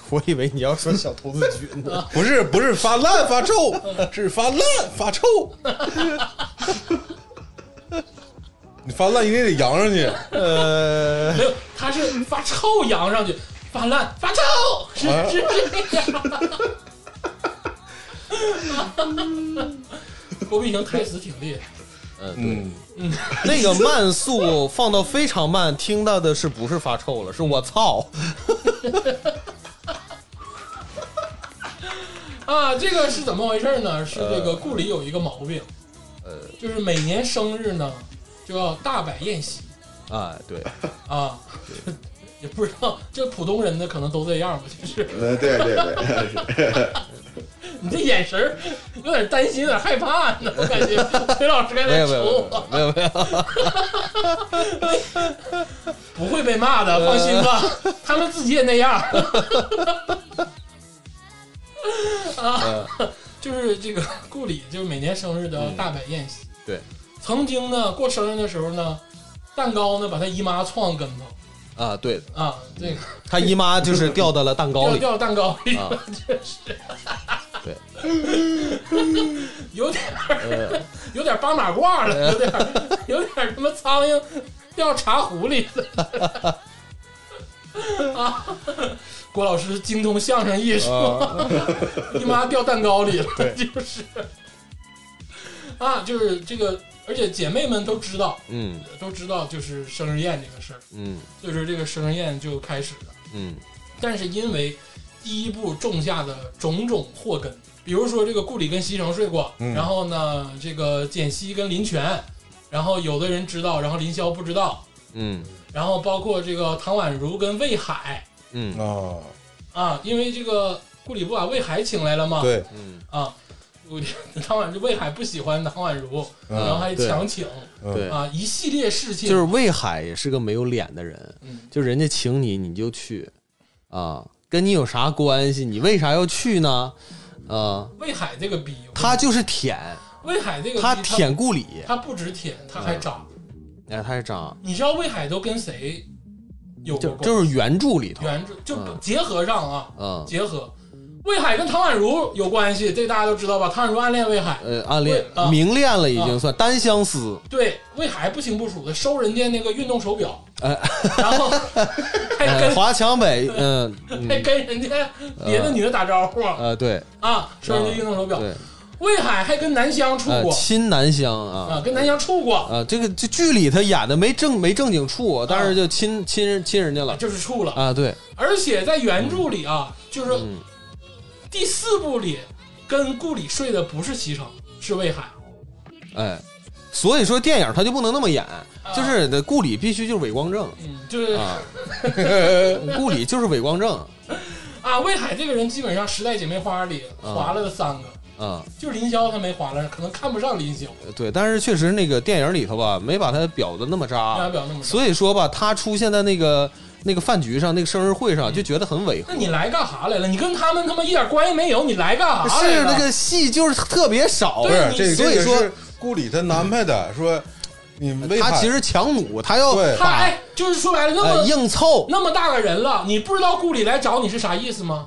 Speaker 3: 我以为你要说小童子军呢。
Speaker 2: 不是不是发烂发臭， 是发烂发臭。 你发烂一定得扬上去，
Speaker 3: 呃，
Speaker 1: 没有，他是发臭扬上去，发烂发臭，是
Speaker 2: 哎
Speaker 1: 是这样。 郭碧婷台词挺厉害，
Speaker 2: 嗯，
Speaker 3: 那个慢速放到非常慢，听到的是不是发臭了？是我操！
Speaker 1: 啊，这个是怎么回事呢？是这
Speaker 3: 呃
Speaker 1: 个顾里有一个毛病，呃，就是每年生日呢就要大摆宴席
Speaker 3: 啊，对，
Speaker 1: 啊，也不知道这普通人的可能都这样吧，就是
Speaker 4: 呃，对对 对，
Speaker 1: 你这眼神儿有点担心，有点害怕呢，我感 觉崔老师刚
Speaker 3: 没
Speaker 1: 才
Speaker 3: 有没
Speaker 1: 瞅
Speaker 3: 有
Speaker 1: 我，
Speaker 3: 没有没有没有，
Speaker 1: 不会被骂的，放心
Speaker 3: 呃
Speaker 1: 吧，他们自己也那样。啊，就是这个顾里，就是每年生日都要大摆宴席。
Speaker 3: 嗯对，
Speaker 1: 曾经呢，过生日的时候呢，蛋糕呢把他姨妈撞跟头
Speaker 3: 啊，对
Speaker 1: 啊，这个
Speaker 3: 他姨妈就是掉到了蛋糕
Speaker 1: 掉
Speaker 3: 里，
Speaker 1: 掉蛋糕里
Speaker 3: 啊
Speaker 1: 了，这是。
Speaker 3: 对，
Speaker 1: 有点儿有点儿八马褂了，有点儿有点儿他妈苍蝇掉茶壶里了。啊，郭老师精通相声艺术，
Speaker 3: 啊
Speaker 1: 你妈掉蛋糕里了，就是啊，就是这个，而且姐妹们都知道，
Speaker 3: 嗯
Speaker 1: 都知道就是生日宴这个事儿，
Speaker 3: 嗯
Speaker 1: 所以说这个生日宴就开始了。
Speaker 3: 嗯
Speaker 1: 但是因为第一部种下的种种祸根，比如说这个顾里跟西城睡过，
Speaker 2: 嗯
Speaker 1: 然后呢，这个简溪跟林泉，然后有的人知道，然后林霄不知道，
Speaker 3: 嗯
Speaker 1: 然后包括这个唐宛如跟魏海
Speaker 3: 嗯
Speaker 2: 啊，
Speaker 1: 啊，因为这个顾里不把魏海请来了吗？
Speaker 2: 对，
Speaker 3: 嗯，
Speaker 1: 啊， 顾里唐宛如魏海不喜欢唐宛如，
Speaker 2: 嗯
Speaker 3: 啊
Speaker 1: 然后还强请
Speaker 2: 嗯
Speaker 3: 对，
Speaker 1: 啊，一系列事情
Speaker 3: 就是魏海也是个没有脸的人，
Speaker 1: 嗯
Speaker 3: 就人家请你你就去，啊，跟你有啥关系？你为啥要去呢？啊，
Speaker 1: 魏海这个逼，
Speaker 3: 他就是舔，
Speaker 1: 魏海这个逼
Speaker 3: 他舔嗯顾里，
Speaker 1: 他，他不止舔，他还长。
Speaker 3: 哎，他是张，
Speaker 1: 你知道魏海都跟谁有过
Speaker 3: 就
Speaker 1: 关
Speaker 3: 就是原著里头，
Speaker 1: 原著就
Speaker 3: 嗯
Speaker 1: 结合上啊，
Speaker 3: 嗯
Speaker 1: 结合魏海跟唐宛如有关系，这大家都知道吧？唐宛如暗恋魏海，
Speaker 3: 呃，暗恋
Speaker 1: 对啊
Speaker 3: 明恋了已经算单相思，
Speaker 1: 对魏海不清不楚的收人家那个运动手表，
Speaker 3: 哎
Speaker 1: 然 后还
Speaker 3: 哎嗯
Speaker 1: 跟
Speaker 3: 华强北，嗯
Speaker 1: 还
Speaker 3: 嗯
Speaker 1: 跟人家别的女的打招呼啊
Speaker 3: 呃对
Speaker 1: 啊，收人家运动手表。
Speaker 3: 嗯对，
Speaker 1: 魏海还跟南湘处
Speaker 3: 呃，
Speaker 1: 过
Speaker 3: 亲南湘
Speaker 1: 啊，
Speaker 3: 啊
Speaker 1: 跟南湘处过，
Speaker 3: 啊，这个这剧里他演的没正没正经处，但是就亲亲人亲人家了
Speaker 1: 就是处了。
Speaker 3: 啊，对，
Speaker 1: 而且在原著里啊，
Speaker 3: 嗯
Speaker 1: 就是第四部里跟顾里睡的不是齐城，是魏海。
Speaker 3: 哎，所以说电影他就不能那么演，
Speaker 1: 啊
Speaker 3: 就是那顾里必须就是伪光正
Speaker 1: 嗯，就是
Speaker 3: 啊， 顾里就是伪光正
Speaker 1: 啊，魏海这个人基本上《时代姐妹花》里划拉了三个，
Speaker 3: 啊，
Speaker 1: 就林霄他没划拉，可能看不上林霄，
Speaker 3: 对，但是确实那个电影里头吧，没把他表的那么
Speaker 1: 没
Speaker 3: 渣
Speaker 1: 法，表那么说。
Speaker 3: 啊 所以说吧，他出现在那个那个饭局上，那个生日会上，就觉得很违和
Speaker 1: 那。你来干啥来了？你跟他们他妈一点关系没有，你来干啥来
Speaker 3: 是
Speaker 1: 了？
Speaker 3: 那个戏就是特别少
Speaker 2: 不，
Speaker 1: 对
Speaker 2: 是
Speaker 1: 你
Speaker 2: 这个
Speaker 3: 所以
Speaker 2: 这个
Speaker 3: 说
Speaker 2: 是顾里他安排的，说你魏
Speaker 3: 他
Speaker 2: 海
Speaker 3: 其实强弩，他要
Speaker 2: 对
Speaker 1: 他
Speaker 3: 把
Speaker 1: 哎，就是说白了，那么、
Speaker 3: 呃硬凑
Speaker 1: 那么大个人了，你不知道顾里来找你是啥意思吗？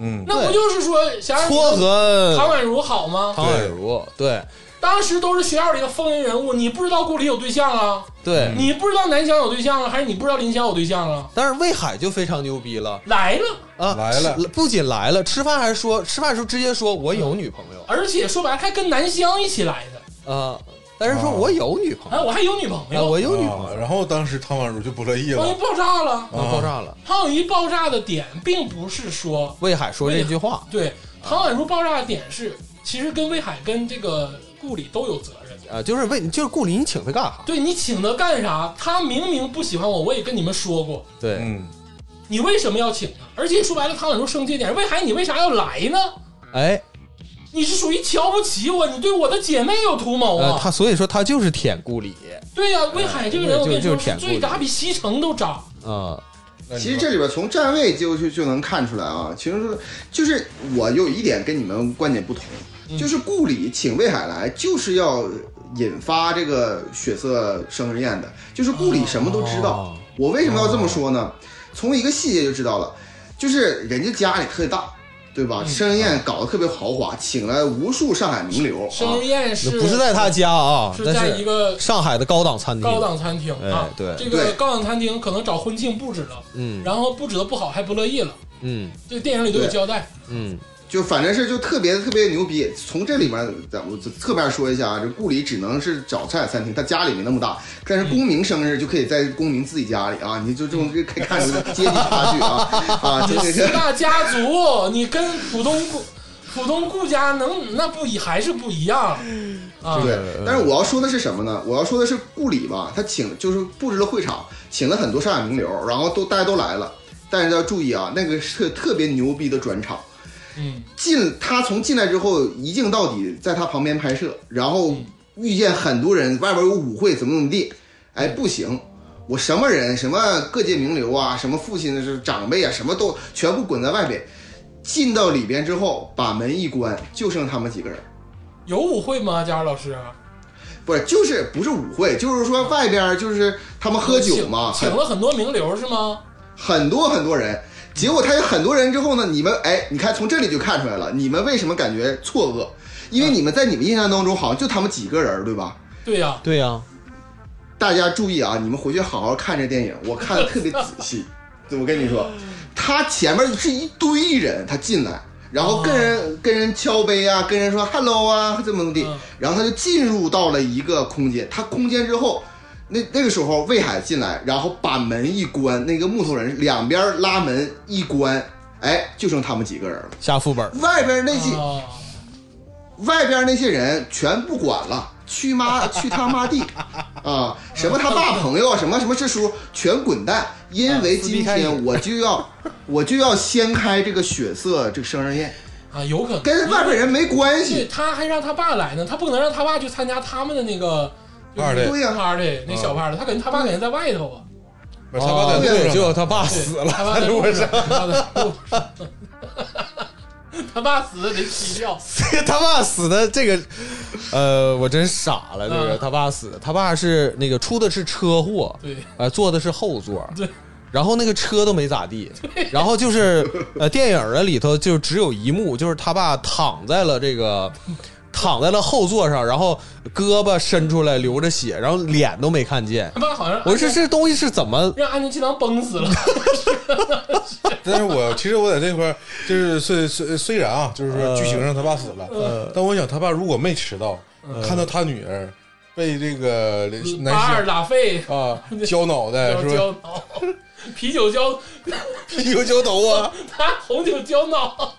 Speaker 2: 嗯，
Speaker 1: 那不
Speaker 3: 对
Speaker 1: 就是说想让你
Speaker 3: 撮合
Speaker 1: 唐宛如好吗？
Speaker 3: 唐宛如，对
Speaker 1: 当时都是学校里的风云人物，你不知道顾里有对象啊？
Speaker 3: 对。
Speaker 1: 你不知道南湘有对象啊？还是你不知道林湘有对象啊？
Speaker 3: 但是魏海就非常牛逼了
Speaker 1: 来了，
Speaker 3: 啊！
Speaker 2: 来了
Speaker 3: 吃不仅来了，吃饭还说吃饭的时候直接说我有女朋友
Speaker 1: 而且说白了还跟南湘一起来的，
Speaker 3: 啊，但是说
Speaker 2: 啊
Speaker 3: 我有女朋
Speaker 1: 哎，
Speaker 3: 友，
Speaker 1: 我还有女朋
Speaker 3: 啊
Speaker 1: 友，
Speaker 3: 我有女
Speaker 2: 啊
Speaker 3: 朋友，
Speaker 2: 然后当时汤宛如就不乐意
Speaker 1: 万一
Speaker 2: 了，
Speaker 1: 爆炸了。
Speaker 3: 啊爆炸了。
Speaker 1: 唐有一爆炸的点，并不是说
Speaker 3: 魏海说这句话，
Speaker 1: 对唐宛如爆炸的点是，其实跟魏海跟这个顾里都有责任。
Speaker 3: 啊，就是魏，就是顾里，你请他干啥？
Speaker 1: 对你请他干啥？他明明不喜欢我，我也跟你们说过，
Speaker 3: 对，
Speaker 2: 嗯，
Speaker 1: 你为什么要请他？而且说白了，唐宛如生气点，魏海你为啥要来呢？
Speaker 3: 哎，
Speaker 1: 你是属于瞧不起我，你对我的姐妹有图谋
Speaker 3: 呃，
Speaker 1: 啊！
Speaker 3: 他所以说他就是舔顾里
Speaker 1: 对呀、魏海这个人，
Speaker 3: 呃
Speaker 1: 我跟你
Speaker 3: 就
Speaker 1: 说
Speaker 3: 就是舔顾
Speaker 1: 最
Speaker 3: 虑
Speaker 1: 渣，比西城都渣。
Speaker 3: 啊，
Speaker 2: 那你
Speaker 4: 其实
Speaker 2: 说
Speaker 4: 这里边从站位就就就能看出来啊，其实就是我有一点跟你们观点不同，
Speaker 1: 嗯
Speaker 4: 就是顾里请魏海来就是要引发这个血色生日宴的，就是顾里什么都知道
Speaker 3: 哦。
Speaker 4: 我为什么要这么说
Speaker 1: 哦
Speaker 4: 呢？从一个细节就知道了，就是人家家里特别大。对吧？
Speaker 1: 嗯
Speaker 4: 生日宴搞得特别豪华，请了无数上海名流啊
Speaker 1: 哦生日宴
Speaker 3: 那
Speaker 1: 是
Speaker 3: 不是在他家啊，
Speaker 1: 是
Speaker 3: 但
Speaker 1: 在一个
Speaker 3: 上海的高档餐厅，
Speaker 1: 高档餐厅啊
Speaker 3: 哎？对
Speaker 1: 这个
Speaker 4: 对
Speaker 1: 高档餐厅可能找婚庆布置了，
Speaker 3: 嗯
Speaker 1: 然后布置的不好还不乐意了，
Speaker 3: 嗯
Speaker 1: 这个电影里都有交代。
Speaker 3: 嗯，
Speaker 4: 就反正是就特别特别牛逼。从这里面，咱我侧面说一下啊，这顾里只能是找上海餐厅，他家里没那么大，但是公明生日就可以在公明自己家里啊，你就这种就可以看出阶级差距啊啊，就
Speaker 1: 你
Speaker 4: 这
Speaker 1: 四
Speaker 4: 个。
Speaker 1: 大家族，你跟普通顾普通顾家能那不一还是不一样啊？
Speaker 4: 嗯对，但是我要说的是什么呢？我要说的是顾里吧，他请就是布置了会场，请了很多上海名流，然后都大家都来了，但是要注意啊，那个是特别牛逼的转场，
Speaker 1: 嗯，
Speaker 4: 进他从进来之后一镜到底，在他旁边拍摄，然后遇见很多人，外边有舞会，怎么怎么地，哎，不行，我什么人，什么各界名流啊，什么父亲是长辈啊，什么都全部滚在外边。进到里边之后，把门一关，就剩他们几个人，
Speaker 1: 有舞会吗？佳儿老师，
Speaker 4: 不是，就是不是舞会，就是说外边就是他们喝酒嘛，
Speaker 1: 请
Speaker 4: 很
Speaker 1: 请了很多名流是吗？
Speaker 4: 很多很多人。结果他有很多人之后呢，你们哎，你看从这里就看出来了，你们为什么感觉错愕？因为你们在你们印象当中好像就他们几个人儿，对吧？
Speaker 1: 对呀、
Speaker 3: 对啊呀，
Speaker 4: 大家注意啊，你们回去好好看这电 影，我看的特别仔细。对，我跟你说，他前面是一堆人，他进来，然后跟人、跟人敲杯啊，跟人说 hello 啊，这么怎么地
Speaker 1: 嗯，
Speaker 4: 然后他就进入到了一个空间，他空间之后。那那个时候，魏海进来，然后把门一关，那个木头人两边拉门一关，哎，就剩他们几个人了。
Speaker 3: 下副本，
Speaker 4: 外边那几、
Speaker 1: 啊，
Speaker 4: 外边那些人全不管了，去妈去他妈地啊！什么他爸朋友啊，什么什么这叔全滚蛋！因为今天我就要我就要掀开这个血色这个生日宴，
Speaker 1: 啊，有可能
Speaker 4: 跟外边人没关
Speaker 1: 对，
Speaker 4: 系。
Speaker 1: 他还让他爸来呢，他不能让他爸去参加他们的那个就是
Speaker 2: Party
Speaker 4: 对呀
Speaker 1: party 那
Speaker 4: 嗯
Speaker 1: 小 party，他肯定他爸肯定在外头啊，
Speaker 2: 哦不是他爸在路
Speaker 3: 哦对，
Speaker 2: 上
Speaker 3: 结果
Speaker 2: 呢
Speaker 3: 他爸
Speaker 1: 对
Speaker 3: 死了，
Speaker 1: 他爸在路上，他爸在路上，他爸死的人踢掉，
Speaker 3: 他爸死的这个，呃，我真傻了。这个、
Speaker 1: 嗯
Speaker 3: 他爸死的，他爸是那个出的是车祸，
Speaker 1: 对
Speaker 3: 呃，坐的是后座，
Speaker 1: 对，
Speaker 3: 然后那个车都没咋地，然后就是呃，电影的里头就只有一幕，就是他爸躺在了这个。躺在了后座上，然后胳膊伸出来流着血，然后脸都没看见。
Speaker 1: 他妈好像
Speaker 3: 我说这这东西是 怎么？
Speaker 1: 让安全气囊崩死了，
Speaker 2: 但是我其实我在这块儿就是虽虽虽然啊，就是说剧情上他爸死了，
Speaker 1: 呃
Speaker 2: 但我想他爸如果没迟到，看到他女儿被这个
Speaker 1: 巴尔
Speaker 2: 男
Speaker 1: 拉菲
Speaker 2: 性 啊浇脑袋
Speaker 1: 要
Speaker 2: 说
Speaker 1: 呃浇脑，啤酒浇
Speaker 2: 啤酒浇头 啊，
Speaker 1: 他红酒浇脑，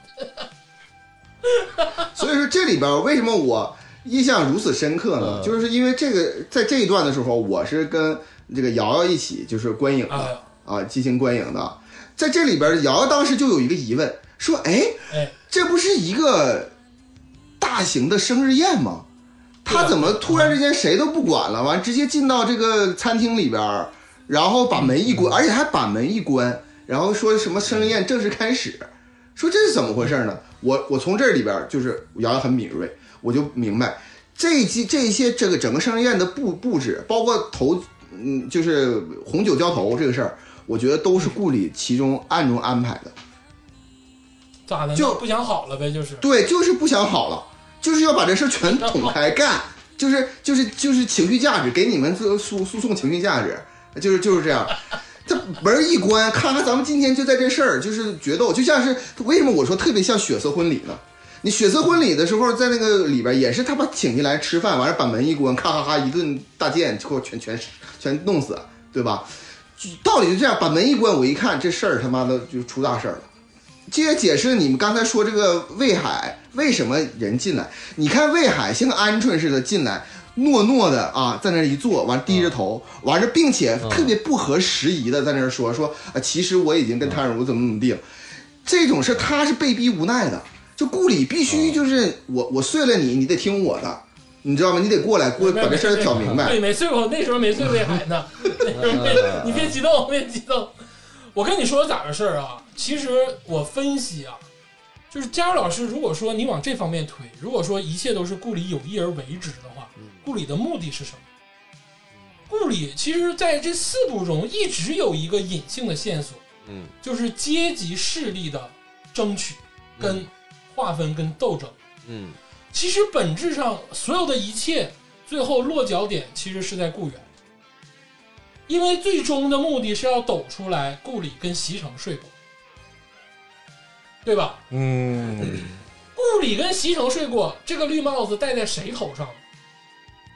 Speaker 4: 所以说这里边儿为什么我印象如此深刻呢？就是因为这个，在这一段的时候，我是跟这个瑶瑶一起就是观影
Speaker 1: 哎
Speaker 4: 的啊，进行观影的。在这里边儿，瑶瑶当时就有一个疑问，说：“哎，
Speaker 1: 哎，
Speaker 4: 这不是一个大型的生日宴吗？他怎么突然之间谁都不管了，完直接进到这个餐厅里边儿，然后把门一关，而且还把门一关，然后说什么生日宴正式开始，说这是怎么回事呢？我我从这里边儿就是瑶瑶很敏锐，我就明白这一季这一些这个整个生日宴的布布置，包括头嗯就是红酒浇头这个事儿，我觉得都是顾里其中暗中安排的。
Speaker 1: 咋的呢？
Speaker 4: 就
Speaker 1: 不想好了呗，就是
Speaker 4: 对，就是不想好了，就是要把这事儿全捅开干，就是就是就是情绪价值，给你们这输输送情绪价值，就是就是这样。这门儿一关，咔咔，咱们今天就在这事儿，就是决斗，就像是为什么我说特别像血色婚礼呢？你血色婚礼的时候，在那个里边也是他把请进来吃饭，完了把门一关，咔咔咔一顿大剑，给我全全全弄死，对吧？就道理就这样，把门一关，我一看这事儿他妈的就出大事儿了。这也解释了你们刚才说这个魏海为什么人进来。你看魏海像个鹌鹑似的进来，糯糯的啊，在那儿一坐，完低着头，
Speaker 1: 嗯
Speaker 4: 完了，并且特别不合时宜的在那儿说说啊，其实我已经跟谭如怎么怎么地了。这种事他是被逼无奈的，就顾里必须
Speaker 1: 嗯
Speaker 4: 就是我我睡了你，你得听我的，你知道吗？你得过来，过来把这事儿挑明白。
Speaker 1: 对，没睡过，那时候没睡魏海呢。那时
Speaker 3: 嗯
Speaker 1: 候没你别激动，别激动。我跟你说咋回事儿啊？其实我分析啊，就是佳茹老师，如果说你往这方面推，如果说一切都是顾里有意而为之的话，顾里的目的是什么？顾里其实在这四部中一直有一个隐性的线索，
Speaker 3: 嗯，
Speaker 1: 就是阶级势力的争取、跟划分、跟斗争。
Speaker 3: 嗯
Speaker 1: 其实本质上所有的一切，最后落脚点其实是在顾源，因为最终的目的是要抖出来顾里跟席城睡过，对吧？
Speaker 2: 嗯，
Speaker 1: 顾里跟席城睡过，这个绿帽子戴在谁头上？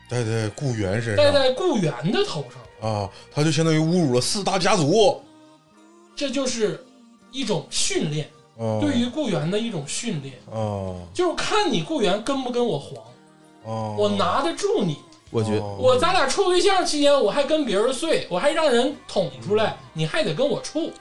Speaker 2: 戴在顾源身
Speaker 1: 戴
Speaker 2: 上
Speaker 1: 在顾源的头上，
Speaker 2: 啊，他就相当于侮辱了四大家族。
Speaker 1: 这就是一种训练，
Speaker 2: 啊
Speaker 1: 对于顾源的一种训练，
Speaker 2: 啊
Speaker 1: 就是看你顾源跟不跟我黄，
Speaker 2: 啊，
Speaker 1: 我拿得住你。
Speaker 3: 我觉
Speaker 2: 哦
Speaker 1: 我咱俩处对象期间，我还跟别人睡，我还让人捅出
Speaker 3: 嗯
Speaker 1: 来，你还得跟我处。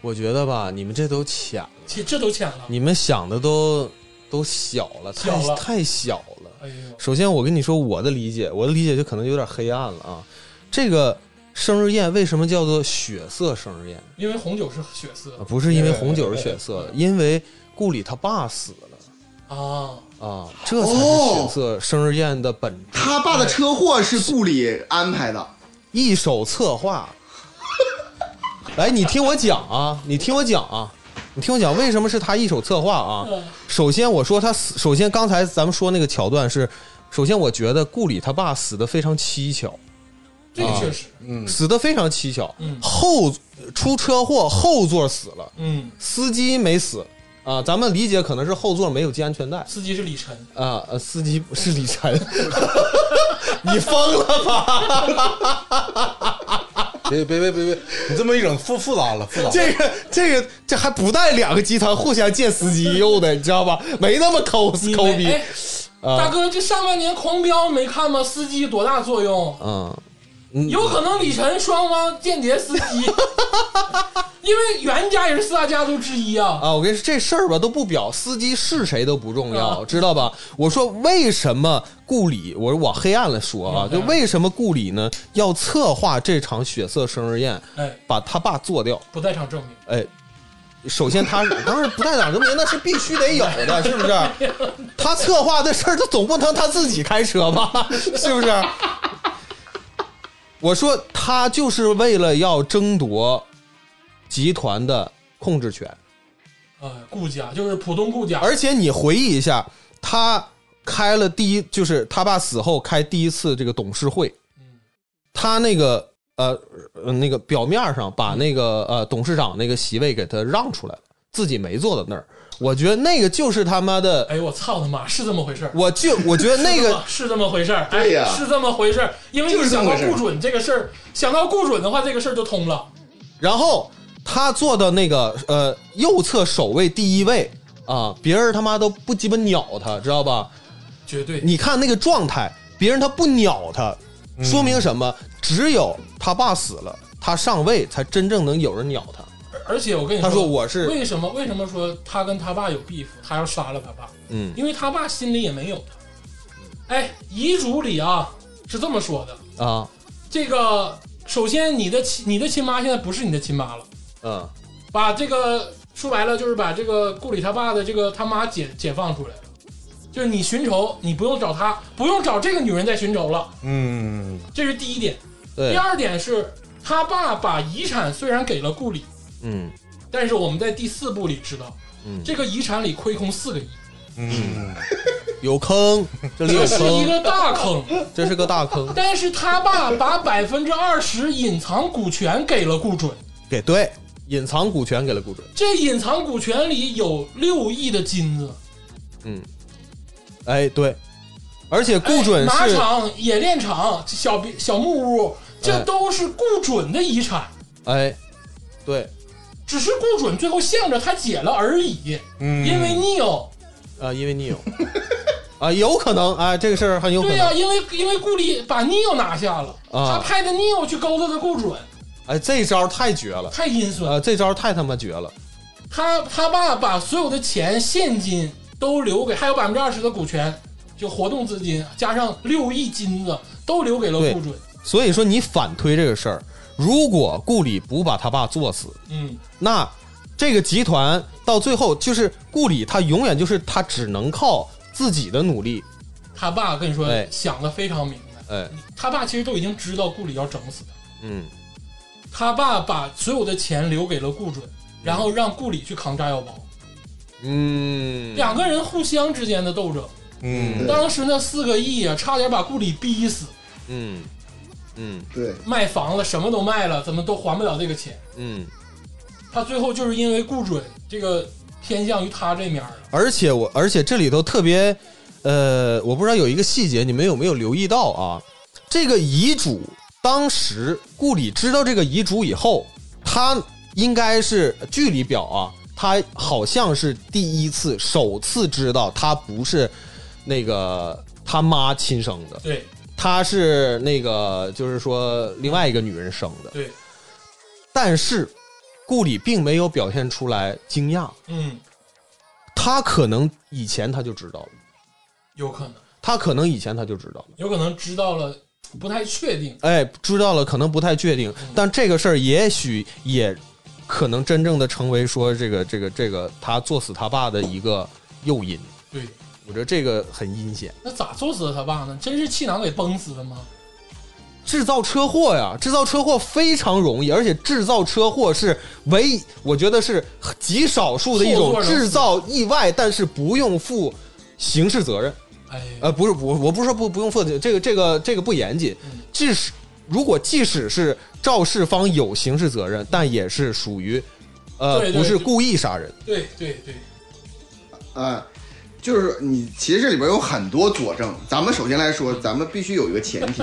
Speaker 3: 我觉得吧，你们这都浅了，
Speaker 1: 这这都浅了。
Speaker 3: 你们想的都都小了，太
Speaker 1: 小了
Speaker 3: 太小了。
Speaker 1: 哎呦，
Speaker 3: 首先，我跟你说我的理解，我的理解就可能有点黑暗了啊。这个生日宴为什么叫做血色生日宴？
Speaker 1: 因为红酒是血色
Speaker 3: 啊不是因为红酒是血色的，因为顾里他爸死了
Speaker 1: 啊，
Speaker 3: 啊，这才
Speaker 1: 哦
Speaker 3: 是血色生日宴的本质。
Speaker 4: 他爸的车祸是顾里安排的，
Speaker 3: 一手策划。来，你听我讲啊，你听我讲啊，你听我讲，为什么是他一手策划啊？
Speaker 1: 嗯
Speaker 3: 首先，我说他死，首先刚才咱们说那个桥段是，首先我觉得顾里他爸死的非常蹊跷，
Speaker 1: 这个确实，
Speaker 2: 嗯
Speaker 3: 死的非常蹊跷，
Speaker 1: 嗯
Speaker 3: 后出车祸后座死了，
Speaker 1: 嗯，
Speaker 3: 司机没死啊，咱们理解可能是后座没有系安全带。
Speaker 1: 司机是李晨，
Speaker 3: 啊，呃，司机是李晨， 你疯了吧？
Speaker 2: 别别别别别，你这么一整复复杂了，复杂了。
Speaker 3: 这个这个这还不带两个集团互相借司机用的，你知道吧？ 没那么抠
Speaker 1: 你
Speaker 3: 抠
Speaker 1: 没
Speaker 3: 逼
Speaker 1: 哎大
Speaker 3: 啊，
Speaker 1: 哥，这上半年狂飙没看吗？司机多大作用？
Speaker 3: 嗯，
Speaker 1: 有可能李晨双方间谍司机， 因为袁家也是四大家族之一啊。
Speaker 3: 啊，我跟你说这事儿吧都不表，司机是谁都不重要，
Speaker 1: 啊
Speaker 3: 知道吧？我说为什么顾里，我说往黑暗了说
Speaker 1: 嗯
Speaker 3: 啊，就为什么顾里呢要策划这场血色生日宴，
Speaker 1: 哎，
Speaker 3: 把他爸做掉？
Speaker 1: 不在场证明，
Speaker 3: 哎，首先他当然不带党证明那是必须得有的，是不是？他策划的事儿，他总不能他自己开车吧？是不是？我说他就是为了要争夺集团的控制权，
Speaker 1: 哎呃，顾家就是浦东顾家，
Speaker 3: 而且你回忆一下，他开了第一，就是他爸死后开第一次这个董事会，他那个呃呃那个表面上把那个呃董事长那个席位给他让出来了，自己没坐到那儿。我觉得那个就是他妈的，
Speaker 1: 哎呦我操他妈，是这么回事儿。
Speaker 3: 我就我觉得那个
Speaker 1: 是这么回事儿，哎
Speaker 4: 对呀
Speaker 1: 是这么回事儿。因为
Speaker 4: 就
Speaker 1: 你
Speaker 4: 是这
Speaker 1: 想
Speaker 4: 么
Speaker 1: 到
Speaker 4: 回事儿
Speaker 1: 顾准这个事儿，想到顾准的话，这个事儿就通了。
Speaker 3: 然后他坐的那个呃右侧首位第一位啊，别人他妈都不鸡巴鸟他，知道吧？
Speaker 1: 绝对，
Speaker 3: 你看那个状态，别人他不鸟他，
Speaker 1: 嗯
Speaker 3: 说明什么？只有他爸死了，他上位才真正能有人鸟他。
Speaker 1: 而且我跟你
Speaker 3: 他说我是
Speaker 1: 为什么？为什么说他跟他爸有 beef？他要杀了他爸，
Speaker 3: 嗯
Speaker 1: 因为他爸心里也没有他。哎，遗嘱里啊是这么说的：
Speaker 3: 啊
Speaker 1: 这个首先你的亲你的亲妈现在不是你的亲妈了，
Speaker 3: 嗯
Speaker 1: 把这个说白了就是把这个顾里他爸的这个他妈解解放出来了，就是你寻仇，你不用找他，不用找这个女人再寻仇了，
Speaker 2: 嗯，
Speaker 1: 这是第一点。第
Speaker 3: 对
Speaker 1: 二点是他爸把遗产虽然给了顾里，
Speaker 3: 嗯
Speaker 1: 但是我们在第四部里知道，
Speaker 3: 嗯，
Speaker 1: 这个遗产里亏空四个亿，
Speaker 2: 嗯，
Speaker 3: 有坑，这里有
Speaker 1: 这是一
Speaker 3: 坑，
Speaker 1: 个大坑。
Speaker 3: 这是个大坑。
Speaker 1: 但是他爸把百分之二十隐藏股权给了顾准，
Speaker 3: 给对，隐藏股权给了顾准。
Speaker 1: 这隐藏股权里有六亿的金子。
Speaker 3: 嗯，哎对，而且顾准
Speaker 1: 哎马
Speaker 3: 是
Speaker 1: 场、冶炼厂、小别小木屋，这
Speaker 3: 哎
Speaker 1: 都是顾准的遗产，
Speaker 3: 哎对，
Speaker 1: 只是顾准最后向着他姐了而已。
Speaker 2: 嗯
Speaker 1: 因为 Neil，
Speaker 3: 啊，因为你有 啊，有可能啊，这个事儿很有可
Speaker 1: 对
Speaker 3: 能。
Speaker 1: 呀、因为因为顾里把 Neil 拿下了，
Speaker 3: 啊
Speaker 1: 他派的 Neil 去勾搭的顾准，
Speaker 3: 哎，这招太绝了，
Speaker 1: 太阴损了。
Speaker 3: 啊，这招太他妈绝了。
Speaker 1: 他他爸把所有的钱现金都留给，还有百分之二十的股权，就活动资金加上六亿金子都留给了
Speaker 3: 对
Speaker 1: 顾准。
Speaker 3: 所以说你反推这个事儿，如果顾里不把他爸作死，
Speaker 1: 嗯，
Speaker 3: 那这个集团到最后就是顾里，他永远就是他只能靠自己的努力。
Speaker 1: 他爸跟你说、
Speaker 3: 哎
Speaker 1: 想的非常明白，
Speaker 3: 哎，
Speaker 1: 他爸其实都已经知道顾里要整死他。
Speaker 3: 嗯，
Speaker 1: 他爸把所有的钱留给了顾准，然后让顾里去扛炸药包，
Speaker 3: 嗯，
Speaker 1: 两个人互相之间的斗争。
Speaker 2: 嗯
Speaker 1: 当时那四个亿啊，差点把顾里逼死，
Speaker 3: 嗯，嗯，
Speaker 4: 对，
Speaker 1: 卖房子什么都卖了，怎么都还不了这个钱。
Speaker 3: 嗯，
Speaker 1: 他最后就是因为顾准这个偏向于他这面儿了，
Speaker 3: 而且我，而且这里头特别，呃，我不知道有一个细节，你们有没有留意到啊？这个遗嘱，当时顾里知道这个遗嘱以后，他应该是据理表啊，他好像是第一次、首次知道他不是那个他妈亲生的，
Speaker 1: 对
Speaker 3: 他是那个就是说另外一个女人生的，
Speaker 1: 对，
Speaker 3: 但是顾里并没有表现出来惊讶，
Speaker 1: 嗯，
Speaker 3: 他可能以前他就知道了，
Speaker 1: 有可能，
Speaker 3: 他可能以前他就知道了，
Speaker 1: 有可能知道了，不太确定。
Speaker 3: 哎，知道了可能不太确定，但这个事儿也许也可能真正的成为说这个这个这个他作死他爸的一个诱因，
Speaker 1: 对，
Speaker 3: 我觉得这个很阴险。
Speaker 1: 那咋作死的他爸呢？真是气囊给崩死的吗？
Speaker 3: 制造车祸呀，制造车祸非常容易，而且制造车祸是唯一，我觉得是极少数的一
Speaker 1: 后
Speaker 3: 种
Speaker 1: 座能死
Speaker 3: 制造意外，但是不用负刑事责任。
Speaker 1: 哎，
Speaker 3: 呃，不是，我我不是说不不用负责这个这个这个不严谨
Speaker 1: 嗯，
Speaker 3: 即使如果即使是肇事方有刑事责任，但也是属于，呃，
Speaker 1: 对对
Speaker 3: 不是
Speaker 1: 对
Speaker 3: 故意杀人，
Speaker 1: 对对对，
Speaker 4: 哎，就是你其实这里边有很多佐证。咱们首先来说，咱们必须有一个前 提，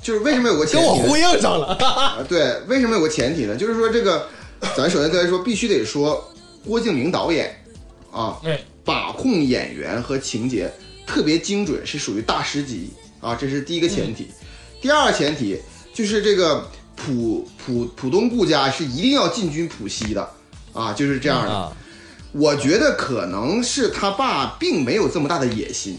Speaker 4: 就是为什么有个前
Speaker 3: 跟我
Speaker 4: 提呢？
Speaker 3: 呼应上了。
Speaker 4: 啊，对，为什么有个前提呢？就是说这个，咱首先来说，必须得说郭敬明导演啊，
Speaker 1: 哎，
Speaker 4: 把控演员和情节特别精准，是属于大师级啊，这是第一个前提。
Speaker 3: 嗯
Speaker 4: 第二个前提就是这个浦浦浦东顾家是一定要进军浦西的啊，就是这样的。
Speaker 3: 啊，
Speaker 4: 我觉得可能是他爸并没有这么大的野心，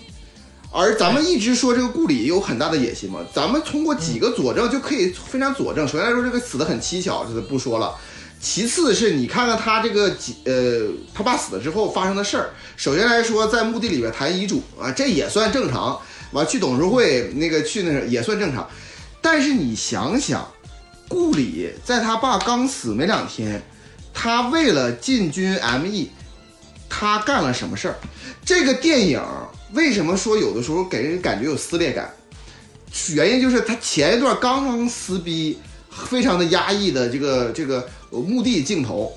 Speaker 4: 而咱们一直说这个顾里有很大的野心嘛，咱们通过几个佐证就可以非常佐证。首先来说，这个死的很蹊跷，这个不说了。其次是你看看他这个几呃，他爸死了之后发生的事儿。首先来说，在墓地里边谈遗嘱啊，这也算正常。完去董事会那个去那啥也算正常，但是你想想，顾里在他爸刚死没两天，他 E，为了进军 ME，他干了什么事儿？这个电影为什么说有的时候给人感觉有撕裂感？原因就是他前一段刚刚撕逼，非常的压抑的这个这个呃墓地镜头，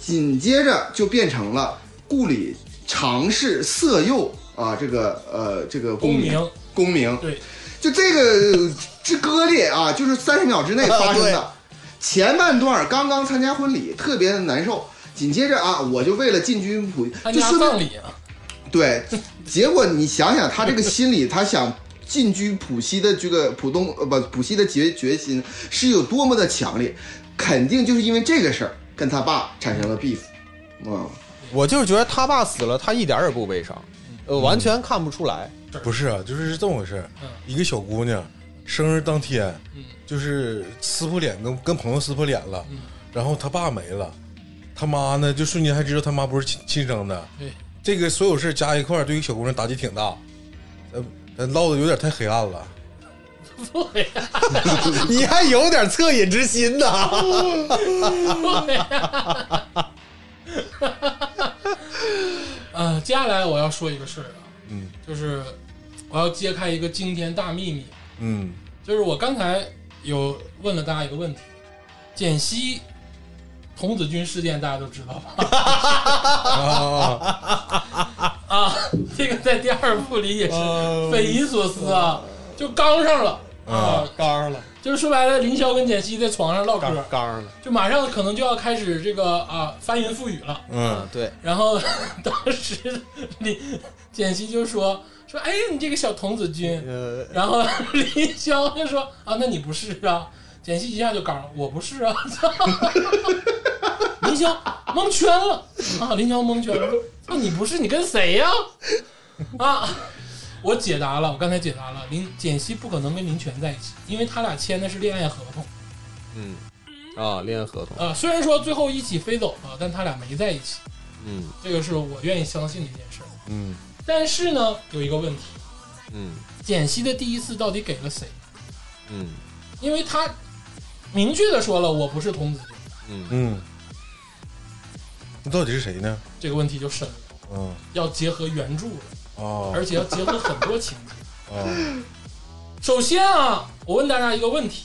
Speaker 4: 紧接着就变成了顾里尝试色诱啊这个呃这个公民
Speaker 1: 公
Speaker 4: 公民，
Speaker 1: 对，
Speaker 4: 就这个呃之割裂啊，就是三十秒之内发生的。前半段刚刚参加婚礼，特别的难受，紧接着啊，我就为了进军普，
Speaker 1: 参
Speaker 4: 就
Speaker 1: 加
Speaker 4: 说明
Speaker 1: 葬礼啊，
Speaker 4: 对，结果你想想他这个心理， 他想进军浦西的这个浦东呃不浦西的决决心是有多么的强烈，肯定就是因为这个事儿跟他爸产生了 beef，嗯，
Speaker 3: 我就是觉得他爸死了，他一点儿也不悲伤，呃，完全看不出来。
Speaker 2: 不是啊，就是是这么回事儿
Speaker 1: 嗯。
Speaker 2: 一个小姑娘生日当天
Speaker 1: 嗯，
Speaker 2: 就是撕破脸，跟跟朋友撕破脸了
Speaker 1: 嗯，
Speaker 2: 然后她爸没了，她妈呢就瞬间还知道她妈不是亲亲生的。
Speaker 1: 对，
Speaker 2: 这个所有事儿加一块儿，对于小姑娘打击挺大。呃，呃唠的有点太黑暗了。
Speaker 1: 对呀、
Speaker 3: 你还有点恻隐之心呐。
Speaker 1: 对呀、 嗯，接下来我要说一个事儿啊，
Speaker 2: 嗯
Speaker 1: 就是我要揭开一个惊天大秘密，
Speaker 2: 嗯
Speaker 1: 就是我刚才有问了大家一个问题，简溪童子军事件大家都知道吧？
Speaker 2: 啊，
Speaker 1: 啊，这个在第二部里也是
Speaker 3: 呃
Speaker 1: 匪夷所思啊，就刚上了啊，
Speaker 3: 刚了，
Speaker 1: 就是说白了，凌霄跟简溪在床上唠嗑，
Speaker 3: 刚刚了，
Speaker 1: 就马上可能就要开始这个啊翻云覆雨了。
Speaker 2: 嗯，
Speaker 3: 对，
Speaker 1: 然后当时 林简溪就说说，哎，你这个小童子军。
Speaker 3: 呃，
Speaker 1: 然后 林霄就说啊，那你不是啊？简溪一下就刚，我不是啊。 林霄蒙圈了啊！林霄蒙圈了，那、你不是你跟谁呀、 啊？我解答了，我刚才解答了，林简溪不可能跟林泉在一起，因为他俩签的是恋爱合同。
Speaker 3: 嗯，啊，恋爱合同，
Speaker 1: 呃，虽然说最后一起飞走了，但他俩没在一起，
Speaker 3: 嗯
Speaker 1: 这个是我愿意相信的一件事儿。
Speaker 2: 嗯
Speaker 1: 但是呢，有一个问题，
Speaker 3: 嗯
Speaker 1: 简溪的第一次到底给了谁？
Speaker 3: 嗯
Speaker 1: 因为他明确的说了我不是童子军，
Speaker 3: 嗯，
Speaker 2: 嗯，那到底是谁呢？
Speaker 1: 这个问题就深了，
Speaker 2: 嗯
Speaker 1: 要结合原著了，
Speaker 2: 啊
Speaker 3: 哦
Speaker 1: 而且要结合很多情节。
Speaker 2: 啊，
Speaker 1: 首先啊，我问大家一个问题：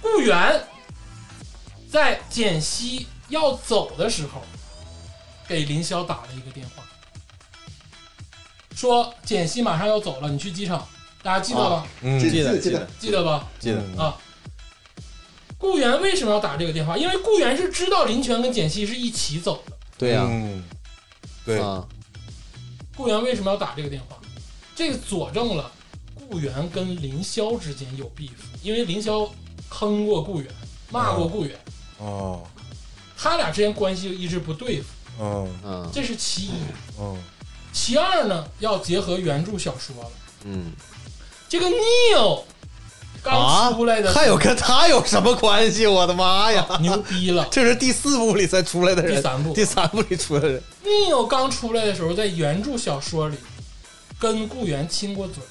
Speaker 1: 顾源在简溪要走的时候，给林霄打了一个电话，说简溪马上要走了，你去机场。大家记得
Speaker 3: 啊
Speaker 1: 吧？
Speaker 2: 嗯，
Speaker 4: 这
Speaker 3: 记得
Speaker 4: 记
Speaker 3: 记
Speaker 4: 得
Speaker 3: 得
Speaker 1: 记得吧？
Speaker 3: 记得，
Speaker 2: 嗯
Speaker 1: 啊，顾源为什么要打这个电话？因为顾源是知道林泉跟简溪是一起走的。
Speaker 3: 对呀，
Speaker 2: 嗯，对，
Speaker 3: 啊，
Speaker 1: 顾源为什么要打这个电话？这个佐证了顾源跟林霄之间有 beef，因为林霄坑过顾源，骂过顾源，
Speaker 2: 啊，
Speaker 1: 他俩之间关系就一直不对付，
Speaker 2: 嗯
Speaker 3: 嗯
Speaker 1: 这是其一。
Speaker 2: 嗯
Speaker 1: 其二呢，要结合原著小说了，
Speaker 3: 嗯，
Speaker 1: 这个 Neil
Speaker 3: 啊
Speaker 1: 刚出来的时候、
Speaker 3: 还有跟他有什么关系？我的妈呀！
Speaker 1: 牛逼了。
Speaker 3: 这是第四部里才出来的人，
Speaker 1: 第三部
Speaker 3: 第三部里出来的人，
Speaker 1: Neil 刚出来的时候，在原著小说里跟顾源亲过嘴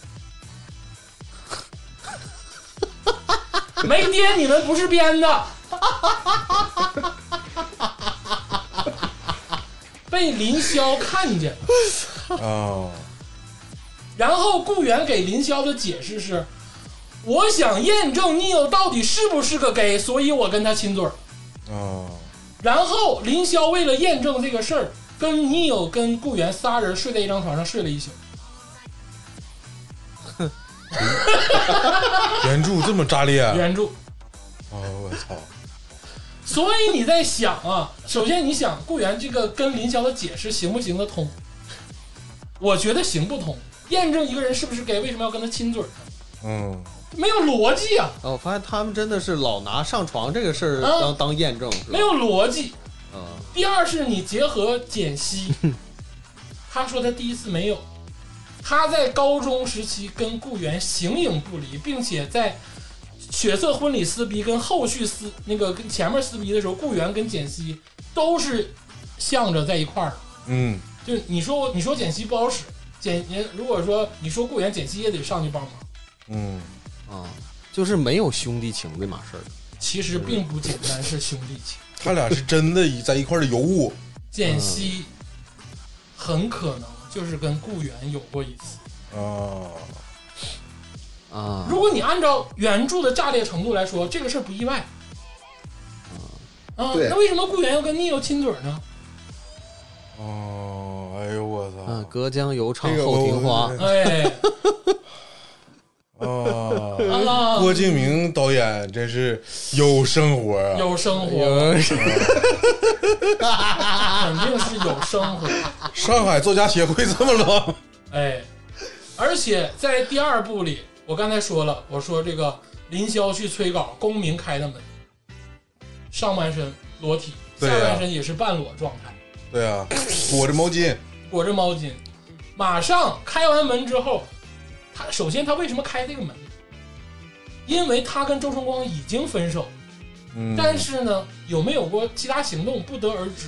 Speaker 1: 儿。没爹，你们不是编的。 被林霄看见了，
Speaker 2: 啊，
Speaker 1: 然后顾源给林霄的解释是：我想验证 Neil 到底是不是个 gay，所以我跟他亲嘴儿。
Speaker 2: 啊，
Speaker 1: 然后林霄为了验证这个事儿，跟你有跟顾源仨人睡在一张床上睡了一宿。
Speaker 2: 原著这么炸裂啊！
Speaker 1: 原著，
Speaker 2: 我操，
Speaker 1: 所以你在想啊，首先你想顾源这个跟林霄的解释行不行得通？我觉得行不通。验证一个人是不是 gay，为什么要跟他亲嘴呢？
Speaker 2: 嗯
Speaker 1: 没有逻辑啊，
Speaker 3: 哦，我发现他们真的是老拿上床这个事儿
Speaker 1: 啊
Speaker 3: 当、当验证，是吧
Speaker 1: 没有逻辑。
Speaker 3: 啊，
Speaker 1: 第二是你结合简 溪，他说他第一次没有，他在高中时期跟顾源形影不离，并且在血色婚礼撕逼跟后续撕那个跟前面撕逼的时候，顾源跟简溪都是向着在一块儿的。
Speaker 2: 嗯
Speaker 1: 就是你说我你说简溪不好使，简如果说你说顾源，简溪也得上去帮忙。
Speaker 2: 嗯
Speaker 3: 啊，就是没有兄弟情这码事儿。
Speaker 1: 其实并不简单是兄弟情，
Speaker 2: 他俩是真的在一块儿的尤物，
Speaker 1: 简溪很可能就是跟顾源有过一次。
Speaker 2: 啊，
Speaker 3: 啊
Speaker 1: 如果你按照原著的炸裂程度来说，这个事儿不意外。啊，
Speaker 4: 对
Speaker 1: 那为什么顾源要跟 Neo 亲嘴呢？
Speaker 2: 哦，哎呦我
Speaker 3: 啊，
Speaker 2: 操！
Speaker 3: 隔江犹唱
Speaker 2: 这个我
Speaker 3: 后庭花，
Speaker 1: 哎，
Speaker 2: 啊，
Speaker 1: 啊，
Speaker 2: 郭敬明导演真是有生活啊！
Speaker 1: 有生 活，
Speaker 3: 有
Speaker 1: 肯定是有生活。
Speaker 2: 上海作家协会这么冷，
Speaker 1: 哎，而且在第二部里，我刚才说了，我说这个林霄去催稿，公明开的门，上半身裸体，下
Speaker 2: 对啊呀
Speaker 1: 半身也是半裸状态，
Speaker 2: 对啊，裹着毛巾，
Speaker 1: 裹着毛巾。马上开完门之后，他首先他为什么开这个门？因为他跟周崇光已经分手，
Speaker 2: 嗯，
Speaker 1: 但是呢，有没有过其他行动不得而知。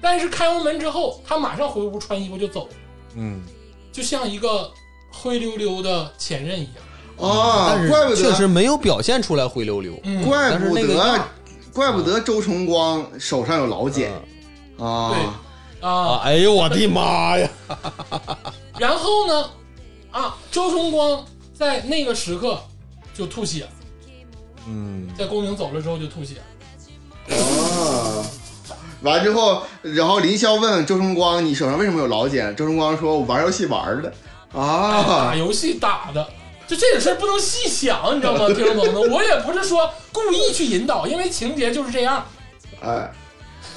Speaker 1: 但是开完门之后，他马上回屋穿衣服就走了，
Speaker 2: 嗯，
Speaker 1: 就像一个灰溜溜的前任一样。
Speaker 4: 啊
Speaker 3: 嗯但，是
Speaker 4: 怪不
Speaker 3: 确实
Speaker 4: 得，
Speaker 3: 没有表现出来灰溜溜。
Speaker 1: 嗯，
Speaker 4: 怪
Speaker 3: 但是
Speaker 4: 不
Speaker 3: 那个样
Speaker 4: 得，怪不得周崇光手上有老茧
Speaker 3: 嗯
Speaker 4: 啊！
Speaker 1: 啊
Speaker 3: 啊，，哎呦我的妈呀！
Speaker 1: 然后呢，啊，周崇光在那个时刻就吐血，
Speaker 2: 嗯，
Speaker 1: 在公明走了之后就吐血，
Speaker 4: 啊，完之后，然后林霄问周崇光：“你手上为什么有老茧？”周崇光说：“我玩游戏玩的。”
Speaker 1: 打
Speaker 4: 啊，
Speaker 1: 游戏打的。就这个事儿不能细想，你知道吗，听众朋友们？我也不是说故意去引导，因为情节就是这样
Speaker 4: 哎，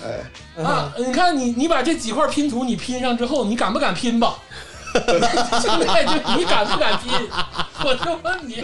Speaker 4: 哎，
Speaker 1: 啊。你看你，你把这几块拼图你拼上之后，你敢不敢拼吧？ 现在就你敢不敢拼？我就问你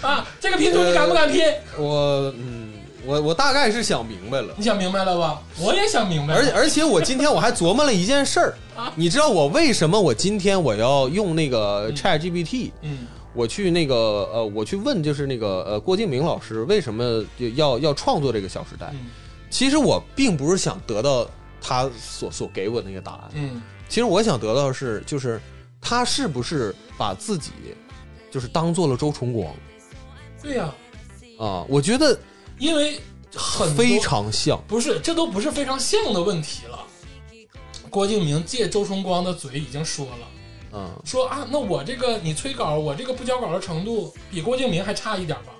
Speaker 1: 啊，这个拼图你敢不敢拼？
Speaker 3: 我嗯，我我大概是想明白了，
Speaker 1: 你想明白了吧？我也想明白了，
Speaker 3: 而且而且我今天我还琢磨了一件事儿，你知道我为什么我今天我要用那个 Chat GPT，
Speaker 1: 嗯
Speaker 3: 我去那个呃，我去问就是那个呃郭敬明老师为什么就要要创作这个《小时代》？
Speaker 1: 嗯
Speaker 3: 其实我并不是想得到他所所给我的那个答案，
Speaker 1: 嗯
Speaker 3: 其实我想得到的是就是他是不是把自己就是当做了周崇光
Speaker 1: 对呀、
Speaker 3: 啊？我觉得
Speaker 1: 因为很多
Speaker 3: 非常像。
Speaker 1: 不是，这都不是非常像的问题了。郭敬明借周崇光的嘴已经说了，
Speaker 3: 嗯，
Speaker 1: 说啊，那我这个你催稿，我这个不交稿的程度比郭敬明还差一点吧？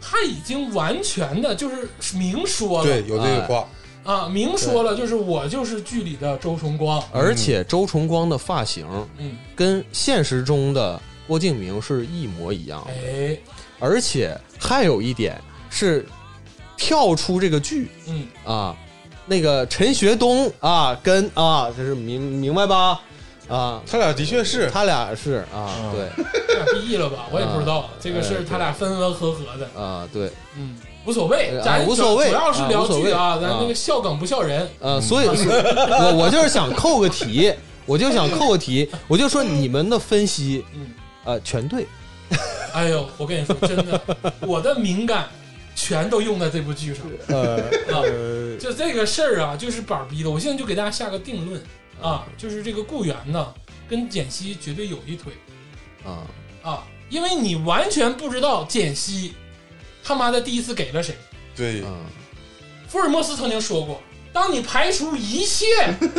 Speaker 1: 他已经完全的就是明说了
Speaker 2: 对，有这个话，
Speaker 1: 啊，明说了，就是我就是剧里的周崇光，
Speaker 3: 而且周崇光的发型
Speaker 1: 嗯，
Speaker 3: 跟现实中的郭敬明是一模一样的，
Speaker 1: 哎，
Speaker 3: 而且还有一点是跳出这个剧
Speaker 1: 嗯，
Speaker 3: 啊，那个陈学冬啊，跟啊，就是明明白吧？啊，
Speaker 2: 他俩的确是，
Speaker 3: 他俩是啊，
Speaker 2: 嗯
Speaker 3: 对
Speaker 1: 这俩毕业了 吧？我也不知道，这个
Speaker 3: 哎
Speaker 1: 是
Speaker 3: 对
Speaker 1: 他俩分分合合的，
Speaker 3: 啊，对，
Speaker 1: 嗯，无所谓，
Speaker 3: 哎
Speaker 1: 咱
Speaker 3: 无所谓
Speaker 1: 主要是聊
Speaker 3: 啊无所
Speaker 1: 剧
Speaker 3: 谓
Speaker 1: 啊，咱
Speaker 3: 啊
Speaker 1: 那个笑梗不笑人，
Speaker 3: 呃，所以，所以我我就是想扣个题，我就想扣个题，我就说你们的分析，
Speaker 1: 嗯。
Speaker 3: 呃，全对，
Speaker 1: 哎呦，我跟你说，真的，我的敏感全都用在这部剧上了。
Speaker 3: 呃，
Speaker 1: 啊就这个事儿啊，就是板儿逼的。我现在就给大家下个定论
Speaker 3: 嗯
Speaker 1: 啊，就是这个顾源呢，跟简溪绝对有一腿
Speaker 3: 啊，
Speaker 1: 啊，因为你完全不知道简溪他妈的第一次给了谁。
Speaker 2: 对，
Speaker 3: 嗯，
Speaker 1: 福尔摩斯曾经说过，当你排除一切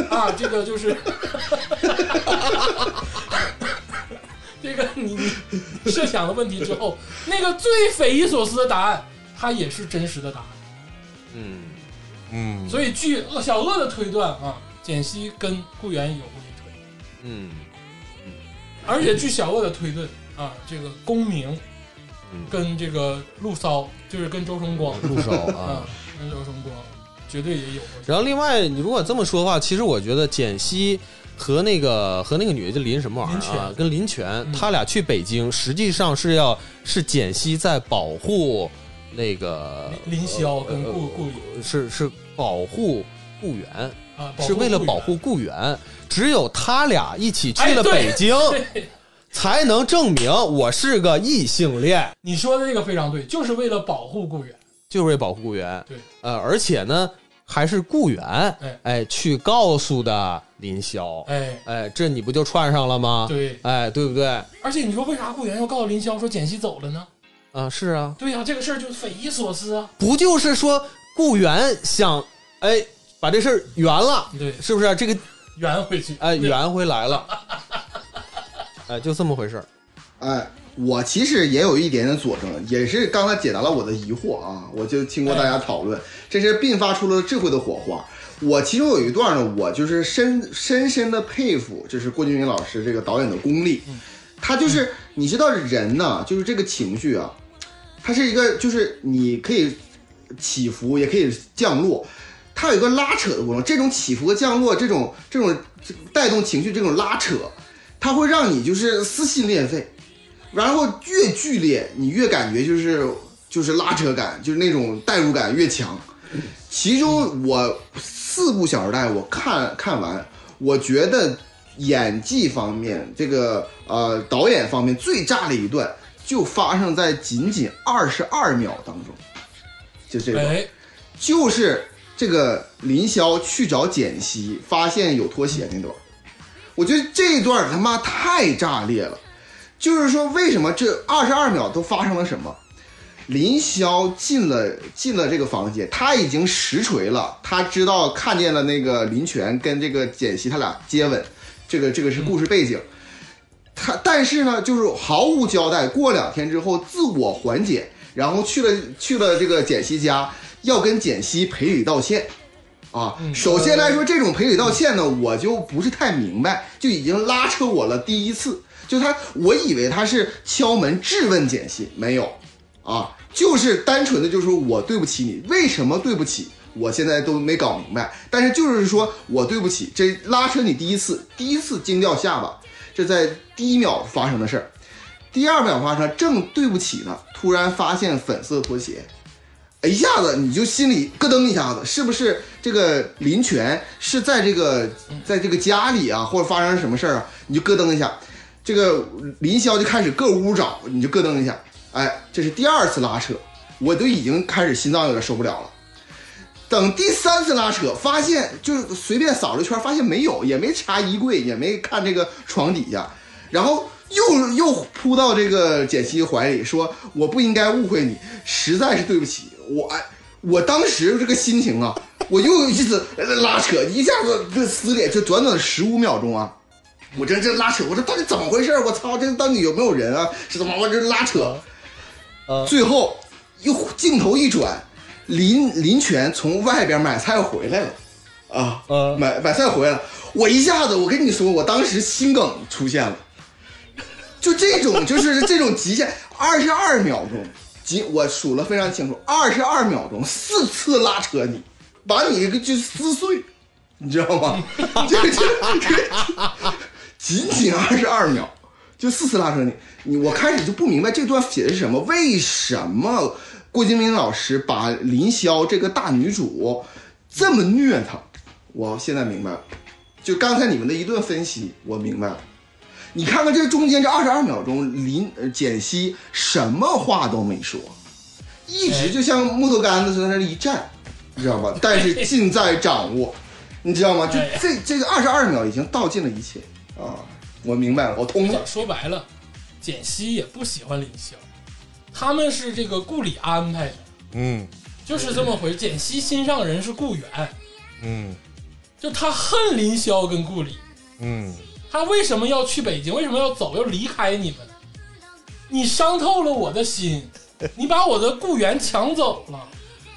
Speaker 1: 啊，这个就是，这个你你设想的问题之后，那个最匪夷所思的答案，它也是真实的答案。
Speaker 3: 嗯，
Speaker 2: 嗯，
Speaker 1: 所以据恶小恶的推断啊，简溪跟顾源有过一腿，
Speaker 3: 嗯，
Speaker 1: 而且据小恶的推论啊，这个公明
Speaker 3: 嗯
Speaker 1: 跟这个陆骚，就是跟周崇光
Speaker 3: 陆少
Speaker 1: 啊。，
Speaker 3: 啊
Speaker 1: 跟周崇光绝对也有过一腿。
Speaker 3: 然后另外，你如果这么说的话，其实我觉得简溪和那个和那个女的叫林什么玩意
Speaker 1: 林
Speaker 3: 儿啊
Speaker 1: 泉，
Speaker 3: 跟林泉、
Speaker 1: 嗯
Speaker 3: 他俩去北京，实际上是要是简溪在保护那个
Speaker 1: 林林霄跟
Speaker 3: 呃
Speaker 1: 顾顾
Speaker 3: 是是保护顾源，
Speaker 1: 啊，
Speaker 3: 是为了
Speaker 1: 顾源
Speaker 3: 保护顾源。只有他俩一起去了
Speaker 1: 哎对
Speaker 3: 北 京，
Speaker 1: 对
Speaker 3: 才能证明我是个异性恋，
Speaker 1: 你说的这个非常对，就是为了保护雇员。
Speaker 3: 就是为保护顾源。
Speaker 1: 对，
Speaker 3: 呃，而且呢，还是顾源
Speaker 1: 哎
Speaker 3: 哎去告诉的林霄。
Speaker 1: 哎，
Speaker 3: 哎，这你不就串上了吗？，
Speaker 1: 对，
Speaker 3: 哎，对不对？
Speaker 1: 而且你说为啥雇员要告诉林霄说简溪走了呢？
Speaker 3: 啊，是啊，
Speaker 1: 对呀、这个事儿就匪夷所思啊。
Speaker 3: 不就是说顾源想哎把这事儿圆了，
Speaker 1: 对
Speaker 3: 是不是？这个
Speaker 1: 圆回去。
Speaker 3: 哎，圆回来了， 哎，就这么回事儿。
Speaker 4: 哎，我其实也有一点点佐证，也是刚才解答了我的疑惑啊。我就经过大家讨论，这是迸发出了智慧的火花。我其中有一段呢，我就是深深深的佩服，就是郭敬明老师这个导演的功力。他就是你知道人呐、就是这个情绪啊，它是一个就是你可以起伏，也可以降落，它有一个拉扯的过程。这种起伏和降落，这种这种带动情绪这种拉扯，它会让你就是撕心裂肺。然后越剧烈，你越感觉就是就是拉扯感，就是那种代入感越强。其中我四部《小时代》，我看看完，我觉得演技方面，这个呃导演方面最炸的一段，就发生在仅仅二十二秒当中，就这段。
Speaker 1: 哎，
Speaker 4: 就是这个林霄去找简溪，发现有拖鞋那段儿，我觉得这段儿他妈太炸裂了。就是说，为什么这二十二秒都发生了什么？林霄进了进了这个房间，他已经实锤了，他知道看见了那个林泉跟这个简溪他俩接吻，这个这个是故事背景。他但是呢，就是毫无交代。过两天之后自我缓解，然后去了去了这个简溪家，要跟简溪赔礼道歉。啊，首先来说，这种赔礼道歉呢，我就不是太明白，就已经拉扯我了。第一次，就他，我以为他是敲门质问简溪，没有，啊，就是单纯的就是说我对不起你，为什么对不起？我现在都没搞明白，但是就是说我对不起，这拉扯你第一次，第一次惊掉下巴，这在第一秒发生的事儿，第二秒发生，正对不起呢，突然发现粉色拖鞋，哎一下子你就心里咯噔一下子，是不是这个林泉是在这个在这个家里啊，或者发生什么事儿啊，你就咯噔一下，这个林霄就开始各屋找，你就咯噔一下，哎，这是第二次拉扯，我都已经开始心脏有点受不了了。等第三次拉扯，发现就是随便扫了一圈，发现没有，也没查衣柜，也没看这个床底下，然后又又扑到这个简溪怀里，说我不应该误会你，实在是对不起，我哎我当时这个心情啊，我又一次拉扯，一下子这撕裂，就短短十五秒钟啊，我这这拉扯，我这到底怎么回事？我操，这到底有没有人啊？这怎么我这拉扯？
Speaker 3: 呃
Speaker 4: 最后又镜头一转，林林泉从外边买菜回来了，啊，
Speaker 3: 呃
Speaker 4: 买买菜回来了，我一下子，我跟你说，我当时心梗出现了，就这种就是这种极限，二十二秒钟，极我数了非常清楚，二十二秒钟四次拉扯你，把你给就撕碎，你知道吗？ 这这这，仅仅二十二秒。就四次拉扯你，你我开始就不明白这段写的是什么，为什么郭敬明老师把林霄这个大女主这么虐她？我现在明白了，就刚才你们的一顿分析，我明白了。你看看这中间这二十二秒钟，林呃简溪什么话都没说，一直就像木头杆子在那里一站，你知道吧？但是尽在掌握，你知道吗？就
Speaker 1: 哎
Speaker 4: 这这个二十二秒已经道尽了一切啊！我明白了，我通了。
Speaker 1: 说白了，简溪也不喜欢林霄，他们是这个故里安排的，
Speaker 2: 嗯
Speaker 1: 就是这么回事。简溪心上人是顾源，
Speaker 2: 嗯
Speaker 1: 就他恨林霄跟顾里，
Speaker 2: 嗯
Speaker 1: 他为什么要去北京？为什么要走？要离开你们？你伤透了我的心，你把我的雇员抢走了，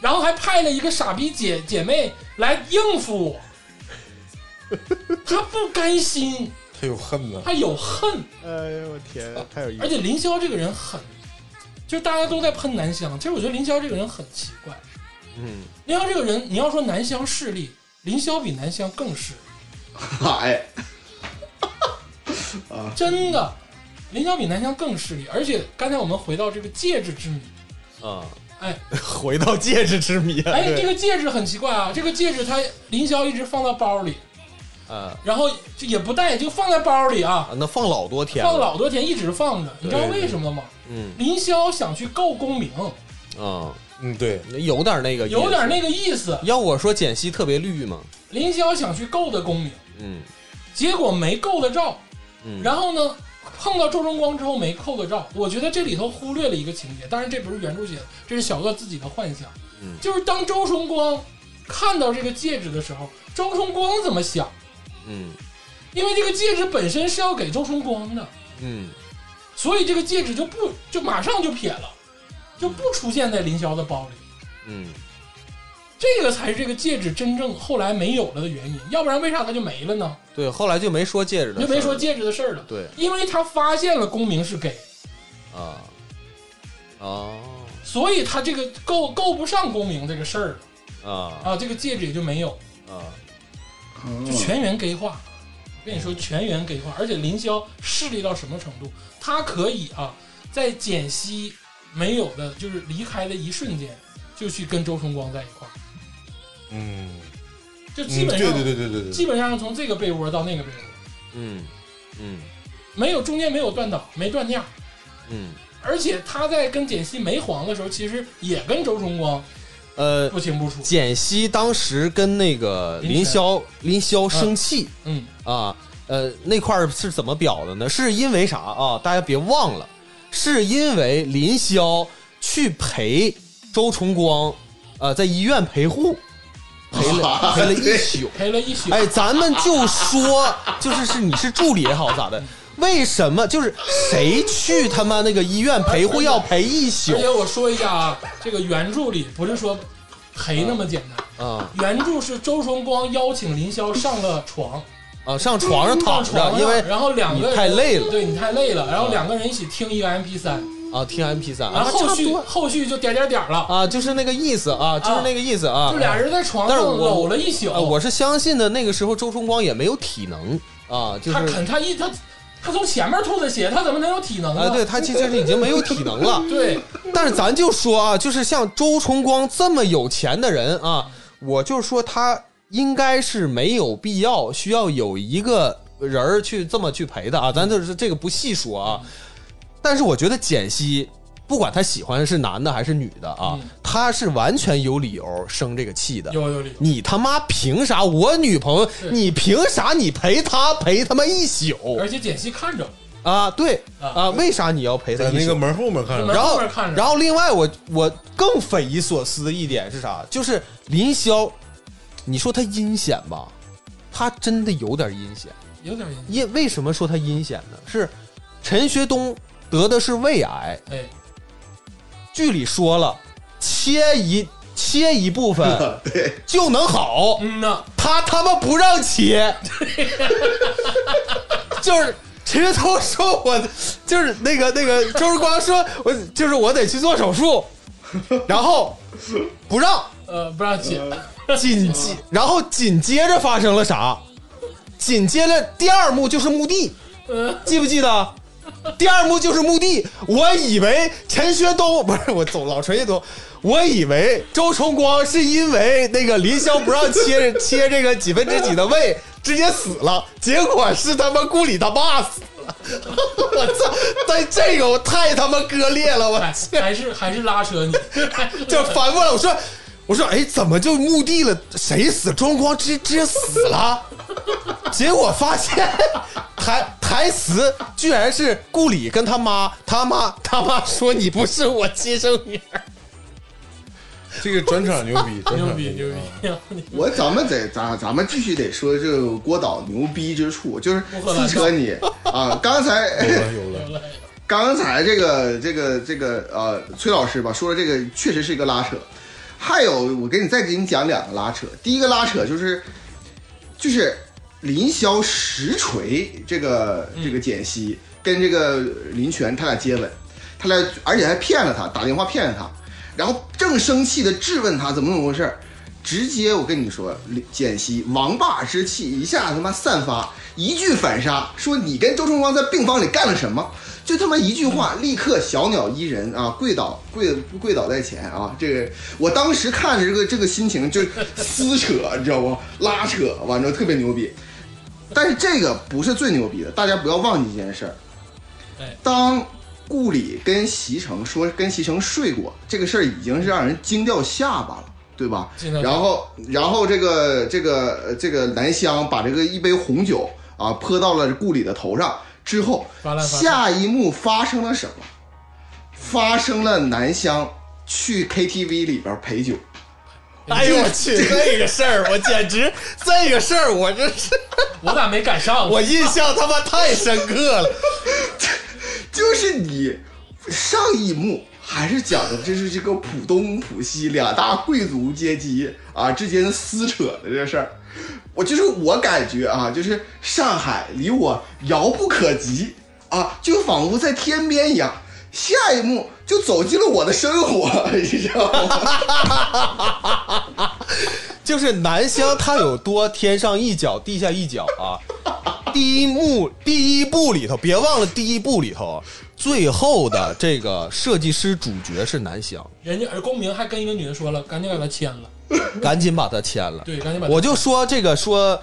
Speaker 1: 然后还派了一个傻逼姐姐妹来应付我。他不甘心，
Speaker 2: 他有恨呢。
Speaker 1: 他有恨，
Speaker 3: 哎呦我天，太有意
Speaker 1: 而且林霄这个人狠，就是大家都在喷南湘，其实我觉得林霄这个人很奇怪。
Speaker 3: 嗯，
Speaker 1: 林霄这个人，你要说南湘势利，林霄比南湘更势利，
Speaker 4: 海，
Speaker 1: 真的，林霄比南湘更势利。而且刚才我们回到这个戒指之 谜，
Speaker 3: 啊！
Speaker 1: 哎，
Speaker 3: 回到戒指之谜啊，
Speaker 1: 哎，
Speaker 3: 对
Speaker 1: 这个戒指很奇怪啊，这个戒指他林霄一直放到包里，
Speaker 3: 啊，
Speaker 1: 然后就也不戴，就放在包里啊，
Speaker 3: 那放老多天
Speaker 1: 放老多天一直放着。你知道为什么吗？
Speaker 3: 嗯
Speaker 1: 林霄想去告功名，
Speaker 3: 啊，
Speaker 2: 嗯，对，
Speaker 3: 有点那个，
Speaker 1: 有点。那个意思。
Speaker 3: 要我说，简溪特别绿嘛，
Speaker 1: 林霄想去够的功名，
Speaker 3: 嗯
Speaker 1: 结果没够得着。
Speaker 3: 嗯，
Speaker 1: 然后呢，碰到周崇光之后没扣得着。我觉得这里头忽略了一个情节，当然这不是原著写的，这是小鳄自己的幻想。
Speaker 3: 嗯
Speaker 1: 就是当周崇光看到这个戒指的时候，周崇光怎么想？
Speaker 3: 嗯
Speaker 1: 因为这个戒指本身是要给周崇光的，
Speaker 3: 嗯
Speaker 1: 所以这个戒指就不就马上就撇了，就不出现在林霄的包里。
Speaker 3: 嗯
Speaker 1: 这个才是这个戒指真正后来没有了的原因，要不然为啥它就没了呢？
Speaker 3: 对，后来就没说戒指的事儿
Speaker 1: 就
Speaker 3: 了，
Speaker 1: 没说戒指的事儿了。
Speaker 3: 对
Speaker 1: 因为他发现了公明是 gay，
Speaker 3: 啊哦
Speaker 1: 所以他这个够够不上公明这个事儿了
Speaker 3: 啊
Speaker 1: 啊，这个戒指也就没有，
Speaker 3: 啊
Speaker 2: 嗯
Speaker 1: 就全员 gay 化。我跟你说，全员 gay 化，而且林霄势力到什么程度？他可以啊，在简溪没有的，就是离开的一瞬间，就去跟周崇光在一块儿，
Speaker 2: 嗯，
Speaker 1: 就
Speaker 2: 嗯
Speaker 1: 基本上、
Speaker 2: 对对对对对
Speaker 1: 基
Speaker 2: 对，
Speaker 1: 本上从这个被窝到那个被窝，
Speaker 3: 嗯嗯
Speaker 1: 没有中间没有断档，没断架，
Speaker 3: 嗯
Speaker 1: 而且他在跟简溪没黄的时候，其实也跟周崇光
Speaker 3: 呃，
Speaker 1: 不清不楚。
Speaker 3: 简溪当时跟那个林霄林霄生气
Speaker 1: 嗯，
Speaker 3: 啊，呃那块儿是怎么表的呢？是因为啥啊？大家别忘了，是因为林霄去陪周崇光，呃，在医院陪护，陪了陪了一宿。
Speaker 1: 陪了一宿。
Speaker 3: 哎，咱们就说，就是是你是助理也好咋的，为什么就是谁去他妈那个医院陪护要陪一宿
Speaker 1: 而且我说一下啊，这个原著里不是说陪那么简单，
Speaker 3: 啊
Speaker 1: 原著是周崇光邀请林霄上了床，
Speaker 3: 啊？上床上躺
Speaker 1: 上床
Speaker 3: 着，
Speaker 1: 上
Speaker 3: 因为
Speaker 1: 然后两个人
Speaker 3: 你太累了
Speaker 1: 对你太累了，然后两个人一起听一个 MP 三，
Speaker 3: 啊听 MP 三，
Speaker 1: 然后
Speaker 3: 差
Speaker 1: 后
Speaker 3: 不
Speaker 1: 续
Speaker 3: 多
Speaker 1: 后续就点点点了，
Speaker 3: 啊，就是那个意思啊，就是那个意思啊。
Speaker 1: 就俩人在床
Speaker 3: 但
Speaker 1: 上
Speaker 3: 是我
Speaker 1: 搂了一宿
Speaker 3: 啊，。我是相信的，那个时候周崇光也没有体能啊，就
Speaker 1: 他
Speaker 3: 是
Speaker 1: 肯他一他他从前面吐的血，他怎么能有体能
Speaker 3: 啊，
Speaker 1: 呢？
Speaker 3: 对他其实已经没有体能了。
Speaker 1: 对，
Speaker 3: 但是咱就说啊，就是像周崇光这么有钱的人啊，我就说他应该是没有必要需要有一个人儿去这么去陪的啊，咱就是这个不细说啊。但是我觉得简溪，不管他喜欢是男的还是女的啊
Speaker 1: 嗯，
Speaker 3: 他是完全有理由生这个气的。
Speaker 1: 有有理。
Speaker 3: 你他妈凭啥？我女朋友，
Speaker 1: 对
Speaker 3: 你凭啥？你陪她陪他妈一宿
Speaker 1: 而且简溪看着我，
Speaker 3: 啊？对
Speaker 1: 啊
Speaker 3: 啊，为啥你要陪她
Speaker 2: 在
Speaker 3: 一宿？
Speaker 2: 那个门后面看
Speaker 1: 就
Speaker 2: 着
Speaker 1: 门
Speaker 3: 嗯然后
Speaker 1: 后面看着
Speaker 3: 然后另外我我更匪夷所思的一点是啥？就是林霄，你说他阴险吧，他真的有点阴险。
Speaker 1: 有点影响。
Speaker 3: 因为什么说他阴险呢？是陈学冬得的是胃癌，
Speaker 1: 哎，
Speaker 3: 剧里说了，切一切一部 分
Speaker 1: 哦
Speaker 4: 对，
Speaker 3: 就能好。
Speaker 1: 嗯呐，
Speaker 3: 他他妈不让切，就是陈学冬说我就是那个那个周日光说我就是我得去做手术，然后不让
Speaker 1: 呃，不让写。
Speaker 3: 紧接然后紧接着发生了啥？紧接着第二幕就是墓地，记不记得？第二幕就是墓地，我以为陈学冬不是我走老陈学冬，我以为周崇光是因为那个林霄不让切切这个几分之几的胃，直接死了，结果是他妈顾里他爸死了， 我操！但这个我太他妈割裂了，我
Speaker 1: 哎，
Speaker 3: 去。
Speaker 1: 还是还是拉扯你，
Speaker 3: 就反过来，我说，我说，哎，怎么就墓地了？谁死？周荣光直直接死了。 结果发现台台词居然是顾里跟他妈，他妈他妈说你不是我亲生女儿。
Speaker 2: 这个 转场牛逼，转
Speaker 1: 牛
Speaker 2: 场
Speaker 1: 逼牛
Speaker 2: 啊
Speaker 1: 逼！
Speaker 4: 我咱们得咱咱们继续得说这个郭导牛逼之处，就是
Speaker 1: 荷兰
Speaker 4: 撕扯你啊！刚才
Speaker 2: 有了有
Speaker 1: 嗯
Speaker 2: 了，
Speaker 4: 刚才这个这个这个呃，崔老师吧说的这个确实是一个拉扯。还有，我给你再给你讲两个拉扯。第一个拉扯就是就是林霄实锤这个这个简溪跟这个林泉他俩接吻，他俩而且还骗了他，打电话骗了他，然后正生气的质问他怎么怎么回事儿直接我跟你说，林简溪王霸之气一下他妈散发，一句反杀，说你跟周崇光在病房里干了什么？就他妈一句话，立刻小鸟依人啊，跪倒跪跪倒在前啊！这个我当时看着这个这个心情就撕扯，你知道不？拉扯完之后特别牛逼，但是这个不是最牛逼的，大家不要忘记一件事儿
Speaker 1: 哎。
Speaker 4: 当顾里跟席城说跟席城睡过这个事儿，已经是让人惊掉下巴了，对吧
Speaker 1: 惊掉？下巴
Speaker 4: 然后，然后这个这个呃这个南湘把这个一杯红酒啊泼到了顾里的头上之后
Speaker 1: 发烂，发烂
Speaker 4: 下一幕发生了什么？发生了南湘去 KTV 里边陪酒。
Speaker 3: 哎呦我去，这个事儿我简直，这个事儿我真 是
Speaker 1: 我咋没赶上？
Speaker 3: 我印象他妈太深刻了。
Speaker 4: 就是你上一幕还是讲的这是这个浦东浦西两大贵族阶级啊之间撕扯的这事儿。我就是我感觉啊，就是上海离我遥不可及啊，就仿佛在天边一样。下一幕就走进了我的生活，你知道吗？
Speaker 3: 就是南湘它有多天上一脚地下一脚啊！ 第一幕第一部里头，别忘了第一部里头最后的这个设计师主角是南湘，
Speaker 1: 人家而公明还跟一个女的说了，赶紧给他签了。
Speaker 3: 赶紧把他签了。
Speaker 1: 对，赶紧把他
Speaker 3: 我就说这个说，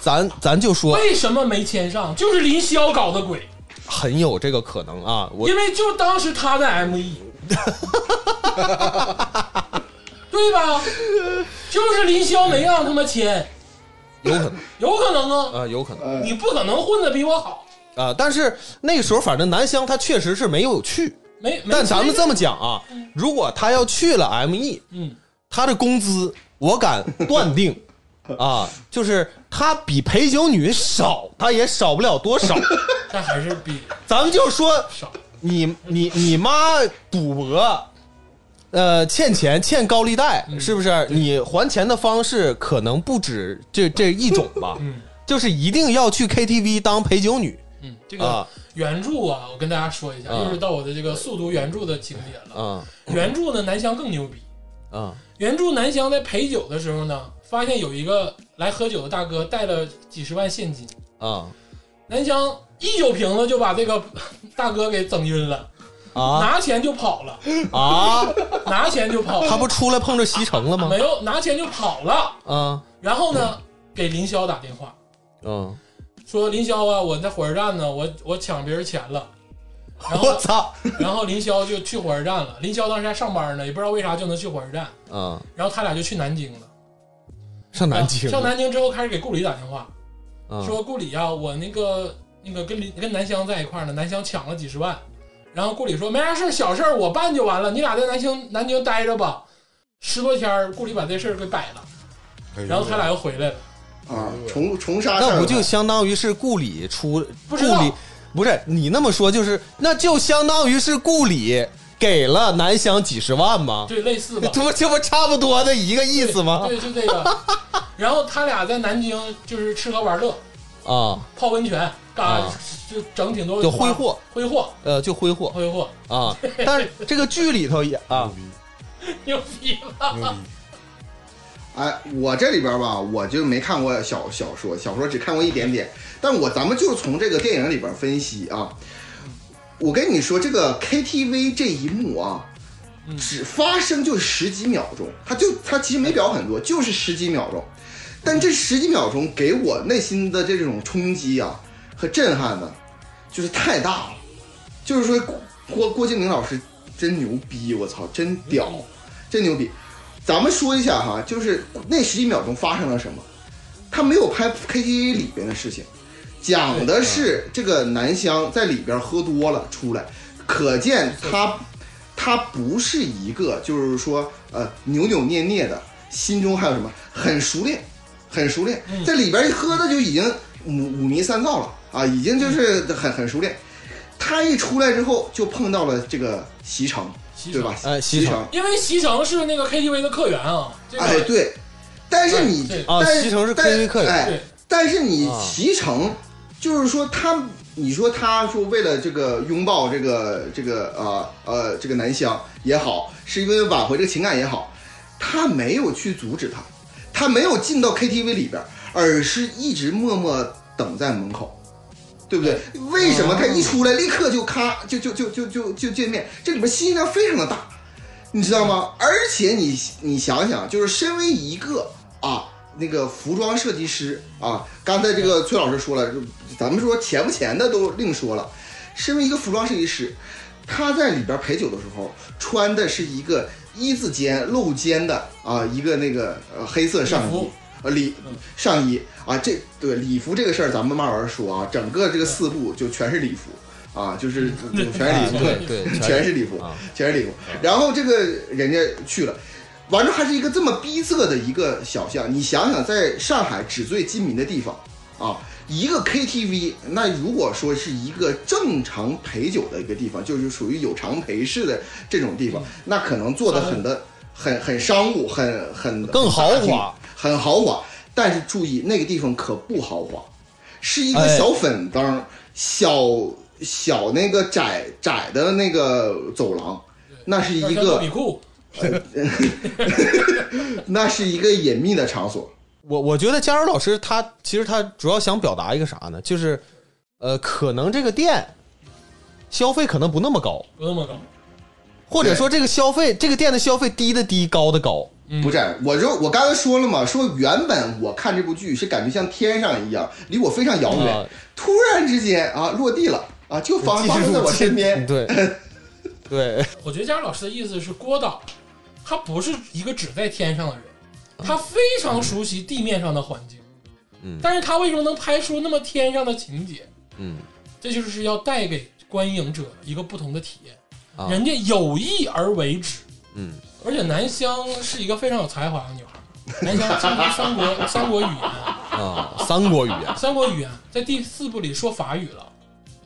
Speaker 3: 咱咱就说
Speaker 1: 为什么没签上？就是林霄搞的鬼，
Speaker 3: 很有这个可能啊。我
Speaker 1: 因为就当时他在 M E，对吧？就是林霄没让他们签，
Speaker 3: 有可能
Speaker 1: 有可能啊，
Speaker 3: 啊，有可能
Speaker 4: 呃
Speaker 1: 你不可能混的比我好，
Speaker 3: 啊。但是那个时候，反正南湘他确实是没有去。
Speaker 1: 没。没
Speaker 3: 但咱们这
Speaker 1: 么，
Speaker 3: 么讲啊，如果他要去了 M E，
Speaker 1: 嗯，
Speaker 3: 他的工资我敢 断定啊，就是他比陪酒女少，他也少不了多 少。
Speaker 1: 但还是比
Speaker 3: 咱们就说
Speaker 1: 少。
Speaker 3: 你你你妈赌博，呃，欠钱欠高利贷，
Speaker 1: 嗯
Speaker 3: 是不是？你还钱的方式可能不止这这一种吧，就是一定要去 KTV 当陪酒女
Speaker 1: 嗯，这个
Speaker 3: 啊
Speaker 1: 原著啊，我跟大家说一下，
Speaker 3: 啊
Speaker 1: 又是到我的这个速读原著的情节了。
Speaker 3: 啊
Speaker 1: 原著呢，南湘更牛逼。
Speaker 3: 啊
Speaker 1: 原著南湘在陪酒的时候呢，发现有一个来喝酒的大哥带了几十万现金，
Speaker 3: 啊
Speaker 1: 南湘一酒瓶子就把这个 大哥给整晕了，
Speaker 3: 啊
Speaker 1: 拿钱就跑 了，
Speaker 3: 啊！
Speaker 1: 拿钱就跑
Speaker 3: 他
Speaker 1: 了，
Speaker 3: 不出来碰着西城了吗
Speaker 1: 没？有拿钱就跑了。
Speaker 3: 啊
Speaker 1: 然后呢，给林霄打电话
Speaker 3: 嗯，
Speaker 1: 说：“林霄啊，我在火车站呢，我我抢别人钱了。”然
Speaker 3: 我
Speaker 1: 后，
Speaker 3: 操！
Speaker 1: 然后林霄就去火车站了。林霄当时还上班呢，也不知道为啥就能去火车站。
Speaker 3: 啊，
Speaker 1: 然后他俩就去南京了。
Speaker 3: 上南京
Speaker 1: 上南京之后开始给顾里打电话，
Speaker 3: 啊
Speaker 1: 说顾里呀、我那个那个跟林跟南湘在一块儿呢，南湘抢了几十万，然后顾里说没啥事儿，小事儿我办就完了，你俩在南京南京待着吧。十多天儿，顾里把这事儿给摆了，
Speaker 3: 哎
Speaker 1: 然后他俩又回来了。
Speaker 4: 啊，重重杀事儿
Speaker 3: 那
Speaker 4: 吧
Speaker 3: 不就相当于是顾里出
Speaker 1: 不知道
Speaker 3: 顾里不是你那么说就是那就相当于是顾里给了南湘几十万吗？
Speaker 1: 对，类似吧，
Speaker 3: 这不这不差不多的一个意思吗？
Speaker 1: 对，就这个。然后他俩在南京就是吃喝玩乐，
Speaker 3: 啊，
Speaker 1: 泡温泉，干、
Speaker 3: 啊
Speaker 1: 就整挺多
Speaker 3: 就挥霍，
Speaker 1: 挥霍，
Speaker 3: 呃，就挥霍
Speaker 1: 挥霍，
Speaker 3: 啊。但是这个剧里头也啊
Speaker 2: 牛逼
Speaker 1: 牛逼了。
Speaker 2: 牛逼，
Speaker 4: 哎，我这里边吧，我就没看过小小说，小说只看过一点点。但我咱们就从这个电影里边分析啊。我跟你说，这个 KTV 这一幕啊，只发生就十几秒钟，它就它其实没表很多，就是十几秒钟。但这十几秒钟给我内心的这种冲击啊和震撼呢，就是太大了。就是说郭郭郭敬明老师真牛逼，我操，真屌，真牛逼。咱们说一下哈，就是那十几秒钟发生了什么？他没有拍 KTV 里边的事情，讲的是
Speaker 1: 嗯
Speaker 4: 这个南湘在里边喝多了出来，可见他他不是一个就是说呃扭扭捏捏的，心中还有什么很熟练，很熟练，
Speaker 1: 嗯
Speaker 4: 在里边一喝的就已经五五迷三道了啊，已经就是
Speaker 1: 嗯
Speaker 4: 很很熟练。他一出来之后就碰到了这个席城，
Speaker 1: 席城
Speaker 4: 对吧？
Speaker 3: 哎席
Speaker 4: 席
Speaker 3: 城
Speaker 4: 城，
Speaker 1: 因为席城是那个 KTV 的客源啊，这个、
Speaker 4: 哎，对，但是你
Speaker 1: 对
Speaker 3: 啊
Speaker 4: 但
Speaker 3: 西城是
Speaker 4: 但
Speaker 3: KTV 客人
Speaker 4: 哎
Speaker 1: 对，
Speaker 4: 但是你
Speaker 3: 啊
Speaker 4: 西城就是说他，你说他说为了这个拥抱这个这个呃呃这个南湘也好，是因为挽回这个情感也好，他没有去阻止他，他没有进到 KTV 里边，而是一直默默等在门口。对不对？为什么他
Speaker 3: 哦
Speaker 4: 一出来立刻就咔就就就就就就见面？这里边信息量非常的大，你知道吗？而且你你想想，就是身为一个啊那个服装设计师啊，刚才这个崔老师说了，就咱们说钱不钱的都另说了，身为一个服装设计师，他在里边陪酒的时候穿的是一个一字肩露肩的啊一个那个呃黑色上
Speaker 1: 礼
Speaker 4: 衣
Speaker 1: 服。
Speaker 4: 呃礼上衣啊，这对礼服这个事儿，咱们慢慢说啊。整个这个四部就全是礼服啊，就是
Speaker 1: 嗯
Speaker 4: 就全是
Speaker 3: 啊
Speaker 4: 礼服，
Speaker 3: 对对
Speaker 4: 全是礼服
Speaker 3: 啊，
Speaker 4: 全是礼服。然后这个人家去了，完之后还是一个这么逼仄的一个小巷。你想想，在上海纸醉金迷的地方啊，一个 KTV，那如果说是一个正常陪酒的一个地方，就是属于有偿陪侍的这种地
Speaker 3: 嗯
Speaker 4: 方，那可能做的很的很很商务，很很
Speaker 3: 更豪华，
Speaker 4: 很豪华。但是注意，那个地方可不豪华，是一个
Speaker 3: 哎
Speaker 4: 小粉灯儿，小小那个窄窄的那个走廊，那是一
Speaker 1: 像
Speaker 4: 个
Speaker 1: 比库，
Speaker 4: 那是一个隐秘的场所。
Speaker 3: 我我觉得佳柔老师他其实他主要想表达一个啥呢？就是，呃，可能这个店消费可能不那么高，
Speaker 1: 不那么高，
Speaker 3: 或者说这个消费这个店的消费低的低，高的高。
Speaker 4: 不是，我就我刚才说了嘛，说原本我看这部剧是感觉像天上一样，离我非常遥远，
Speaker 3: 啊
Speaker 4: 突然之间啊落地了啊，就发
Speaker 3: 技
Speaker 4: 发生在
Speaker 3: 术
Speaker 4: 我身边
Speaker 3: 进。对对，
Speaker 1: 我觉得佳老师的意思是，郭导他不是一个只在天上的人，他非常熟悉地面上的环境，
Speaker 3: 嗯
Speaker 1: 但是他为什么能拍出那么天上的情节？
Speaker 3: 嗯
Speaker 1: 这就是要带给观影者一个不同的体验，
Speaker 3: 啊
Speaker 1: 人家有意而为之。
Speaker 3: 嗯，
Speaker 1: 而且南湘是一个非常有才华的女孩， 南湘精通三国三国语言，
Speaker 3: 啊，三国语言
Speaker 1: 三国语言在第四部里说法语了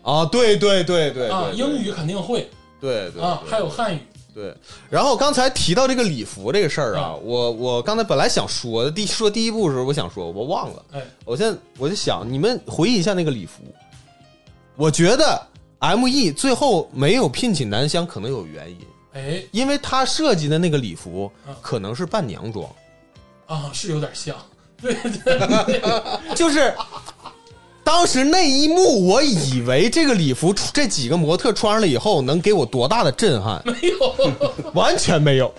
Speaker 3: 啊，对对对对
Speaker 1: 啊，
Speaker 3: 对
Speaker 1: 英语肯定会
Speaker 3: 对对
Speaker 1: 啊，
Speaker 3: 对
Speaker 1: 还有汉语，
Speaker 3: 对，然后刚才提到这个礼服这个事儿啊，
Speaker 1: 嗯
Speaker 3: 我我刚才本来想说的，第说第一步的时候我想说，我忘了，
Speaker 1: 哎，
Speaker 3: 我现在我就想你们回忆一下那个礼服，我觉得 M E 最后没有聘请南湘可能有原因，
Speaker 1: 哎
Speaker 3: 因为他设计的那个礼服
Speaker 1: 嗯
Speaker 3: 可能是伴娘装，
Speaker 1: 啊，是有点像，对对
Speaker 3: 就是。当时那一幕，我以为这个礼服出这几个模特穿上了以后能给我多大的震撼，
Speaker 1: 没有，
Speaker 3: 完全没 有，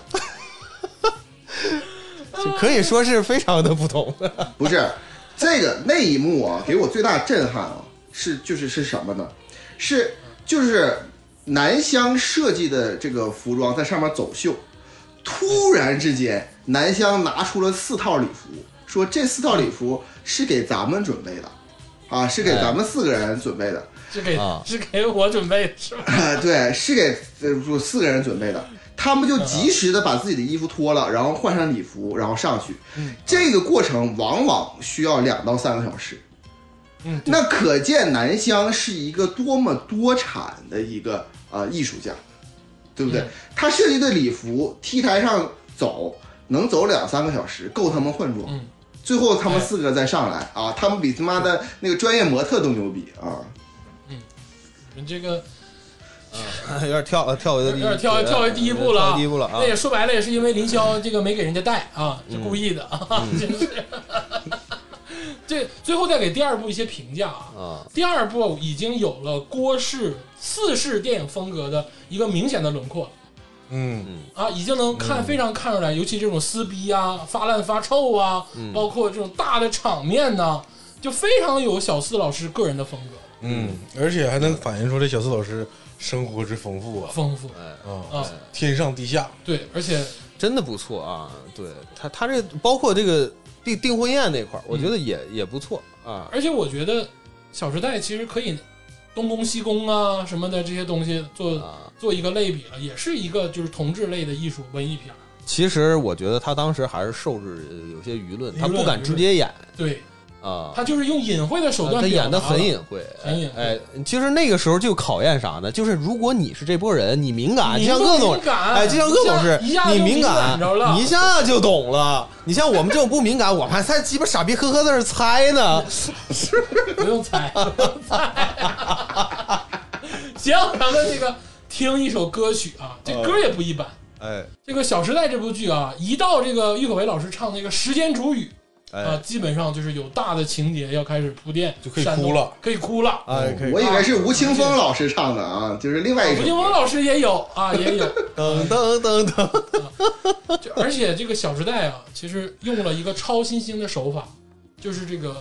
Speaker 3: 就可以说是非常的不同。
Speaker 4: 不是这个那一幕啊，给我最大震撼啊，是就是是什么呢？是就是南湘设计的这个服装在上面走秀，突然之间，南湘拿出了四套礼服，说这四套礼服是给咱们准备的，啊，是给咱们四个人准备的。
Speaker 1: 是给
Speaker 3: 啊
Speaker 1: 是给我准备的是吧？
Speaker 4: 啊， 对，是给呃不四个人准备的。他
Speaker 1: 嗯
Speaker 4: 们就及时的把自己的衣服脱了，然后换上礼服，然后上去。
Speaker 1: 嗯
Speaker 4: 这个过程往往需要两到三个小时。
Speaker 1: 嗯，
Speaker 4: 那可见南湘是一个多么多产的一个呃艺术家，对不对？
Speaker 1: 嗯
Speaker 4: 他设计的礼服 T 台上走能走两三个小时，够他们换装。
Speaker 1: 嗯
Speaker 4: 最后他们四个再上来啊，他们比他妈的那个专业模特都牛逼啊！
Speaker 1: 你这个
Speaker 3: 有点跳，呃跳回
Speaker 1: 有点跳跳回第一步了啊，
Speaker 3: 跳第一步了啊嗯
Speaker 1: 那！也说白了也是因为林霄这个没给人家带啊，是故意的啊，真是。 这最后再给第二部一些评价啊，
Speaker 3: 啊，
Speaker 1: 第二部已经有了郭氏四式电影风格的一个明显的轮廓了
Speaker 2: 嗯，
Speaker 1: 啊，已经能看非常看出来，尤其这种撕逼啊、发烂发臭啊，
Speaker 3: 嗯
Speaker 1: 包括这种大的场面呐，就非常有小四老师个人的风格
Speaker 2: 嗯，而且还能反映出这小四老师生活之丰富啊
Speaker 1: 丰
Speaker 3: 哎
Speaker 1: 富
Speaker 2: 啊，
Speaker 1: 啊，
Speaker 2: 天上地下，
Speaker 1: 对，而且
Speaker 3: 真的不错啊！对他，他这包括这个订订婚宴那块儿，我觉得也
Speaker 1: 嗯
Speaker 3: 也不错啊。
Speaker 1: 而且我觉得《小时代》其实可以东宫西宫啊什么的这些东西做
Speaker 3: 啊，
Speaker 1: 做一个类比了，也是一个就是同志类的艺术文艺片儿，
Speaker 3: 其实我觉得他当时还是受制有些舆论，
Speaker 1: 舆论
Speaker 3: 他不敢直接演
Speaker 1: 对，
Speaker 3: 啊。
Speaker 1: 他就是用隐晦的手
Speaker 3: 啊
Speaker 1: 段
Speaker 3: 他演的
Speaker 1: 表达了
Speaker 3: 很隐晦，
Speaker 1: 很隐晦
Speaker 3: 哎，哎其实那个时候就考验啥呢？就是如果你是哎这波人，你敏感，就像各种
Speaker 1: 敏感
Speaker 3: 哎，就像各老师
Speaker 1: 一下，
Speaker 3: 你
Speaker 1: 就
Speaker 3: 敏
Speaker 1: 感着了，
Speaker 3: 你一下就懂了。你像我们这种不敏感，我还在鸡巴傻逼呵呵在那儿猜呢。
Speaker 1: 不用猜，不用猜。 行，咱们这个听一首歌曲啊，
Speaker 2: 嗯
Speaker 1: 这歌也不一般。
Speaker 3: 哎
Speaker 1: 这个《小时代》这部剧啊，一到这个郁可唯老师唱那个时间煮雨啊，
Speaker 3: 哎
Speaker 1: 基本上就是有大的情节要开始铺垫，
Speaker 2: 就可以
Speaker 1: 煽动
Speaker 2: 哭了，
Speaker 1: 可以哭了。
Speaker 3: 哎，可以
Speaker 4: 我以为是吴青峰老师唱的啊，就是
Speaker 2: 哎
Speaker 4: 另外一
Speaker 1: 吴
Speaker 4: 首
Speaker 1: 京
Speaker 4: 歌
Speaker 1: 峰老师也有啊，也有。
Speaker 3: 噔噔噔噔，
Speaker 1: 就而且这个《小时代》啊，其实用了一个超新星的手法，就是这个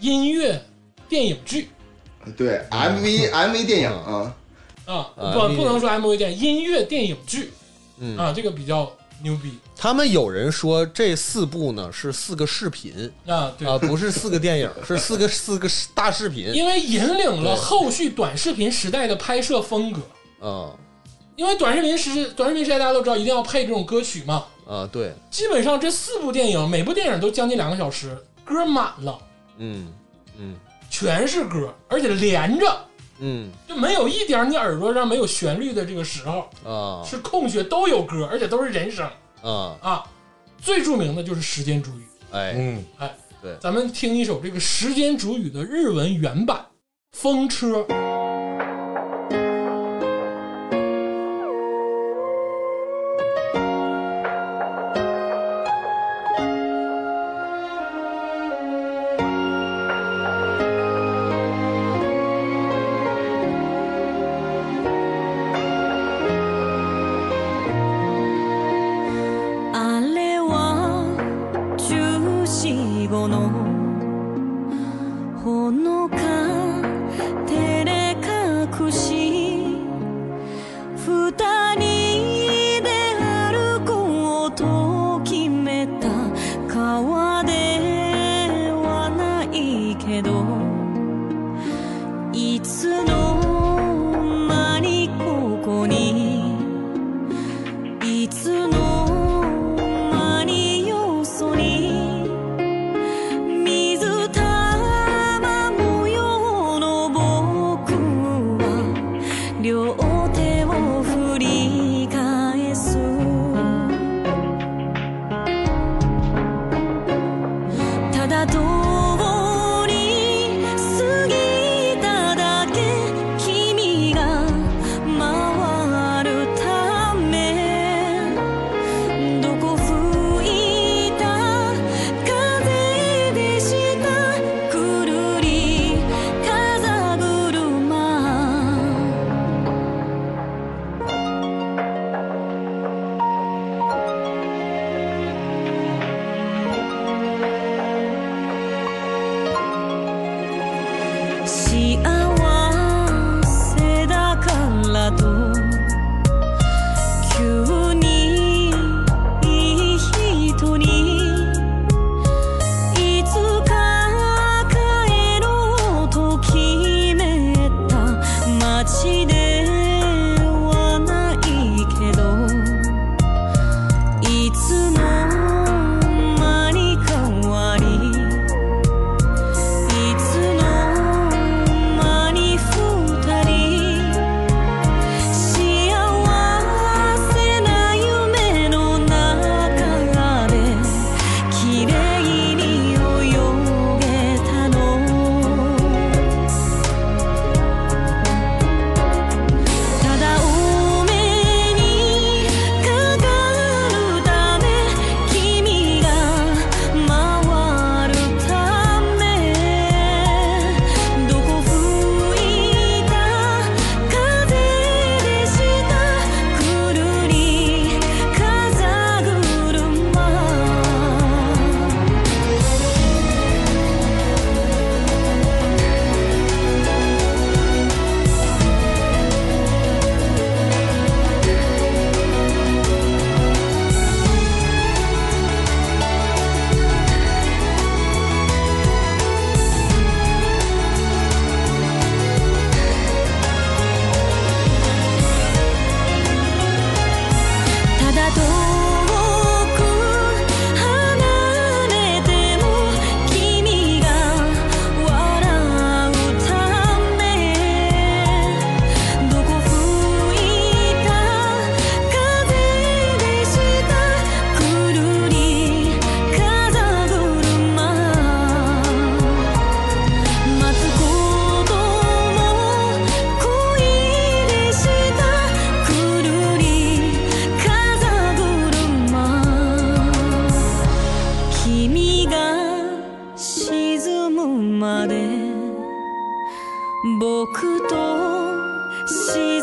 Speaker 1: 音乐电影剧。
Speaker 4: 对 MV MV 电影啊，
Speaker 1: 啊，
Speaker 3: 啊
Speaker 1: 不
Speaker 3: 音乐
Speaker 1: 不能说 MV 电影，音乐电影剧，
Speaker 3: 嗯
Speaker 1: 啊，这个比较牛逼
Speaker 3: 他们有人说这四部呢是四个视频
Speaker 1: 啊，对，
Speaker 3: 啊，不是四个电影，是四个四个大视频
Speaker 1: 因为引领了
Speaker 3: 对
Speaker 1: 后续短视频时代的拍摄风格。
Speaker 3: 啊
Speaker 1: 因为短视频时短视频时代大家都知道一定要配这种歌曲嘛，
Speaker 3: 啊啊，对，
Speaker 1: 基本上这四部电影，每部电影都将近两个小时，歌满了，
Speaker 3: 嗯嗯
Speaker 1: 全是歌，而且连着，
Speaker 3: 嗯
Speaker 1: 就没有一点你耳朵上没有旋律的这个时候，
Speaker 3: 啊
Speaker 1: 是空缺，都有歌，而且都是人声
Speaker 3: 啊，
Speaker 1: 啊。最著名的就是《时间煮雨
Speaker 3: 哎，
Speaker 2: 嗯，》，
Speaker 1: 咱们听一首这个《时间煮雨》的日文原版《风车》。
Speaker 5: あれは中四後のほのか照れ隠し二人で歩こうと決めた川ではないけどいつの間にここにいつの間によそに水玉模様の僕は両手を振り返すただ通り過ぎただけ君が回るためどこ吹いた風でしたくるり風車幸せだからと急にいい人にいつか帰ろうと決めた街ではないけどいつの間に変わり「いつの間に二人」「幸せな夢の中で綺麗に泳げたの」「ただお目にかかるため」「君が回るため」「どこ吹いた風でした」「くるり風車」ただ遠く離れても君が笑うためどこ吹いた風でしたくるり風車「待つことも恋でした」「くるり風車」「君が沈むまで僕と沈